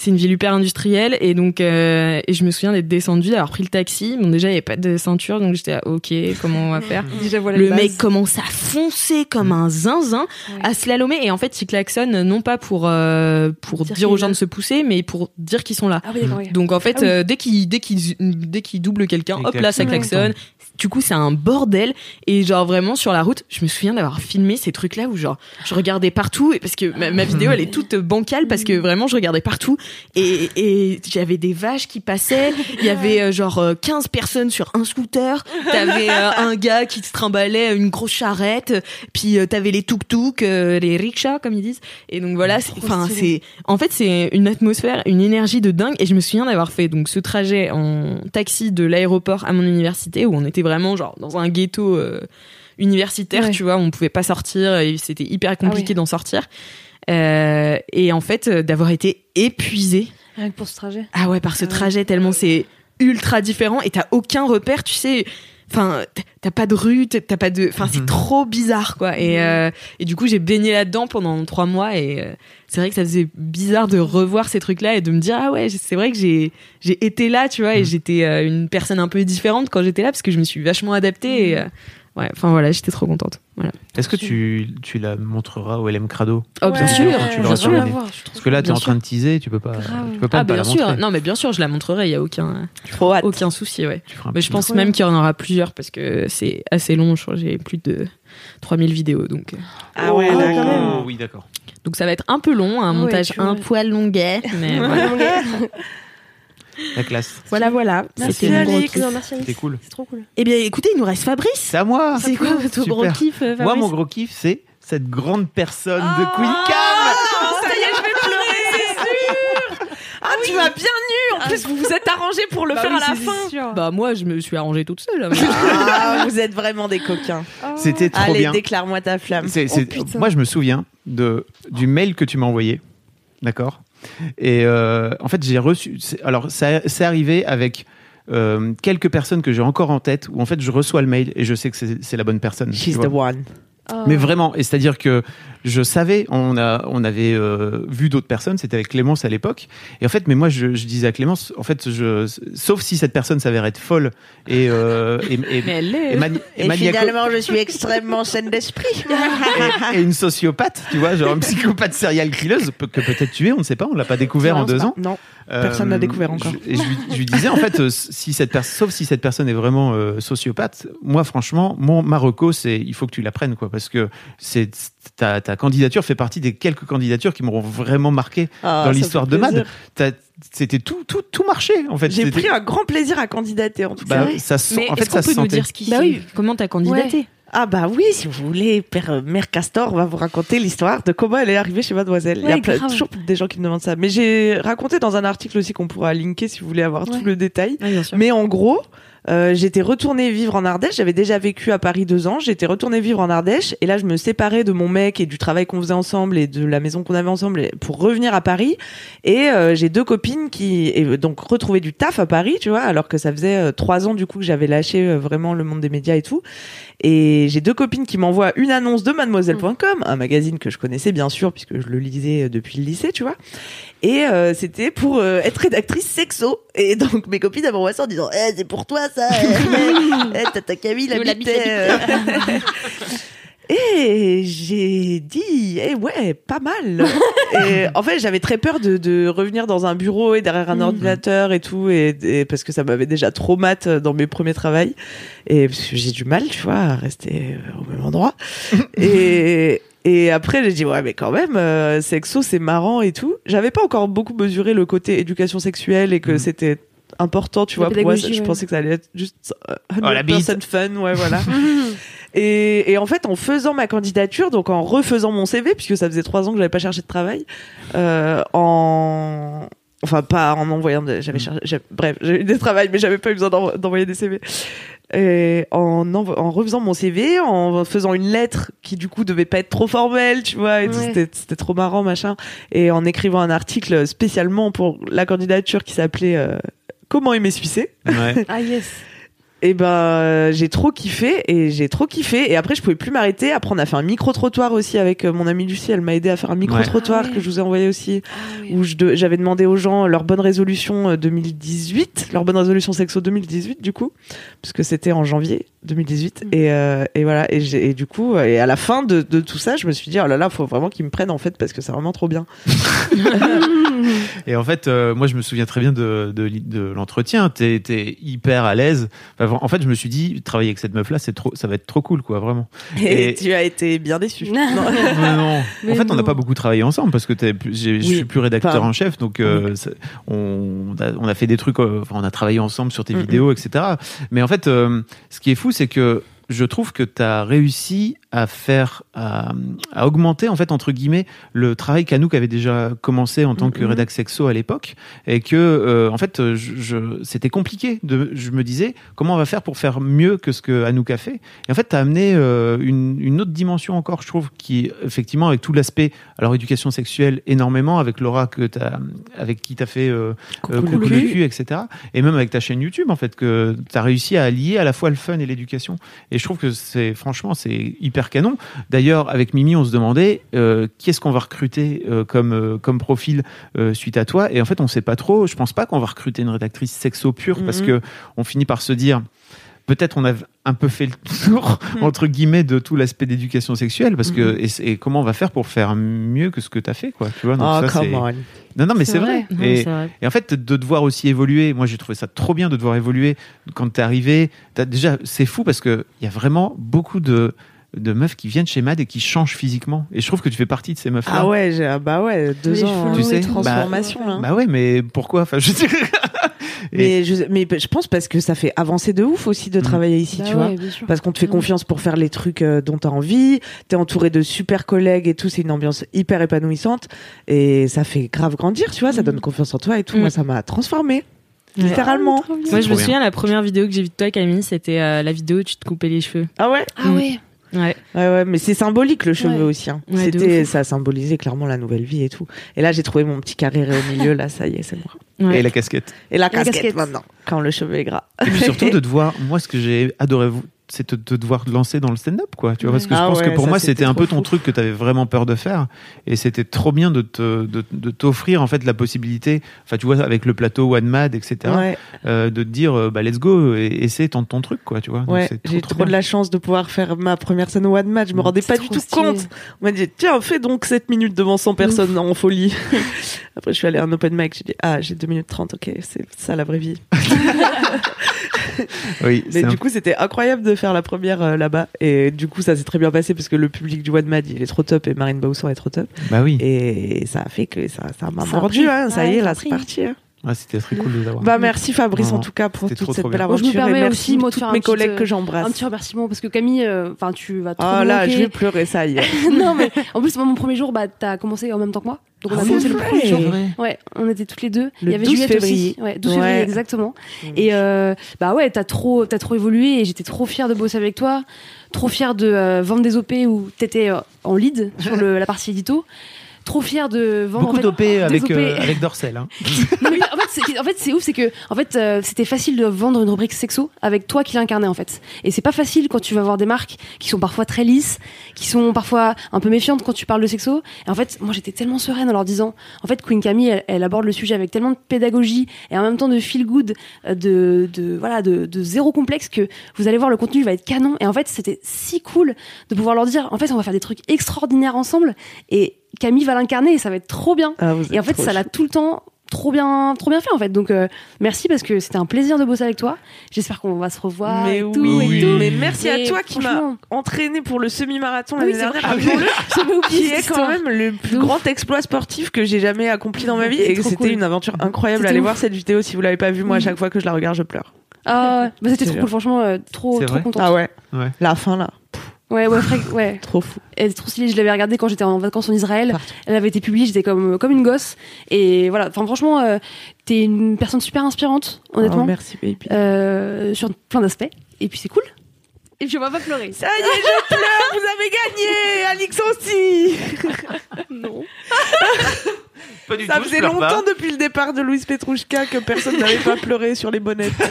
D: C'est une ville hyper industrielle et donc euh, et je me souviens d'être descendue, d'avoir pris le taxi. Bon déjà il y avait pas de ceinture, donc j'étais là, ok, comment on va faire
B: Déjà, voilà
D: le mec commence à foncer comme un zinzin, à slalomer et en fait il klaxonne non pas pour euh, pour dire,
B: Dire qu'il
D: aux
B: est
D: gens
B: là.
D: de se pousser mais pour dire qu'ils sont là.
B: Ah oui, d'accord, oui.
D: Donc en fait
B: Ah oui.
D: euh, dès qu'il dès qu'il dès qu'il double quelqu'un,
C: Il
D: hop là ça
C: klaxonne.
D: klaxonne. Du coup c'est un bordel et genre vraiment sur la route, je me souviens d'avoir filmé ces trucs là où genre je regardais partout et parce que ma, ma vidéo elle est toute bancale parce que vraiment je regardais partout et et j'avais des vaches qui passaient, il y avait euh, genre euh, 15 personnes sur un scooter, t'avais euh, un gars qui se trimbalait une grosse charrette, puis euh, t'avais les tuk-tuk, euh, les rickshaws comme ils disent. Et donc voilà, c'est- enfin c'est
B: stylé.
D: en fait c'est une atmosphère, une énergie de dingue et je me souviens d'avoir fait donc ce trajet en taxi de l'aéroport à mon université où on était vraiment genre dans un ghetto euh, universitaire,
B: Ouais.
D: tu vois, on pouvait pas sortir et c'était hyper compliqué
B: ouais.
D: d'en sortir. Euh, et en fait euh, d'avoir été épuisée
B: Rien que pour ce trajet.
D: ah ouais, par ce
B: Ah ouais.
D: trajet, tellement c'est ultra différent et t'as aucun repère, tu sais. Enfin, t- t'as pas de rue, t- t'as pas de. Enfin, c'est
C: Mhm.
D: trop bizarre, quoi. Et, euh, et du coup, j'ai baigné là-dedans pendant trois mois et euh, c'est vrai que ça faisait bizarre de revoir ces trucs-là et de me dire, ah ouais, c'est vrai que j'ai j'ai été là, tu vois, et
C: Mhm.
D: j'étais euh, une personne un peu différente quand j'étais là parce que je me suis vachement adaptée et. euh, ouais, enfin voilà, j'étais trop contente. Voilà.
C: Est-ce que tu, tu la montreras au LM Crado
D: Oh, bien
C: Ouais.
D: sûr!
C: tu l'auras
B: bien sûr.
C: terminé.
B: la voir, je suis trop
C: Parce que là tu es
D: Bien
C: en train de teaser, tu peux pas
B: Grave.
C: tu peux pas
D: Ah,
C: ne pas
D: bien
C: la
D: sûr!
C: montrer.
D: Non, mais bien sûr, je la montrerai, il y a aucun,
E: Trop hâte.
D: aucun souci, ouais.
C: Tu feras un
D: Mais
C: petit-
D: je pense
B: Incroyable.
D: même qu'il y en aura plusieurs parce que c'est assez long. Je crois que j'ai plus de 3000 vidéos. Donc, euh,
E: Ah ouais, là, quand même.
C: Oh Oui, d'accord.
D: donc ça va être un peu long, un
B: Ah ouais,
D: montage
B: tu vois.
D: un poil longuet. Mais voilà,
C: La classe.
K: Voilà, voilà.
D: c'était mon gros
E: Alex.
D: kiff.
B: Non, merci Alice.
C: C'était cool.
B: C'est trop cool.
K: Eh bien, écoutez, il nous reste Fabrice.
C: C'est à moi.
K: C'est quoi ton
C: Super.
K: gros kiff, euh, Fabrice
C: Moi mon gros kiff c'est cette grande personne de
D: Ah
C: Queen Cam.
K: Ça y est, je vais pleurer, c'est sûr Ah, tu m'as bien eu En plus, vous vous êtes arrangé pour le faire à la fin
D: Bah, moi, je me suis arrangée toute seule. hein.
E: Ah, vous êtes vraiment des coquins.
D: Ah.
C: C'était trop
E: Allez,
C: bien.
E: déclare-moi ta flamme.
C: C'est- c'est-
E: Oh,
C: moi, je me souviens de, du mail que tu m'as envoyé. D'accord Et euh, en fait, j'ai reçu. c'est- Alors, ça- c'est arrivé avec. euh, quelques personnes que j'ai encore en tête où en fait je reçois le mail et je sais que c'est c'est la bonne personne. tu
E: She's
C: vois.
E: the one.
B: Oh.
C: Mais vraiment, et c'est-à-dire que je savais, on, a, on avait euh, vu d'autres personnes, c'était avec Clémence à l'époque, et en fait, mais moi je, je disais à Clémence, en fait, je, sauf si cette personne s'avère être folle et, euh, et, et,
D: Mais elle
C: et
D: l'est.
C: mani- et
E: Et,
C: maniaco-
E: finalement, je suis extrêmement saine d'esprit.
C: et, et une sociopathe, tu vois, genre une psychopathe serial killeuse pe- que peut-être tu es, on ne sait pas, on l'a pas découvert en deux ans. Euh,
E: Non. personne l'a découvert encore.
C: je- et je lui, je lui disais en fait, euh, si cette personne, sauf si cette personne est vraiment euh, sociopathe, moi franchement, mon Marocco, c'est il faut que tu l'apprennes quoi, parce que c'est ta, ta candidature fait partie des quelques candidatures qui m'auront vraiment marqué
E: Ah,
C: dans
E: ça
C: l'histoire
E: fait
C: de
E: plaisir.
C: Mad. T'as- C'était tout, tout, tout marché en fait.
E: J'ai
C: C'était-
E: pris un grand plaisir à candidater en tout cas.
C: bah, ça se sent-
D: Mais
C: en
D: est-ce
C: fait,
D: qu'on
C: ça se
D: peut nous
C: sentait.
D: dire ce qui
B: Bah oui.
D: Comment t'as candidaté
E: Ah bah oui, si vous voulez, Père, euh, Mère Castor va vous raconter l'histoire de comment elle est arrivée chez Mademoiselle. Il y a
B: Ouais,
E: plein-
B: grave.
E: toujours des gens qui me demandent ça. Mais j'ai raconté dans un article aussi qu'on pourra linker si vous voulez avoir
B: Ouais.
E: tout le détail.
D: Ah, bien sûr.
E: Mais en gros, euh, j'étais retournée vivre en Ardèche. J'avais déjà vécu à Paris deux ans. J'étais retournée vivre en Ardèche. Et là, je me séparais de mon mec et du travail qu'on faisait ensemble et de la maison qu'on avait ensemble et- pour revenir à Paris. Et euh, j'ai deux copines qui, et euh, donc, retrouvé du taf à Paris, tu vois, alors que ça faisait euh, trois ans du coup que j'avais lâché euh, vraiment le monde des médias et tout. Et j'ai deux copines qui m'envoient une annonce
D: Mm.
E: de mademoiselle.com, un magazine que je connaissais bien sûr puisque je le lisais euh, depuis le lycée, tu vois. Et euh, c'était pour euh, être rédactrice sexo. Et donc mes copines elles m'envoient ça en disant Eh, c'est pour toi ça eh, eh, eh, Tata Camille
D: Nous, la bite,
E: habitait. Et j'ai dit, eh ouais, pas mal. et en fait, j'avais très peur de, de revenir dans un bureau et derrière un
B: Mmh.
E: ordinateur et tout, et, et parce que ça m'avait déjà trop mat dans mes premiers travails. euh, Et parce que j'ai du mal, tu vois, à rester euh, au même endroit. et, et Et après, j'ai dit, ouais, mais quand même, euh, sexo, c'est marrant et tout. J'avais pas encore beaucoup mesuré le côté éducation sexuelle et que c'était important, tu
B: Mmh. La
E: vois. Pour moi,
B: pédagogie,
E: je
B: ouais.
E: pensais que ça allait être juste euh,
C: Oh, la bite.
E: 100% fun, ouais, voilà. et, et en fait, en faisant ma candidature, donc en refaisant mon CV, puisque ça faisait trois ans que j'avais pas cherché de travail, euh, en. Enfin, pas en envoyant. de-
C: Mm.
E: J'avais cherché. j'ai- Bref, j'ai eu des travails, mais j'avais pas eu besoin d'en- d'envoyer des CV. Et en, envo- en refaisant mon CV, en faisant une lettre qui du coup devait pas être trop formelle, tu vois, et tout,
B: Ouais.
E: c'était- c'était trop marrant, machin, et en écrivant un article spécialement pour la candidature qui s'appelait euh, Comment aimer Suissé,
C: Ouais.
B: Ah yes.
E: et ben euh, j'ai trop kiffé, et j'ai trop kiffé, et après je pouvais plus m'arrêter, après on a fait un micro-trottoir aussi avec euh, mon amie Lucie, elle m'a aidé à faire un micro-trottoir
B: Ah ouais.
E: que je vous ai envoyé aussi,
B: Ah oui.
E: où je de- j'avais demandé aux gens leur bonne résolution euh, 2018, leur bonne résolution sexo 2018 du coup, parce que c'était en janvier 2018 et, euh, et voilà et, j'ai- et du coup euh, et à la fin de, de tout ça, je me suis dit oh là là, faut vraiment qu'ils me prennent en fait parce que c'est vraiment trop bien.
C: Et en fait, euh, moi, je me souviens très bien de, de, l'i- de l'entretien. T'es t'es hyper à l'aise. Enfin, en fait, je me suis dit, travailler avec cette meuf-là, c'est trop, ça va être trop cool, quoi, vraiment.
E: Et,
C: Et-
E: tu as été bien déçu.
B: Non. bah
C: Mais non.
B: Mais
C: en fait, on n'a
B: non.
C: pas beaucoup travaillé ensemble parce que t'es plus- j'ai- je
E: Oui,
C: suis plus rédacteur
E: pas-
C: en chef, donc euh, c'est- on, a, on a fait des trucs, euh, enfin, on a travaillé ensemble sur tes
E: Mm,
C: vidéos, etc. Mais en fait, euh, ce qui est fou, c'est que je trouve que tu as réussi à faire, à, à augmenter, en fait, entre guillemets, le travail qu'Anouk avait déjà commencé en tant que
E: Mhm.
C: rédac sexo à l'époque et que, euh, en fait, je, je- c'était compliqué. De, je me disais, comment on va faire pour faire mieux que ce que Anouk a fait et en fait, tu as amené euh, une, une autre dimension encore, je trouve, qui, effectivement, avec tout l'aspect, alors éducation sexuelle énormément, avec Laura que t'as- avec qui tu as fait euh, euh, Coucou le cul, etc. Et même avec ta chaîne YouTube, en fait, que tu as réussi à lier à la fois le fun et l'éducation. Et je trouve que c'est, franchement, c'est hyper canon. D'ailleurs, avec Mimi, on se demandait euh, qui est-ce qu'on va recruter euh, comme, euh, comme profil euh, suite à toi. Et en fait, on sait pas trop. Je pense pas qu'on va recruter une rédactrice sexo pure parce
E: Mhm.
C: que on finit par se dire peut-être on a un peu fait le tour entre guillemets de tout l'aspect d'éducation sexuelle parce que et c'est- et, comment on va faire pour faire mieux que ce que tu as fait quoi tu vois donc
E: Oh
C: ça, c'est-
E: come on.
C: non non mais
B: C'est
C: c'est vrai,
L: Non,
C: Et-
L: c'est vrai.
C: et en fait, de devoir aussi évoluer, moi j'ai trouvé ça trop bien de devoir évoluer quand t'es arrivé. T'as- déjà, c'est fou parce qu'il y a vraiment beaucoup de, de meufs qui viennent chez MAD et qui changent physiquement. Et je trouve que tu fais partie de ces meufs-là.
E: Ah ouais, j'ai- ah bah ouais, deux
B: Les
E: ans
B: cheveux
C: Tu longs et sais, bah-
E: transformation hein.
C: Bah ouais, mais pourquoi enfin, je... veux dire-
E: mais je mais je pense parce que ça fait avancer de ouf aussi de
C: Mhm.
E: travailler ici,
B: Bah
E: tu vois.
B: ouais, bien sûr.
E: parce qu'on te fait
B: Mm.
E: confiance pour faire les trucs euh, dont t'as envie, t'es entouré de super collègues et tout, c'est une ambiance hyper épanouissante et ça fait grave grandir, tu vois, ça donne confiance en toi et tout.
L: Mm.
E: Moi, ça m'a transformé,
L: Ouais.
B: Ah,
E: littéralement.
L: Moi, je
C: trop
L: me
C: bien.
L: souviens, la première vidéo que j'ai vue de toi, Camille, c'était euh, la vidéo où tu te coupais les cheveux.
E: Ah ouais,
B: Ah
D: Mm.
B: ouais.
L: Ouais.
E: ouais, ouais, mais c'est symbolique le cheveu
B: Ouais.
E: aussi. hein.
L: Ouais, de
E: C'était,
L: ouf.
E: ça symbolisait clairement la nouvelle vie et tout. Et là, j'ai trouvé mon petit carré au milieu, là, ça y est, c'est moi.
L: Ouais.
C: Et la casquette.
E: Et la, casquette,
B: casquette.
E: maintenant, quand le cheveu est gras.
C: Et puis surtout de devoir, moi ce que j'ai adoré, vous- c'est de, de devoir te lancer dans le stand-up, quoi. Tu vois, parce que je
E: Ah
C: pense que
E: ouais,
C: pour
E: ça,
C: moi
E: c'était
C: c'était un
E: trop
C: peu ton
E: fou.
C: truc que t'avais vraiment peur de faire, et c'était trop bien de te- de- de t'offrir en fait la possibilité, enfin tu vois, avec le plateau One Mad, etc.
E: Ouais.
C: euh, de te dire euh, bah let's go et essaie tente ton truc quoi tu vois Donc,
E: Ouais,
C: c'est
E: j'ai Oh, trop, Mm. de
C: bien.
E: la chance de pouvoir faire ma première scène au one match. Je me rendais
B: C'est
E: pas du
B: trop
E: tout
B: stylé.
E: compte. On m'a dit tiens fais donc 7 minutes devant 100 personnes en folie. Après je suis allée à un open mic. J'ai dit ah j'ai 2 minutes 30 ok c'est ça la vraie vie.
C: oui
E: Mais
C: c'est
E: du
C: un-
E: coup c'était incroyable de faire la première euh, là-bas et du coup ça s'est très bien passé parce que le public du one match il est trop top et Marine Baussan est trop top
C: bah oui
E: et ça a fait que ça ça m'a
B: Ça a
E: mordu
B: pris.
E: hein. ça
B: Ouais,
E: y est
B: ça
E: là
B: a
E: c'est
B: pris.
E: parti. hein.
C: ah, c'était très cool de les avoir
E: Bah merci Fabrice
C: Non,
E: en tout cas pour
C: c'était
E: toute
C: trop,
E: cette
C: trop
E: belle
C: bien.
B: Moi, je me
E: aventure et
B: permets
E: merci
B: aussi, moi, de
E: toutes
B: faire un
E: mes
B: petit,
E: collègues
B: euh,
E: que
B: Un
E: j'embrasse.
B: petit remerciement parce que Camille, euh, enfin tu vas trop
E: Ah
B: me
E: là
B: manquer.
E: je vais pleurer ça y est.
B: non mais en plus moi mon premier jour bah t'as commencé en même temps que moi donc on
E: Ah
B: a
E: oui,
B: commencé le
E: c'est
B: premier jour.
E: vrai.
B: Ouais, on était toutes les deux. Il
E: Le
B: y avait
E: 12
B: Juliette
E: février.
B: aussi. Ouais, 12
E: Ouais. Mmh.
B: février exactement. Et euh, bah ouais, t'as trop, t'as trop évolué et j'étais trop fière de bosser avec toi, trop fière de euh, vendre des op où t'étais euh, en lead sur le- la partie édito, trop fière de vendre. en
C: beaucoup
B: fait,
C: d'OP
B: des
C: avec
B: OP.
C: euh, avec Dorsel hein.
B: Non, mais en fait, c'est- en fait, c'est ouf, c'est que en fait, euh, c'était facile de vendre une rubrique sexo avec toi qui l'incarnais en fait. Et c'est pas facile quand tu vas voir des marques qui sont parfois très lisses, qui sont parfois un peu méfiantes quand tu parles de sexo. Et en fait, moi, j'étais tellement sereine en leur disant, en fait, Queen Camille, elle, elle aborde le sujet avec tellement de pédagogie et en même temps de feel good, euh, de, de voilà, de, de zéro complexe que vous allez voir le contenu va être canon. Et en fait, c'était si cool de pouvoir leur dire, en fait, on va faire des trucs extraordinaires ensemble et Camille va l'incarner et ça va être trop bien.
E: Ah, vous
B: Et en
E: êtes
B: fait,
E: trop
B: ça l'a tout le temps trop bien, trop bien fait en fait. Donc euh, merci parce que c'était un plaisir de bosser avec toi. J'espère qu'on va se revoir.
E: Mais
B: et tout,
E: oui,
B: et
E: oui.
B: tout.
E: mais merci
B: Mais
E: à toi qui m'a Ah
B: franchement.
E: entraîné pour le semi-marathon
B: Oui,
E: l'année
B: c'est vrai.
E: dernière,
B: Rappelons-le. J'avais oublié
E: qui
B: cette
E: est quand
B: histoire.
E: même le plus
B: De ouf.
E: grand exploit sportif que j'ai jamais accompli dans ma vie. Et
B: Trop
E: c'était
B: cool.
E: une aventure incroyable.
B: C'était
E: Allez
B: ouf.
E: voir cette vidéo si vous l'avez pas vue. Moi, à chaque fois que je la regarde, je pleure.
B: Ah, bah, c'était
E: C'est
B: trop
E: vrai.
B: cool, franchement, euh, trop,
C: C'est
B: trop
C: vrai.
B: contente.
E: Ah ouais.
C: Ouais.
E: La fin là,
B: Ouais, ouais, fra- ouais.
E: trop fou.
B: Elle est trop stylée. Je l'avais regardée quand j'étais en vacances en Israël.
E: Partout.
B: Elle avait été publiée. J'étais comme comme une gosse. Et voilà. Enfin, franchement, euh, t'es une personne super inspirante,
E: Oh,
B: honnêtement,
E: merci baby.
B: euh, sur plein d'aspects. Et puis c'est cool. Et puis on va pas pleurer.
E: Ça y est, je pleure. Vous avez gagné, Alix aussi.
B: Non.
C: Pas du
E: Ça
C: tout, je
E: faisait
C: pleure pas.
E: longtemps depuis le départ de Louise Petrouchka que personne n'avait pas pleuré sur les bonnettes.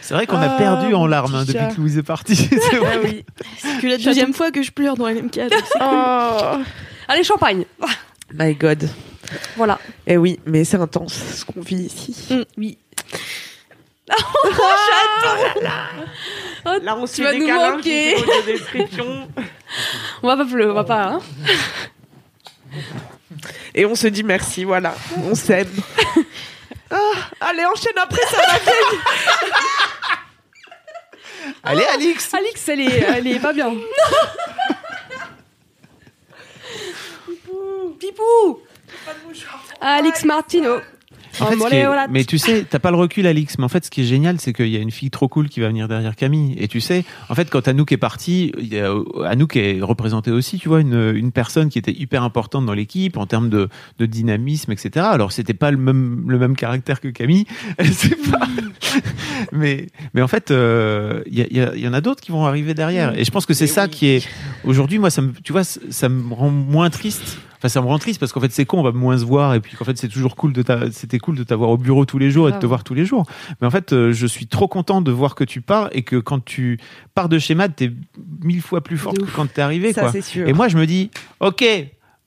C: C'est vrai qu'on a
E: Ah,
C: perdu en
E: mon
C: larmes hein,
E: petit
C: depuis
E: chat.
C: que Louise est partie. C'est vrai.
E: oui.
D: C'est que la deuxième fois que je pleure dans LMK. donc c'est-
E: Oh
B: Allez, champagne.
E: my god.
B: Voilà.
E: Eh oui, mais c'est intense ce qu'on vit ici.
B: Mm, Oui. Oh,
E: Oh Là, on se
B: Tu vas
E: fait
B: nous
E: des câlins,
B: manquer.
E: je vous fais des descriptions.
B: On va pas pleurer. On va pas. hein.
E: Et on se dit merci, voilà. On s'aime. Ah, allez, enchaîne après ça. va.
C: Allez, Alix
B: Alix, elle est, elle est pas bien. Pipou. Pipou. Alix Martino.
C: En fait, ce
B: Oh,
C: qui est-
B: voilà.
C: Mais tu sais, t'as pas le recul, Alix. Mais en fait, ce qui est génial, c'est qu'il y a une fille trop cool qui va venir derrière Camille. Et tu sais, en fait, quand Anouk est partie, il y a- euh, Anouk est représentée aussi, tu vois, une, une personne qui était hyper importante dans l'équipe en termes de, de dynamisme, etc. Alors, c'était pas le même, le même caractère que Camille. Elle sait pas. mais, mais en fait, euh, il y, a- il y a- il y en a d'autres qui vont arriver derrière. Et je pense que c'est ça qui est. Aujourd'hui, moi, ça me, tu vois, ça ça me rend moins triste. Enfin, ça me rend triste parce qu'en fait, c'est con, on va moins se voir et puis qu'en fait, c'est toujours cool de t'a- c'était cool de t'avoir au bureau tous les jours et de te
B: Grave.
C: voir tous les jours. Mais en fait, euh, je suis trop content de voir que tu pars et que quand tu pars de chez Matt, t'es mille fois plus forte
B: De
C: que
B: ouf.
C: quand t'es arrivé,
E: Ça,
C: quoi.
E: c'est sûr.
C: Et moi, je me dis, ok,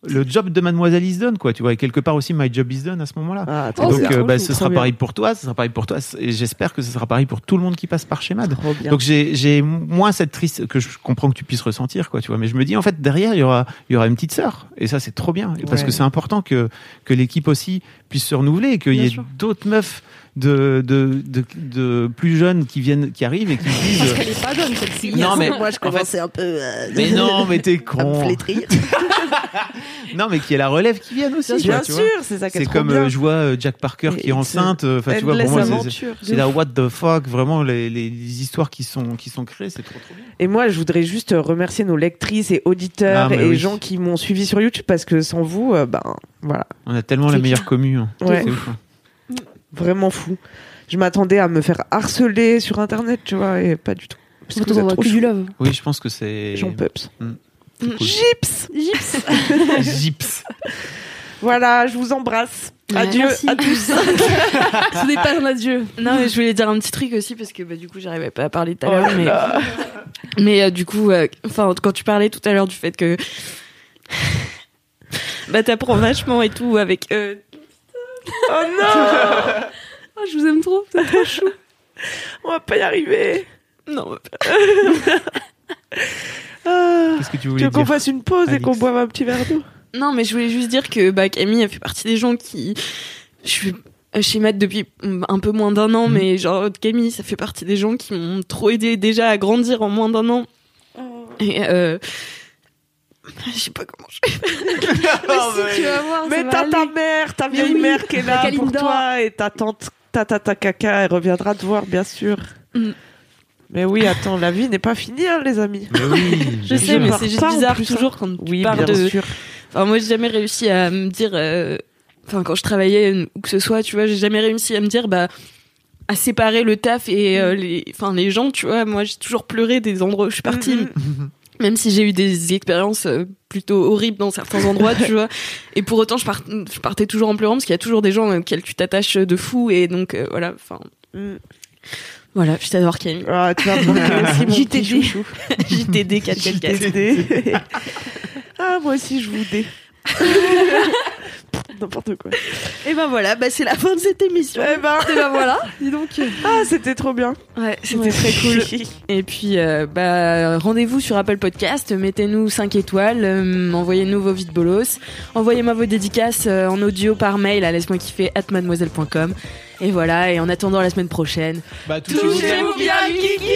C: le job de Mademoiselle is done, quoi, tu vois. Et quelque part aussi, my job is done à ce moment-là.
E: Ah,
B: Oh,
C: Donc,
B: c'est
C: euh,
B: trop
C: bah,
B: chou,
C: ce
E: trop
C: sera
E: bien.
C: pareil pour toi, ce sera pareil pour toi, et j'espère que ce sera pareil pour tout le monde qui passe par chez Mad.
E: trop bien.
C: euh, Donc j'ai j'ai moins cette triste que je comprends que tu puisses ressentir quoi tu vois mais je me dis en fait derrière il y aura il y aura une petite sœur et ça c'est trop bien Et parce
E: Ouais.
C: que c'est important que que l'équipe aussi puisse se renouveler et qu'il y
B: Bien
C: ait
B: sûr.
C: d'autres meufs de, de de de plus jeunes qui viennent qui arrivent et qui se disent
B: Elle est pas bonne celle-ci.
C: non mais
E: moi, je
C: en fait-
E: commençais un peu euh,
C: mais non mais t'es
E: à me
C: con
E: flétrir.
C: non mais qu'il y ait la relève qui vienne aussi quoi,
E: Bien
C: tu
E: sûr,
C: vois.
E: c'est ça qui est
C: c'est
E: trop
C: comme
E: bien.
C: euh, je vois euh, Jack Parker
E: Et
C: qui est
E: it's
C: enceinte euh, enfin tu vois pour
E: Endless
C: moi c'est-
E: aventure.
C: c'est la what the fuck vraiment les, les, les histoires qui sont qui sont créées c'est trop trop bien
E: Et moi, je voudrais juste remercier nos lectrices et auditeurs
C: Ah, mais
E: et
C: oui.
E: gens qui m'ont suivi sur YouTube parce que sans vous, euh, ben voilà,
C: on a tellement la
E: C'est
C: meilleure commu hein.
E: Ouais.
C: C'est ouf, hein.
E: vraiment fou. Je m'attendais à me faire harceler sur Internet, tu vois, et pas du tout. Parce que
B: Surtout
E: vous
B: qu'on voit
E: êtes trop
B: que du
E: chou-
B: love.
C: Oui, je pense que c'est.
E: Jean Peps.
C: c'est cool.
E: Chips
B: Gips.
C: Gips.
E: Voilà, je vous embrasse. Adieu
B: Merci.
E: à tous.
B: Ce n'est pas un adieu.
D: Non, mais je voulais dire un petit truc aussi parce que bah, du coup, j'arrivais pas à parler tout à
E: Oh
D: l'heure.
E: là
D: mais
E: là.
D: mais euh, du coup, euh, enfin, quand tu parlais tout à l'heure du fait que. bah, t'apprends vachement et tout avec. euh,
E: Oh non,
B: Oh, je vous aime trop.
E: on va pas y arriver.
D: Non,
E: Ah.
C: Qu'est-ce que tu
E: Tu
C: voulais
E: veux qu'on
C: dire
E: fasse une pause et
C: Alix
E: qu'on boive un petit verre d'eau
D: Non, mais je voulais juste dire que bah, Camille, elle fait partie des gens qui. Je suis euh, chez Matt depuis un peu moins d'un an,
C: Mhm.
D: mais genre, Camille, ça fait partie des gens qui m'ont trop aidé déjà à grandir en moins d'un an. Et euh. Je sais pas comment je
B: tu vas voir.
E: Mais t'as ta mère, ta vieille
B: oui,
E: mère qui est là pour
B: Kalindor.
E: toi et ta tante, ta ta ta caca, elle reviendra te voir, bien sûr.
D: Mm.
E: Mais oui, attends, la vie n'est pas finie, hein, les amis.
C: Mais Bah oui,
D: Je sais,
C: bien sûr.
D: mais
E: pars
D: c'est juste
E: pas en
D: bizarre
E: plus, hein.
D: toujours quand tu
E: Oui,
D: parles
E: bien
D: de.
E: sûr.
D: Enfin, moi, j'ai jamais réussi à me dire. euh, Enfin, quand je travaillais euh, ou que ce soit, tu vois, j'ai jamais réussi à me dire, bah, à séparer le taf et
M: Mm.
D: euh, les, enfin, les gens, tu vois. Moi, j'ai toujours pleuré des endroits où je suis partie.
E: Mm, mm.
M: Mm-hmm.
D: même si j'ai eu des expériences euh, plutôt horribles dans certains endroits, tu vois. Et pour autant, je, part- je partais toujours en pleurant parce qu'il y a toujours des gens auxquels tu t'attaches de fou et donc euh, voilà. Enfin,
E: Mm.
D: voilà, je t'adore Camille.
E: Ah, tu vas me manquer aussi, mon
D: JTD.
E: petit chouchou.
D: JTD 444.
E: JTD. ah, moi aussi, je vous dé.
N: N'importe quoi.
M: Et ben voilà, bah c'est la fin de cette émission.
N: Eh ben,
O: Et ben voilà. Dis
D: euh,
O: donc.
N: ah, c'était trop bien.
D: Ouais, c'était très cool. Et puis, euh, bah, rendez-vous sur Apple Podcast, mettez-nous 5 étoiles, euh, envoyez-nous vos vides bolos, envoyez-moi vos dédicaces euh, en audio par mail à laisse-moi kiffer at mademoiselle.com. Et voilà, et en attendant la semaine prochaine,
C: Bah, touchez-vous bien.
D: bien